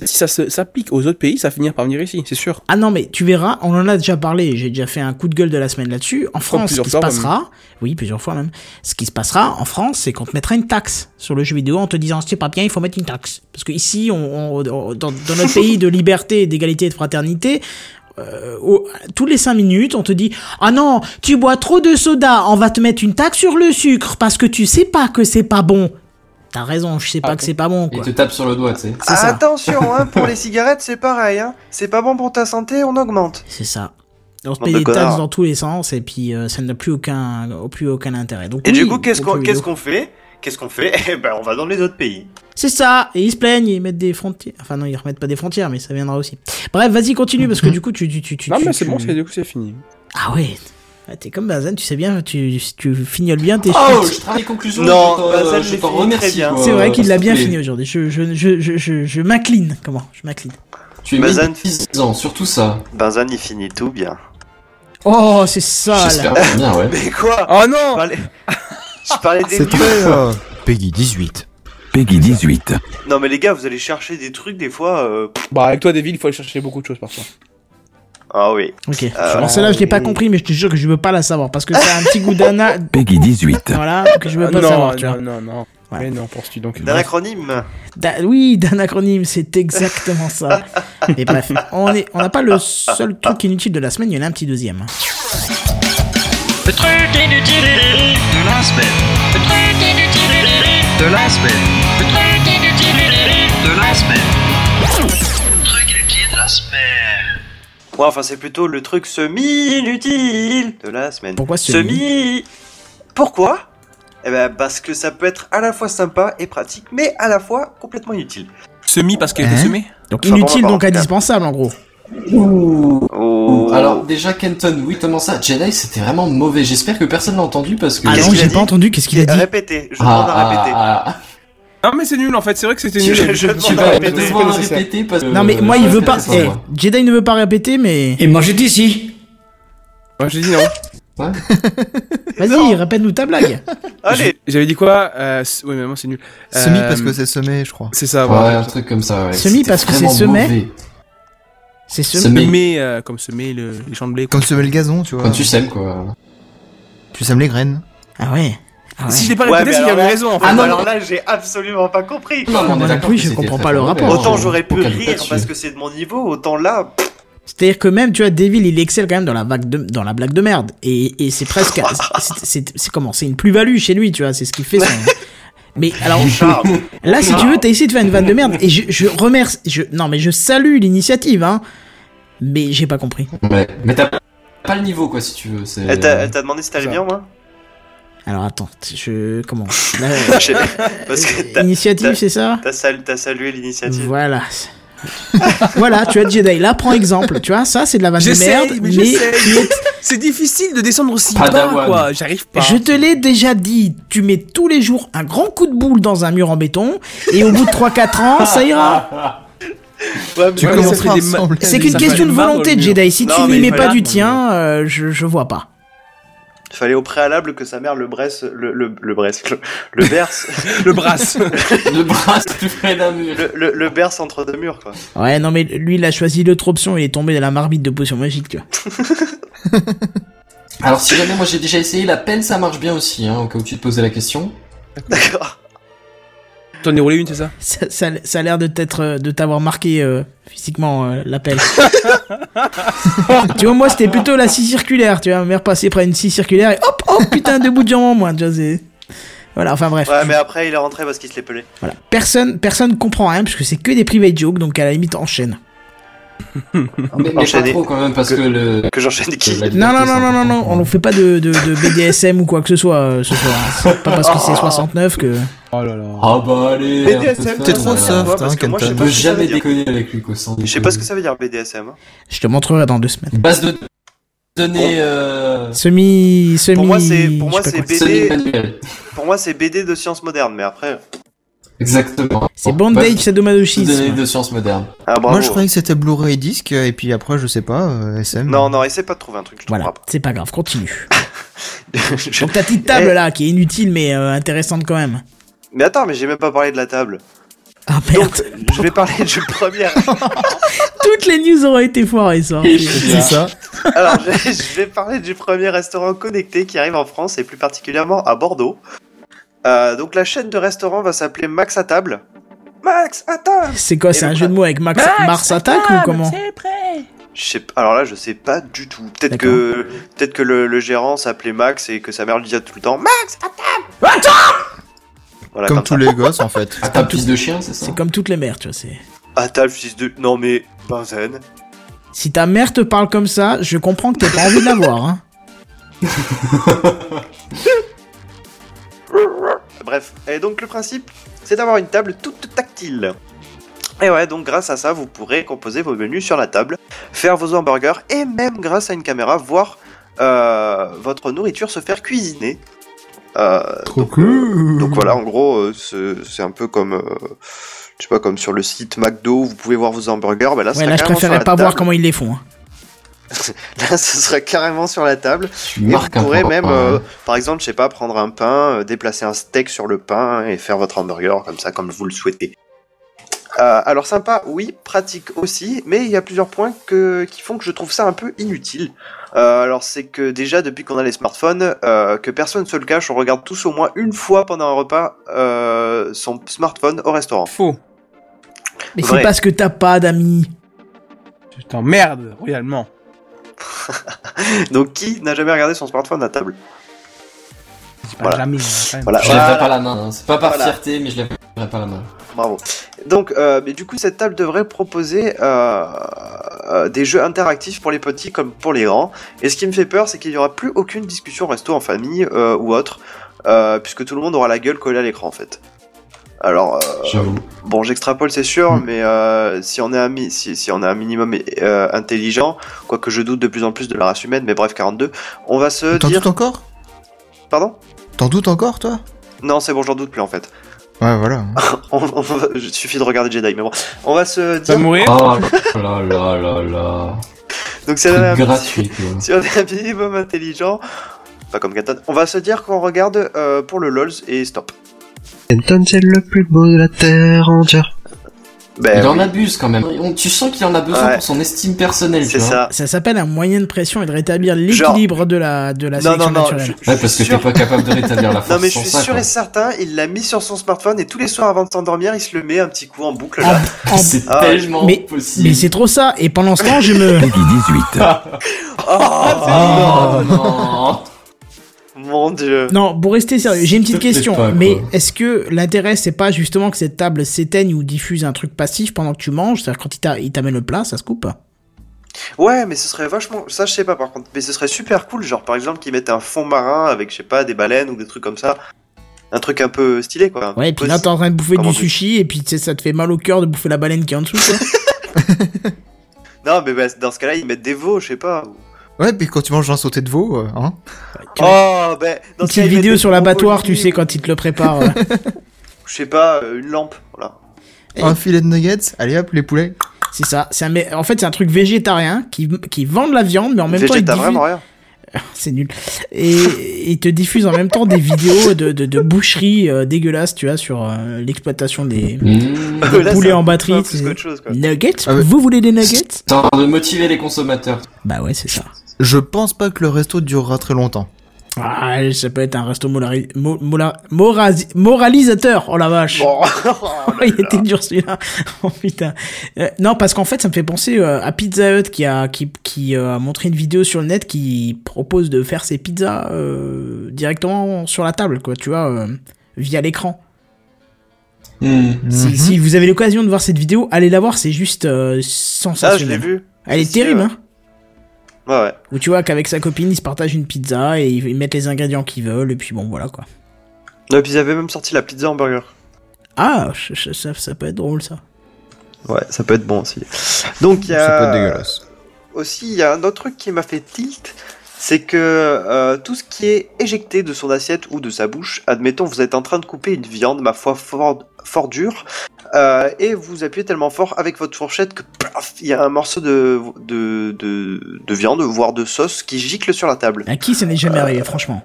Si ça se- s'applique aux autres pays, ça va finir par venir ici, c'est sûr. Ah non, mais tu verras, on en a déjà parlé, j'ai déjà fait un coup de gueule de la semaine là-dessus. En France, ce plusieurs qui se fois, passera, oui, plusieurs fois même, ce qui se passera en France, c'est qu'on te mettra une taxe sur le jeu vidéo en te disant c'est pas bien, il faut mettre une taxe. Parce que ici, on, on- dans, dans notre pays de liberté, d'égalité et de fraternité, euh, au- tous les cinq minutes, on te dit Ah non, tu bois trop de soda, on va te mettre une taxe sur le sucre parce que tu sais pas que c'est pas bon. T'as raison, je sais Ah pas que c'est pas bon, Il quoi. te tape sur le doigt, tu sais. C'est ça. Attention, hein, pour les cigarettes c'est pareil, hein. c'est pas bon pour ta santé, on augmente. C'est ça. On se Bande paye de des connards. taxes dans tous les sens et puis euh, ça n'a plus aucun, au- plus aucun intérêt. Donc, Et oui, du coup, qu'est-ce pour qu'on le qu'est-ce vidéo. qu'on fait Qu'est-ce qu'on fait Eh ben, on va dans les autres pays. C'est ça. Et ils se plaignent, ils mettent des frontières. Enfin non, ils remettent pas des frontières, mais ça viendra aussi. Bref, vas-y, continue parce que du coup, tu, tu, tu, tu. non, tu- mais c'est tu- bon, c'est- du coup, c'est fini. Ah ouais. Ah, T'es comme Bazen, tu sais bien, tu, tu fignoles bien tes Oh, chutes. je travaille les conclusions. Non, je t'en- bah, ça, je Oh, je l'ai t'en fini très remercie. bien. quoi, C'est vrai qu'il s'il l'a te bien plaît. fini aujourd'hui. Je, je, je, je, je, je m'incline. Comment Je m'incline. Tu es Bazan- magnifiant, surtout ça. Benzan, il finit tout bien. Oh, c'est sale J'espère bien, ouais. Mais quoi Oh non Ah. Je parlais, je parlais des C'est mieux. très. euh, Peggy 18. Peggy 18. Non, mais les gars, vous allez chercher des trucs des fois. euh, pff. Bah, avec toi, Devil, il faut aller chercher beaucoup de choses parfois. Ah oui. Ok. Euh, Alors celle-là, je l'ai pas compris, mais je te jure que je veux pas la savoir parce que c'est un petit goût d'ana. Peggy 18. Voilà, que je veux pas Ah non, le savoir, tu vois. non, non, non. Ouais. Mais non, poursuis donc. euh, D'un acronyme. Da- oui, d'un acronyme, c'est exactement ça. Et bref, on est, on n'a pas le seul truc inutile de la semaine, il y en a un petit deuxième. Le truc inutile de la semaine. Le truc inutile de la semaine. Le truc inutile de la semaine. Le truc inutile de la semaine. Ouais, enfin, c'est plutôt le truc semi-inutile de la semaine. Pourquoi semi Semi. Pourquoi Eh ben, parce que ça peut être à la fois sympa et pratique, mais à la fois complètement inutile. Semi parce qu'elle Hein était semée Donc Enfin, inutile, bon, donc en tout cas. indispensable en gros. Oh. Alors, déjà, Kenton, oui, comment ça Jedi, c'était vraiment mauvais. J'espère que personne l'a entendu parce que. Ah Qu'est-ce non, qu'il a j'ai dit pas entendu, qu'est-ce qu'il a dit Répétez, je demande à Ah, répéter. ah, ah, Non, mais c'est nul en fait, c'est vrai que c'était Tu- nul. je- je demande Tu à vas répéter. devoir répéter parce que. Non mais moi il parce veut que pas. ça, eh, moi. Jedi ne veut pas répéter, mais Et moi j'étais ici. Moi, j'ai dit non. vas-y, répète-nous ta blague. Allez, J'avais dit quoi euh, s- Oui, mais moi, c'est nul. Euh, Semi parce que c'est semé, je crois. C'est ça, Ouais, voilà. un truc comme ça, ouais. Eh. Semi C'était parce que c'est vraiment semé. mauvais. C'est ce. Semé. Semé, euh, comme semer le, les champs de blé. quoi. Comme semer le gazon, tu vois. Quand tu sèmes, quoi. Tu sèmes les graines. Ah ouais. Ah ouais. Si je l'ai pas Ouais, répété, mais c'est qu'il y alors avait là- raison en fait. Ah non, alors non. là, j'ai absolument pas compris. Non, mais on est moi non d'accord plus, que je c'était comprends très pas le mauvais, rapport. hein. Autant j'aurais pu Aucun rire là-dessus. parce que c'est de mon niveau, autant là. pff, C'est-à-dire que même, tu vois, Devil, il excelle quand même dans la, vague de, dans la blague de merde. Et, et c'est presque. c'est- C'est c'est comment C'est une plus-value chez lui, tu vois. C'est ce qui fait son. Mais alors, Charme. là, si tu veux, t'as essayé de faire une vanne de merde. Et je, je remercie. Je, non, mais je salue l'initiative, hein. Mais j'ai pas compris. Ouais. Mais t'as pas le niveau, quoi, si tu veux. c'est- Elle t'a elle t'a demandé si t'allais Ça. bien, moi Alors, attends, je. Comment Là, euh, J'ai- Parce que t'as- Initiative, t'as- c'est ça t'as sal- t'as salué l'initiative. Voilà. voilà, tu as Jedi. Là, prends exemple. Tu vois, ça, c'est de la vanne de merde. J'essaye, mais Mais, j'essaye. C'est difficile de descendre aussi bas, Padawan. quoi. J'arrive pas. Je te l'ai déjà dit, tu mets tous les jours un grand coup de boule dans un mur en béton, et au bout de 3-4 ans, ça ira. Ouais, mais Tu Ouais, ouais, mais commences ça fait à des ma- ressembler. à C'est des- qu'une Ah, ça question de fait mal dans volonté, le mur. Jedi. Si Non, tu n'y mais mets voilà, pas du dans le tien, euh, je, je vois pas. Fallait au préalable que sa mère le bresse, le, le, le bresse, le, le berce, Le brasse. Le bras plus près d'un mur. le, le, le berce entre deux murs, quoi. Ouais, non, mais lui, il a choisi l'autre option, il est tombé dans la marmite de potion magique, tu vois. Alors, si jamais moi j'ai déjà essayé la pelle, ça marche bien aussi, hein, au cas où tu te posais la question. D'accord. T'en es roulé une, c'est ça Ça, ça- ça a l'air de t'être, euh, de t'avoir marqué euh, physiquement euh, l'appel. tu vois, moi, c'était plutôt la scie circulaire, tu vois. Ma mère passait près d'une scie circulaire et hop, hop, putain, deux bouts de jambon en moins, tu vois, c'est- Voilà, enfin bref. Ouais, mais après, il est rentré parce qu'il se l'est pelé. Voilà. Personne, personne comprend rien, puisque c'est que des private jokes, donc à la limite enchaîne. Mais, mais pas Enchaîner. trop quand même, parce que, le. Que j'enchaîne qui la liberté, Non, non, c'est non, non, non, non, important. on ne fait pas de, de, de BDSM ou quoi que ce soit euh, ce soir. hein. C'est pas parce que c'est 69 que. Oh là là. Ah bah allez. un peu BDSM, de T'es fun, trop euh, soft, Ouais, parce hein, que moi, je sais Je Kenton. pas. peux ce que ça veut jamais dire. déconner avec lui, quoi, sans Je sais pas ce que ça veut dire BDSM. hein. Je te montrerai dans deux semaines. Base de données. Euh... Semi. semi Pour moi, c'est pour je moi sais pas c'est quoi. BD. semi-manuel. Pour moi, c'est BD de sciences modernes. Mais après, Exactement. C'est Base Bondage de données Sadomasochisme. de sciences modernes. ah bravo. Moi, je croyais que c'était Blu-ray disque, et puis après, je sais pas, euh, SM. Non, non, essaie pas de trouver un truc. Je te Voilà, frappe. c'est pas grave, continue. Je- Donc ta petite table Eh. là, qui est inutile mais euh, intéressante quand même. Mais attends, mais j'ai même pas parlé de la table. Ah merde, Donc, je vais parler du premier. toutes les news auraient été foirées ça. C'est ça. Alors, je, je vais parler du premier restaurant connecté qui arrive en France et plus particulièrement à Bordeaux. Euh, donc, la chaîne de restaurants va s'appeler Max à table. Max à table C'est quoi, c'est Et un le jeu de mots avec Max, Mars Attack ou comment Je sais pas- Alors là, je sais pas du tout. Peut-être que, peut-être que le, le gérant s'appelait Max et que sa mère lui disait tout le temps Max à table Attends Voilà, Comme comme tous les gosses, en fait. À ta piste de chien, c'est ça C'est comme toutes les mères, tu vois. c'est- ça. À table, fils de. Non mais, Benzen. Si ta mère te parle comme ça, je comprends que t'aies pas envie de la voir. Hein. Bref, et donc le principe, c'est d'avoir une table toute tactile. Et ouais, donc grâce à ça, vous pourrez composer vos menus sur la table, faire vos hamburgers et même grâce à une caméra, voir euh, votre nourriture se faire cuisiner. Euh, Trop donc voilà, en gros, euh, ce- c'est un peu comme euh, je sais pas, comme sur le site McDo, vous pouvez voir vos hamburgers. Bah là, ce Ouais, sera là, je carrément sur préférais la pas voir table. comment ils les font. hein. Là, ce sera carrément sur la table. Et vous marques un pourrez point. même, euh, par exemple, je sais pas, prendre un pain, euh, déplacer un steak sur le pain et faire votre hamburger comme ça, comme vous le souhaitez. Euh, alors sympa, oui, pratique aussi, mais il y a plusieurs points que, qui font que je trouve ça un peu inutile. Euh, alors c'est que déjà depuis qu'on a les smartphones, euh, que personne se le cache, on regarde tous au moins une fois pendant un repas euh, son smartphone au restaurant. Faux. Mais Vrai. c'est parce que t'as pas d'amis. Je t'emmerde, royalement. Donc qui n'a jamais regardé son smartphone à table Pas jamais. hein, quand même. Voilà. Je lèverai pas Voilà. la main, hein. c'est pas par Voilà. fierté, mais je lèverai pas la main. Bravo. Donc, euh, mais du coup, cette table devrait proposer euh, euh, des jeux interactifs pour les petits comme pour les grands. Et ce qui me fait peur, c'est qu'il n'y aura plus aucune discussion resto en famille euh, ou autre, euh, puisque tout le monde aura la gueule collée à l'écran en fait. Alors, euh, J'avoue. bon, j'extrapole, c'est sûr, mais euh, si on est un, mi- si, si on est un minimum euh, intelligent, quoique je doute de plus en plus de la race humaine, mais bref, 42, on va se T'en dire. doutes encore Pardon T'en doutes encore, toi Non, c'est bon, j'en doute plus en fait. Ouais, voilà. On, on va- Il suffit de regarder Jedi, mais bon. On va se Ça dire. va mourir. Oh là là là là. Donc c'est la Truc même. gratuit, quoi. Si on est un minimum intelligent, pas comme Gaton, on va se dire qu'on regarde euh, pour le LOLs et stop. Kenton, c'est le plus beau de la terre entière. Ben, il en oui, abuse quand même. On- tu sens qu'il en a besoin Ouais. pour son estime personnelle, tu c'est vois. ça. Ça s'appelle un moyen de pression et de rétablir l'équilibre de la, de la Non, sélection non, non, je- naturelle. je Ouais, parce suis que t'es sûr- pas capable de rétablir la force. Non, mais je sans suis ça, sûr quoi. et certain, il l'a mis sur son smartphone et tous les soirs avant de s'endormir, il se le met un petit coup en boucle là. En- en- C'est Ah, tellement mais- possible. mais c'est trop ça. Et pendant ce temps, je me. Peggy 18. Ah. Ah. Oh non Oh, Mon dieu. Non, pour rester sérieux, j'ai une petite Te fais question. pas, quoi. mais est-ce que l'intérêt, c'est pas justement que cette table s'éteigne ou diffuse un truc passif pendant que tu manges C'est-à-dire quand il t'a- il t'amène le plat, ça se coupe Ouais, mais ce serait vachement. Ça, je sais pas par contre. Mais ce serait super cool, genre par exemple, qu'ils mettent un fond marin avec, je sais pas, des baleines ou des trucs comme ça. Un truc un peu stylé quoi. Ouais, et puis là, t'es en train de bouffer Comment du tu- sushi et puis tu sais, ça te fait mal au cœur de bouffer la baleine qui est en dessous, quoi. Non, mais bah, dans ce cas-là, ils mettent des veaux, je sais pas. Ouais, puis quand tu manges un sauté de veau, euh, hein Oh, ben. Dans Une ce cas, petite ils mettent vidéo des sur l'abattoir, tu brocolis sais, quand il te le prépare. euh. je sais pas, euh, une lampe, voilà. Un filet de nuggets, allez hop, les poulets. c'est ça. C'est un mé- en fait, c'est un truc végétarien qui, qui vend de la viande, mais en même temps, il Végé, te t'as diffuse... vraiment rien. c'est nul. Et il te diffuse en même temps des vidéos de, de, de boucheries euh, dégueulasses, tu vois, sur euh, l'exploitation des, Mmh. des Là, poulets c'est en un batterie. peu tu Plus sais. qu'autre chose, quoi. Nuggets Ah ouais. Vous voulez des nuggets C'est en train de motiver les consommateurs. Bah ouais, c'est ça. Je pense pas que le resto durera très longtemps. Ah, ça peut être un resto molari- mo- mola- morasi- moralisateur. Oh la vache. Bon. Il était dur celui-là. Oh putain. Euh, non, parce qu'en fait, ça me fait penser euh, à Pizza Hut qui a qui, qui, euh, a montré une vidéo sur le net qui propose de faire ses pizzas euh, directement sur la table, quoi. Tu vois, euh, via l'écran. Mmh. Si- Mhm. Si, vous avez l'occasion de voir cette vidéo, allez la voir. C'est juste euh, Ah, je l'ai sensationnel. vu. euh, Elle Si, est terrible, ouais. hein. Ouais, ouais. Où tu vois qu'avec sa copine, ils se partagent une pizza et ils mettent les ingrédients qu'ils veulent et puis bon, voilà quoi. Non, et puis ils avaient même sorti la pizza hamburger. Ah, je- je- ça, ça peut être drôle ça. Ouais, ça peut être bon aussi. Donc, euh, il y a. Ça peut être dégueulasse. Aussi, il y a un autre truc qui m'a fait tilt. C'est que euh, tout ce qui est éjecté de son assiette ou de sa bouche, admettons, vous êtes en train de couper une viande, ma foi, fort, fort dure, euh, et vous appuyez tellement fort avec votre fourchette que paf, il y a un morceau de, de, de, de viande, voire de sauce, qui gicle sur la table. À qui ça n'est jamais arrivé, franchement.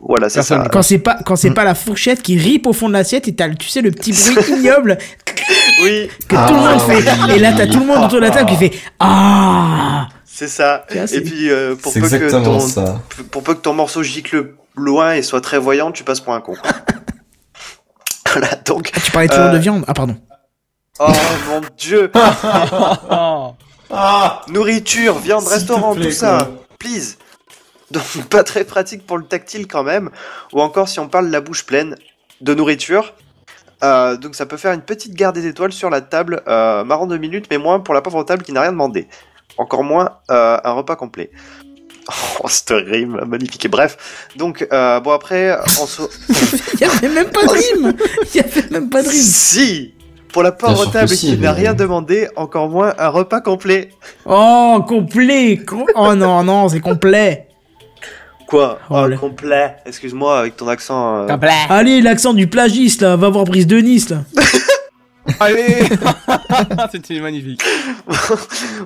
Voilà, c'est ça. Quand c'est pas, quand Mm. c'est pas la fourchette qui ripe au fond de l'assiette et t'as, le- tu sais, le petit bruit ignoble Oui, que tout le monde Ah, fait. oui. Et là, t'as tout le monde autour de la table qui fait Ah. c'est ça. Tu vois, c'est- Et puis, euh, pour, C'est peu que exactement ton, ça. pour peu que ton morceau gicle loin et soit très voyant, tu passes pour un con. voilà, donc. Ah, tu parlais toujours Euh, de viande. Ah pardon. Oh mon dieu! Oh. Ah Nourriture, viande, S'il te restaurant, plaît, tout ça, please. Donc pas très pratique pour le tactile quand même, ou encore si on parle la bouche pleine de nourriture. Euh, donc ça peut faire une petite guerre des étoiles sur la table, euh, marrant deux minutes, mais moins pour la pauvre table qui n'a rien demandé. Encore moins euh, un repas complet. Oh, cette rime magnifique. Et bref, donc euh, bon après, on se... Il y avait même pas de rime. Il y avait même pas de rime. si pour la Bien sûr pauvre que table si, qui n'a mais- rien demandé, encore moins un repas complet. Oh complet. com- Oh non non, c'est complet. Quoi Oh, Oh, le- complet. Excuse-moi avec ton accent. euh, Complet. Allez, l'accent du plagiste là, va voir Brice de Nice là. Allez C'était magnifique.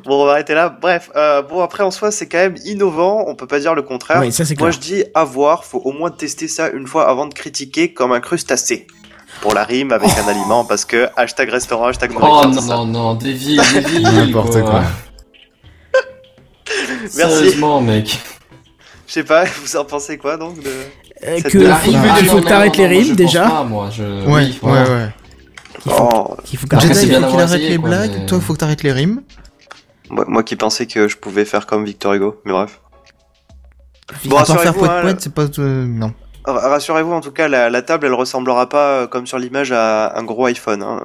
bon, on va arrêter là. Bref, euh, bon après en soi c'est quand même innovant, on peut pas dire le contraire. Oui, ça, c'est Moi clair. je dis à voir, faut au moins tester ça une fois avant de critiquer comme un crustacé. Pour la rime avec Oh. un aliment parce que hashtag restaurant, hashtag Oh nourriture, non, tout ça. non, non, dévie, dévie. N'importe quoi. Sérieusement, mec. Je sais pas, vous en pensez quoi donc de... Euh, cette- que de la faut- rime faut- Ah, faut non, que t'arrêtes non, les non, rimes, je pense déjà. pas, moi, je- Ouais, Euh, oui, ouais, voilà. ouais. Qu'il faut- Oh. qu'il faut Après, Jedi, c'est il bien faut qu'il d'avoir arrête essayé, les quoi, blagues, mais- toi, il faut que t'arrêtes les rimes. Moi, moi qui pensais que je pouvais faire comme Victor Hugo, mais bref. Bon, Attends, faire rassurez-vous, poète hein, poète, c'est pas. euh, non. ra- rassurez-vous, en tout cas, la, la table, elle ressemblera pas, euh, comme sur l'image, à un gros iPhone. hein.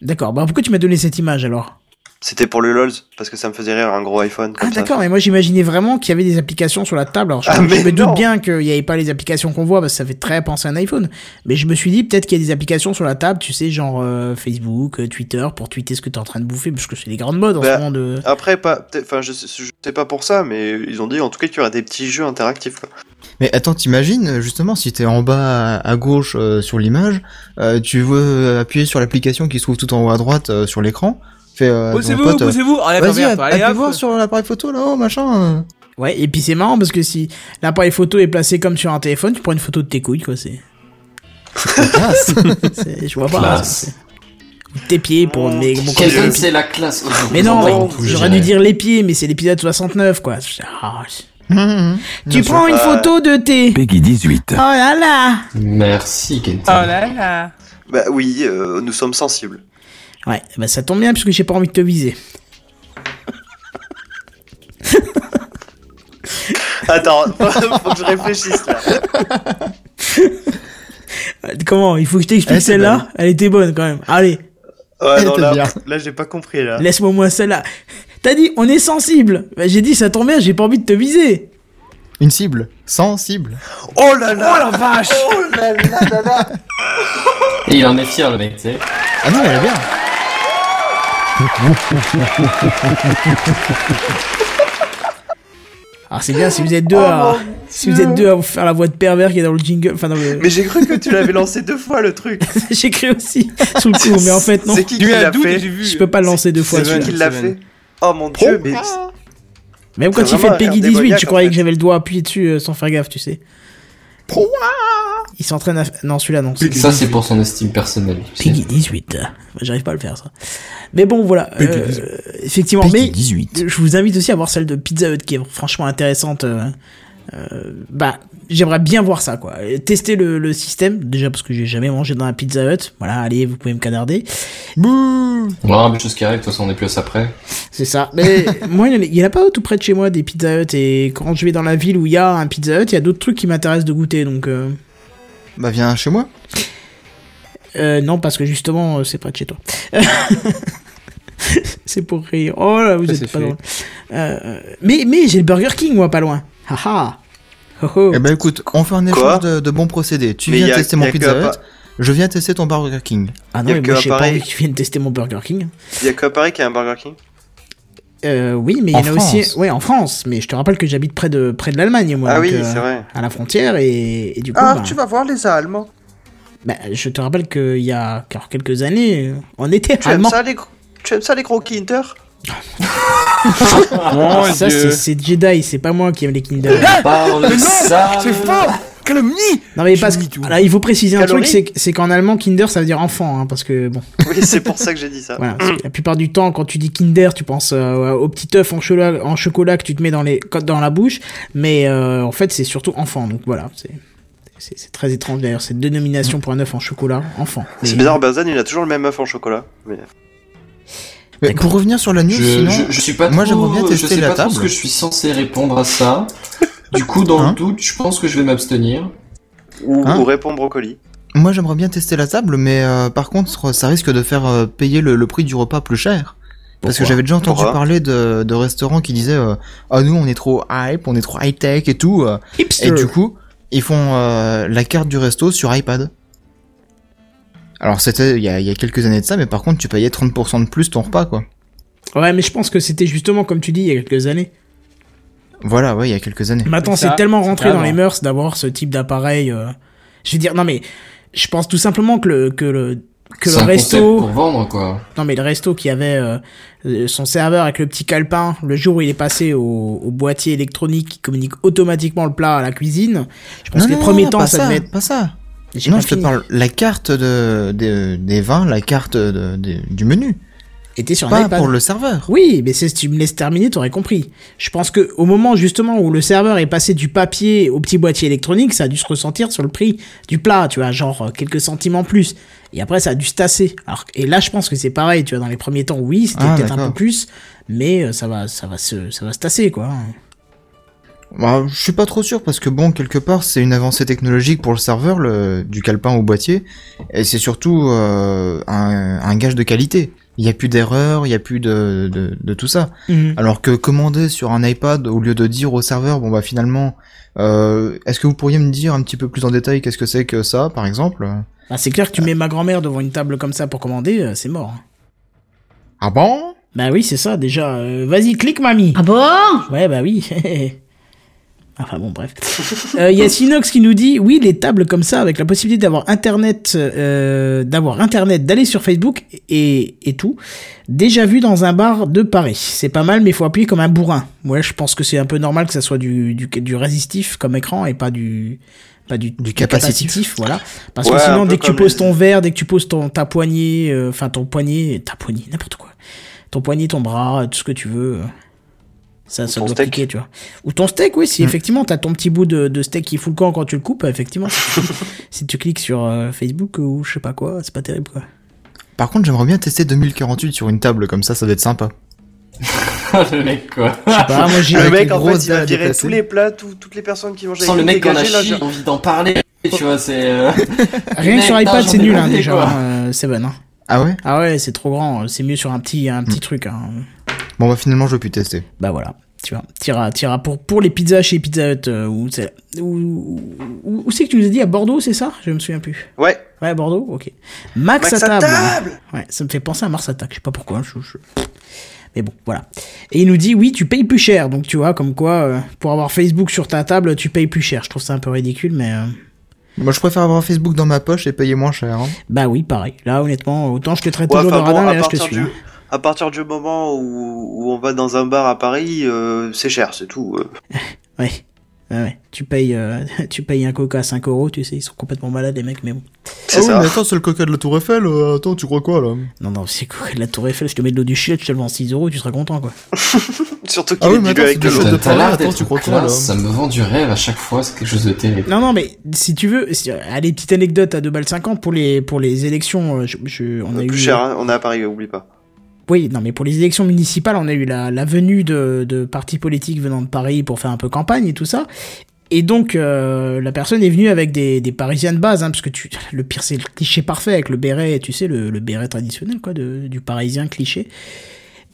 D'accord, bah pourquoi tu m'as donné cette image alors C'était pour le LOLs, parce que ça me faisait rire, un gros iPhone. Comme Ah ça. d'accord, mais moi j'imaginais vraiment qu'il y avait des applications sur la table. Alors je, Ah, je mais me doute non. bien qu'il n'y avait pas les applications qu'on voit parce que ça fait très penser à un iPhone. Mais je me suis dit peut-être qu'il y a des applications sur la table, tu sais, genre euh, Facebook, euh, Twitter, pour tweeter ce que t'es en train de bouffer, parce que c'est les grandes modes en Bah, ce moment de... Après, pas, peut-être- enfin, je, sais- je sais pas pour ça, mais ils ont dit en tout cas qu'il y aurait des petits jeux interactifs. Quoi. Mais attends, t'imagines, justement, si t'es en bas à, à gauche euh, sur l'image, euh, tu veux appuyer sur l'application qui se trouve tout en haut à droite euh, sur l'écran. Fais, euh, Posez-vous, ton pote, euh, posez-vous. Enlève la Vas-y, merde, toi, allez, appuie hop. voir sur l'appareil photo là-haut, machin. euh. Ouais, et puis c'est marrant parce que si l'appareil photo est placé comme sur un téléphone, tu prends une photo de tes couilles, quoi, c'est... C'est- je vois pas. hein, Classe. c'est- Ou Tes pieds pour mes... mon Quelqu'un côté- de c'est la classe. Mais non, Tout, je j'aurais dirais. dû dire les pieds, mais c'est l'épisode 69, quoi. Ah, tu Bien sûr. prends une Euh, bah, photo de tes... Peggy 18. Oh là là Merci, Kenta. là là Bah oui, euh, nous sommes sensibles. Ouais, bah ça tombe bien puisque j'ai pas envie de te viser. Attends, faut que je réfléchisse là. Euh, Comment Il faut que je t'explique Elle, Eh, c'est celle-là Elle était bonne quand même. Allez, Ouais, Elle non, était là, bien. là j'ai pas compris là. laisse-moi au moins celle-là. T'as dit, on est sensible Bah, J'ai dit, ça tombe bien, j'ai pas envie de te viser Une cible. Sensible. Oh là là Oh la vache Oh là là là là Et il en est fier, le mec, tu sais. Ah non, elle est bien. Alors Ah, c'est bien si vous êtes deux Oh, à... mon Si vous êtes deux à vous faire la voix de pervers qui est dans le jingle... Enfin, dans le... Mais j'ai cru que tu l'avais lancé deux fois le truc. j'ai cru aussi, sous le coup, mais en fait non. C'est qui qui l'a fait Je peux pas le lancer deux fois. C'est qui celui-là. qui l'a fait Oh mon dieu, mais. Même quand C'est il fait vraiment un Peggy air 18, démoniaque, je en croyais fait. que j'avais le doigt appuyé dessus euh, sans faire gaffe, tu sais. Il s'entraîne à... Non, celui-là non. c'est- Ça, c'est pour son estime personnelle. tu sais. Peggy 18. Moi, J'arrive pas à le faire, ça. Mais bon, voilà. Peggy euh, 18. effectivement, Peggy mais 18. je vous invite aussi à voir celle de Pizza Hut qui est franchement intéressante. euh, euh, bah, j'aimerais bien voir ça, quoi. Et Tester le, le système, déjà parce que j'ai jamais mangé dans la Pizza Hut. Voilà, allez, vous pouvez me canarder. Ouais, mais chose qui arrive, de toute façon, on est plus après. C'est ça. Mais moi, il y en a- il y en a pas tout près de chez moi des Pizza Hut. Et quand je vais dans la ville où il y a un Pizza Hut, il y a d'autres trucs qui m'intéressent de goûter. Donc, euh, Bah viens chez moi. euh, non, parce que justement, euh, c'est pas de chez toi. c'est pour rire. Oh là, vous Ça, êtes c'est pas fait. drôle. Euh, euh, mais mais j'ai le Burger King, moi, pas loin. Haha. Oh, oh. Eh ben écoute, on fait un Quoi échange de, de bons procédés. Tu Mais y viens a- tester y mon a que Pizza à Hut, pas- je viens tester ton Burger King. Ah y non, a mais que moi, j'ai pas Paris. envie que tu viennes tester mon Burger King. Y'a que à Paris qui a un Burger King Euh, oui, mais il En y en a aussi. France. Ouais, en France. Mais je te rappelle que j'habite près de, près de l'Allemagne, moi. Ah donc, oui, euh, c'est vrai. Ah, À la frontière, et, et du coup. bah, vas voir les Allemands. bah, je te rappelle qu'il y a car quelques années, on était Tu aimes allemand. ça les gros. Tu aimes ça les gros Kinder Mon Ah, Ça, c'est dieu. c'est Jedi, c'est pas moi qui aime les Kinder. Ah, Parle Mais non, ça c'est fort Calomnie Non mais parce que là, il faut préciser un Calories. truc, c'est que- c'est qu'en allemand Kinder ça veut dire enfant, hein, parce que bon, Oui, c'est pour ça que j'ai dit ça. voilà, parce que la plupart du temps quand tu dis Kinder, tu penses euh, au petit œuf en, chocolat- en chocolat que tu te mets dans les dans la bouche, mais euh, en fait c'est surtout enfant, donc voilà, c'est c'est c'est très étrange d'ailleurs cette dénomination pour un œuf en chocolat enfant. C'est Mais- bizarre, Berzan il a toujours le même œuf en chocolat. Mais... Mais pour revenir sur la news, Je, sinon, je, je suis pas moi trop- j'aimerais bien je tester sais la pas table. trop ce que je suis censé répondre à ça. Du coup, dans Hein le doute, je pense que je vais m'abstenir. Ou, Hein ou répond brocoli. Moi j'aimerais bien tester la table, mais euh, par contre ça risque de faire euh, payer le, le prix du repas plus cher. Parce que Pourquoi j'avais déjà entendu Pourquoi parler de, de restaurants qui disaient euh, Ah nous on est trop hype, on est trop high tech et tout. euh, Hipster. et du coup, ils font euh, la carte du resto sur iPad. Alors c'était il y a, il y a quelques années de ça, mais par contre tu payais 30% de plus ton repas quoi. Ouais, mais je pense que c'était justement comme tu dis il y a quelques années. Voilà, ouais, il y a quelques années. Maintenant, Ça, c'est tellement c'est rentré dans grave, les hein. mœurs d'avoir ce type d'appareil. euh, Je veux dire, non mais, je pense tout simplement que le, que le, que le C'est un concept resto. pour vendre, quoi. Non mais le resto qui avait euh, euh, son serveur avec le petit calepin, le jour où il est passé au, au boîtier électronique qui communique automatiquement le plat à la cuisine, je pense Non, que les non, premiers non, temps pas ça, ça, devait être... Pas ça J'ai Non, pas je te fini. parle la carte de, des- des vins, la carte de- des- du menu. était sur un Pas iPad. pour le serveur. Oui, mais c'est- si tu me laisses terminer, t'aurais compris. Je pense que au moment justement où le serveur est passé du papier au petit boîtier électronique, ça a dû se ressentir sur le prix du plat, tu vois, genre euh, quelques centimes en plus. Et après, ça a dû se tasser. Alors, et là, je pense que c'est pareil, tu vois, dans les premiers temps, oui, c'était Ah, peut-être un peu d'accord. plus, mais euh, ça va, ça va se, ça va se tasser, quoi. hein. Bah, je suis pas trop sûr parce que bon, quelque part, c'est une avancée technologique pour le serveur, le, du calepin au boîtier, et c'est surtout euh, un, un gage de qualité. Il n'y a plus d'erreurs, il n'y a plus de, de, de tout ça. Mhm. Alors que commander sur un iPad, au lieu de dire au serveur, bon bah finalement, euh, est-ce que vous pourriez me dire un petit peu plus en détail qu'est-ce que c'est que ça, par exemple Bah, c'est clair que tu mets ma grand-mère devant une table comme ça pour commander, euh, c'est mort. Ah bon Bah oui, c'est ça, déjà. euh, Vas-y, clique, mamie. Ah bon Ouais, bah oui. enfin bon, bref. Il y a Sinox qui nous dit, oui, les tables comme ça, avec la possibilité d'avoir Internet, euh, d'avoir Internet, d'aller sur Facebook et, et tout, déjà vu dans un bar de Paris. C'est pas mal, mais faut appuyer comme un bourrin. Ouais, je pense que c'est un peu normal que ça soit du, du, du résistif comme écran et pas du... Pas du, du capacitif. voilà. Parce Ouais, que un sinon, peu dès que tu comme poses les- ton verre, dès que tu poses ton, ta poignée, euh, enfin ton poignet, ta poignée, n'importe quoi. Ton poignet, ton bras, tout ce que tu veux. euh, Ça, ça doit piquer, tu vois. Ou ton steak, oui, Hmm. si effectivement t'as ton petit bout de, de steak qui fout le camp quand tu le coupes, euh, effectivement. si tu cliques sur euh, Facebook ou je sais pas quoi, c'est pas terrible, quoi. Par contre, j'aimerais bien tester 2048 sur une table comme ça, ça doit être sympa. le mec, quoi. Je sais pas, moi, j'ai- Le Avec mec, une en grosse fait, il va dalle virer déplacée. tous les plats, tout- toutes les personnes qui mangent Sans le avec mec lui, qu'on a dégagez, là, chier, j'ai- envie d'en parler, tu vois, c'est... euh, Rien que mec, sur putain, iPad, j'en c'est ai nul, pas hein, fait, déjà. quoi. euh, Seven, hein. Ah ouais Ah ouais, c'est trop grand. C'est mieux sur un petit, un Hmm. petit truc, hein. Bon bah finalement, je vais plus tester. Bah voilà, tu vois, tira, tira pour, pour les pizzas chez Pizza Hut, euh, où c'est, où, où- où c'est que tu nous as dit à Bordeaux, c'est ça Je me souviens plus. Ouais. Ouais, à Bordeaux, ok. Max, Max à à table. table Ouais, ça me fait penser à Mars Attack, je sais pas pourquoi. je- je- Mais bon, voilà. Et il nous dit, oui, tu payes plus cher, donc tu vois, comme quoi, euh, pour avoir Facebook sur ta table, tu payes plus cher. Je trouve ça un peu ridicule, mais. euh, Moi, je préfère avoir Facebook dans ma poche et payer moins cher. hein. Bah oui, pareil. Là, honnêtement, autant je te traite Ouais, toujours de enfin, bon, radin, à mais là, je te partir suis. du- hein. À partir du moment où, où on va dans un bar à Paris, euh, c'est cher, c'est tout. euh. Ouais. Ouais, ouais. Tu payes, euh, tu payes un coca à 5 euros, tu sais, ils sont complètement malades, les mecs, mais bon. Ah oui, mais attends, c'est le coca de la Tour Eiffel. euh, attends, tu crois quoi là Non, non, c'est quoi La Tour Eiffel, je te mets de l'eau du chiotte, je te le vends 6 euros, tu seras content, quoi. Surtout Ah qu'il oui, est mais dilué attends, avec c'est de des l'eau. choses de T'as Parler, hein. l'air attends, tu d'être crois quoi, classe, là ça me vend du rêve à chaque fois, c'est quelque chose de terrible. Non, non, mais si tu veux, si- euh, allez, petite anecdote à 2 balles 50 pour les, pour les élections. euh, je- je- on a eu. Plus cher, hein, on est à Paris, oublie pas. Oui, non, mais pour les élections municipales, on a eu la, la venue de, de partis politiques venant de Paris pour faire un peu campagne et tout ça. Et donc, euh, la personne est venue avec des, des Parisiens de base, hein, parce que tu, le pire, c'est le cliché parfait avec le béret, tu sais, le, le béret traditionnel, quoi, de- du Parisien cliché.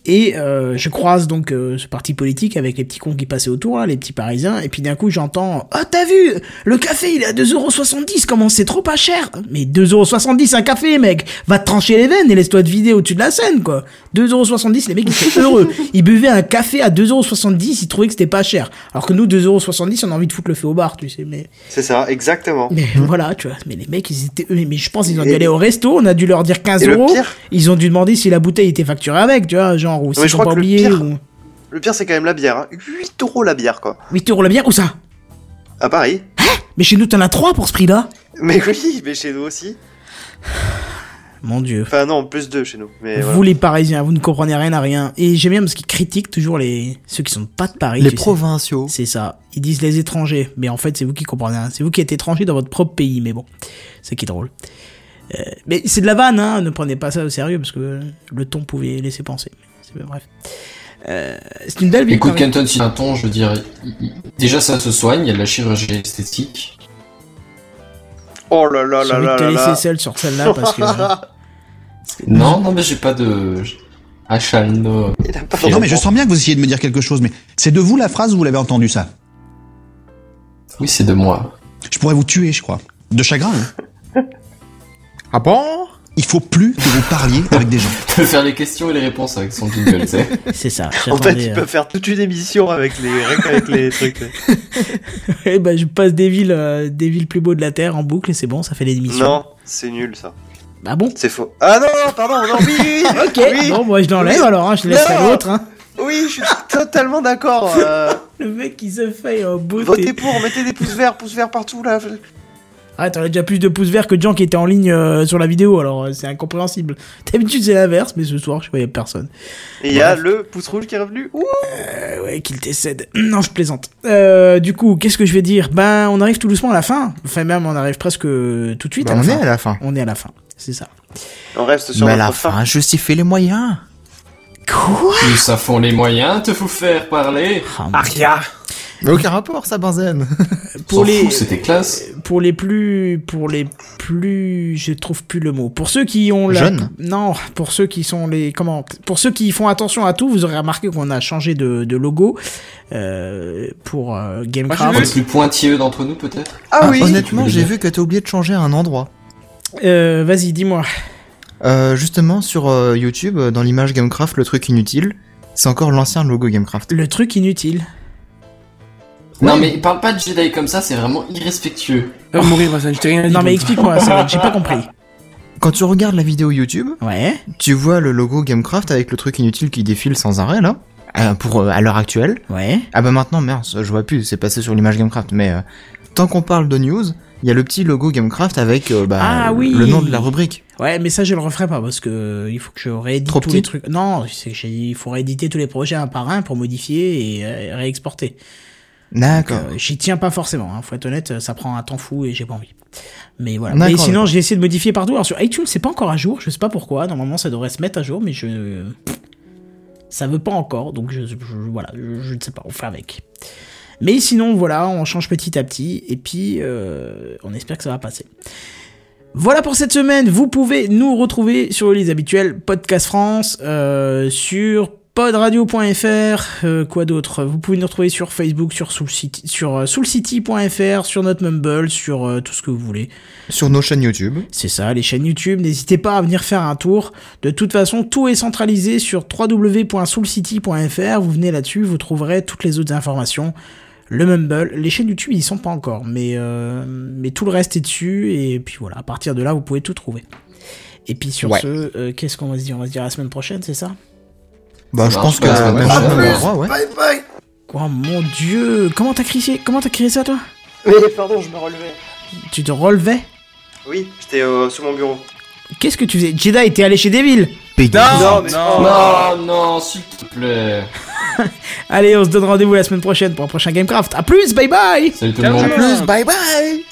Et euh, je croise donc euh, ce parti politique avec les petits cons qui passaient autour, là, les petits Parisiens, et puis d'un coup, j'entends « Ah, t'as vu Le café, il est à 2,70€, comment c'est trop pas cher !» Mais 2,70€ un café, mec Va te trancher les veines et laisse-toi te vider au-dessus de la scène, quoi 2,70€, les mecs, ils étaient heureux Ils buvaient un café à 2,70€, ils trouvaient que c'était pas cher. Alors que nous, 2,70€, on a envie de foutre le feu au bar, tu sais, mais... C'est ça, exactement. Mais voilà, tu vois. Mais les mecs, ils étaient. eux, Mais je pense qu'ils ont dû aller au resto. On a dû leur dire 15 Et le euros. pire- Ils ont dû demander si la bouteille était facturée avec, tu vois, genre, ou mais je s'ils ont crois pas que le oublié. pire- ou- Le pire, c'est quand même la bière. hein. 8 euros la bière, quoi. 8 euros la bière, où ça À Paris. Mais chez nous, t'en as 3 pour ce prix-là Mais oui, mais chez nous aussi. Mon dieu. Enfin, non, plus 2 chez nous. Mais Vous, voilà. les parisiens, vous ne comprenez rien à rien. Et j'aime bien parce qu'ils critiquent toujours les ceux qui sont pas de Paris. Les tu sais. provinciaux. C'est ça. Ils disent les étrangers. Mais en fait, c'est vous qui comprenez rien. C'est vous qui êtes étranger dans votre propre pays. Mais bon, c'est qui est drôle. Euh, mais c'est de la vanne, hein. Ne prenez pas ça au sérieux parce que le ton pouvait laisser penser. C'est bref. Euh, c'est une belle vie. Écoute, Paris. Kenton, si t'as un ton, je veux dire, il- il- déjà ça se soigne, il y a de la chirurgie esthétique. Oh là là J'ai là envie de là te là laisser là. seul sur celle-là parce que- hein. Non, non, mais j'ai pas de. Ah, Achalno. Non, mais je sens bien que vous essayez de me dire quelque chose, mais c'est de vous la phrase ou vous l'avez entendu ça Oui, c'est de moi. Je pourrais vous tuer, je crois. De chagrin. hein. ah bon Il faut plus que vous parliez avec des gens. peut faire les questions et les réponses avec son jingle, tu sais. C'est ça. euh, En fait, il peut faire toute une émission avec les, rien qu'avec les trucs. Eh ben, je passe des villes, euh, des villes plus beaux de la terre en boucle et c'est bon, ça fait des émissions. Non, c'est nul ça. Ah bon C'est faux. Ah non, non, pardon, non, oui, oui, oui. Ok, Ah oui. bon, moi je l'enlève Oui. alors, hein, je te laisse à Non. l'autre. Hein. Oui, je suis totalement d'accord. euh, Le mec il se fait en beauté. votez pour, mettez des pouces verts, pouces verts partout là. Ah, t'en as déjà plus de pouces verts que de gens qui étaient en ligne euh, sur la vidéo, alors euh, c'est incompréhensible. D'habitude c'est l'inverse, mais ce soir je voyais personne. Et il y a Bref. le pouce rouge qui est revenu. Ouh Euh, ouais, qu'il décède. Non, je plaisante. Euh, du coup, qu'est-ce que je vais dire Ben, on arrive tout doucement à la fin. Enfin, même on arrive presque euh, tout de suite. Bah, à la on fin. est à la fin. On est à la fin, c'est ça. On reste sur Mais à notre la fin. fin, je sais fait les moyens. Nous savons les moyens de vous faire parler. Aria Aucun rapport, ça, Benzen. Pour S'en les- fout, c'était classe. Pour les plus, pour les plus, je trouve plus le mot. Pour ceux qui ont la, Jeunes non, pour ceux qui sont les, comment, pour ceux qui font attention à tout, vous aurez remarqué qu'on a changé de, de logo euh, pour euh, Le Gamecraft. plus pointilleux d'entre nous, peut-être Ah Ah, oui Honnêtement, Oui. j'ai vu que t'as oublié de changer un endroit. Euh, Vas-y, dis-moi. Euh, justement, sur euh, YouTube, euh, dans l'image Gamecraft, le truc inutile, c'est encore l'ancien logo Gamecraft. Le truc inutile. Non, mais parle pas de Jedi comme ça, c'est vraiment irrespectueux. Va Euh, mourir, Benzen, je t'ai rien dit. Non mais Ah, donc. explique-moi, Cédric, j'ai pas compris. Quand tu regardes la vidéo YouTube, Ouais. tu vois le logo Gamecraft avec le truc inutile qui défile sans arrêt, là. Euh, pour, euh, à l'heure actuelle. Ouais. Ah bah maintenant, merde, je vois plus, c'est passé sur l'image Gamecraft, mais euh, tant qu'on parle de news, il y a le petit logo Gamecraft avec euh, bah, Ah oui. le nom de la rubrique. Ouais, mais ça je le referai pas parce que euh, il faut que je réédite Trop tous petit les trucs. Non, c'est que j'ai- il faut rééditer tous les projets un par un pour modifier et euh, réexporter. D'accord. Euh, J'y tiens pas forcément, hein. faut être honnête, euh, ça prend un temps fou et j'ai pas envie. Mais voilà. D'accord, Mais sinon, d'accord. j'ai essayé de modifier partout. Alors sur iTunes, c'est pas encore à jour, je sais pas pourquoi. Normalement, ça devrait se mettre à jour, mais je. Ça veut pas encore, donc je, je- voilà, je, je ne sais pas, on fait avec. Mais sinon, voilà, on change petit à petit, et puis euh, on espère que ça va passer. Voilà pour cette semaine. Vous pouvez nous retrouver sur les habituels Podcast France, euh, sur podradio.fr, euh, quoi d'autre Vous pouvez nous retrouver sur Facebook, sur Soulcity- sur euh, soulcity.fr, sur notre Mumble, sur euh, tout ce que vous voulez. Sur nos chaînes YouTube. C'est ça, les chaînes YouTube. N'hésitez pas à venir faire un tour. De toute façon, tout est centralisé sur www.soulcity.fr. Vous venez là-dessus, vous trouverez toutes les autres informations. Le Mumble, les chaînes YouTube, ils sont pas encore, mais, euh, mais tout le reste est dessus. Et puis voilà, à partir de là, vous pouvez tout trouver. Et puis sur Ouais. ce, euh, qu'est-ce qu'on va se dire On va se dire la semaine prochaine, c'est ça Bah, je marche pense que pas, ça euh, marche même pas. chose, Ah, même plus. endroit, ouais. Bye bye Oh mon dieu Comment t'as crié, Comment t'as crié ça, toi Mais pardon, je me relevais. Tu te relevais Oui, j'étais euh, sous mon bureau. Qu'est-ce que tu faisais Jedi était allé chez Devil Non, mais... Non, non, s'il te plaît. Allez, on se donne rendez-vous la semaine prochaine pour un prochain Gamecraft. A plus, bye bye Salut tout le monde. Plus, bye bye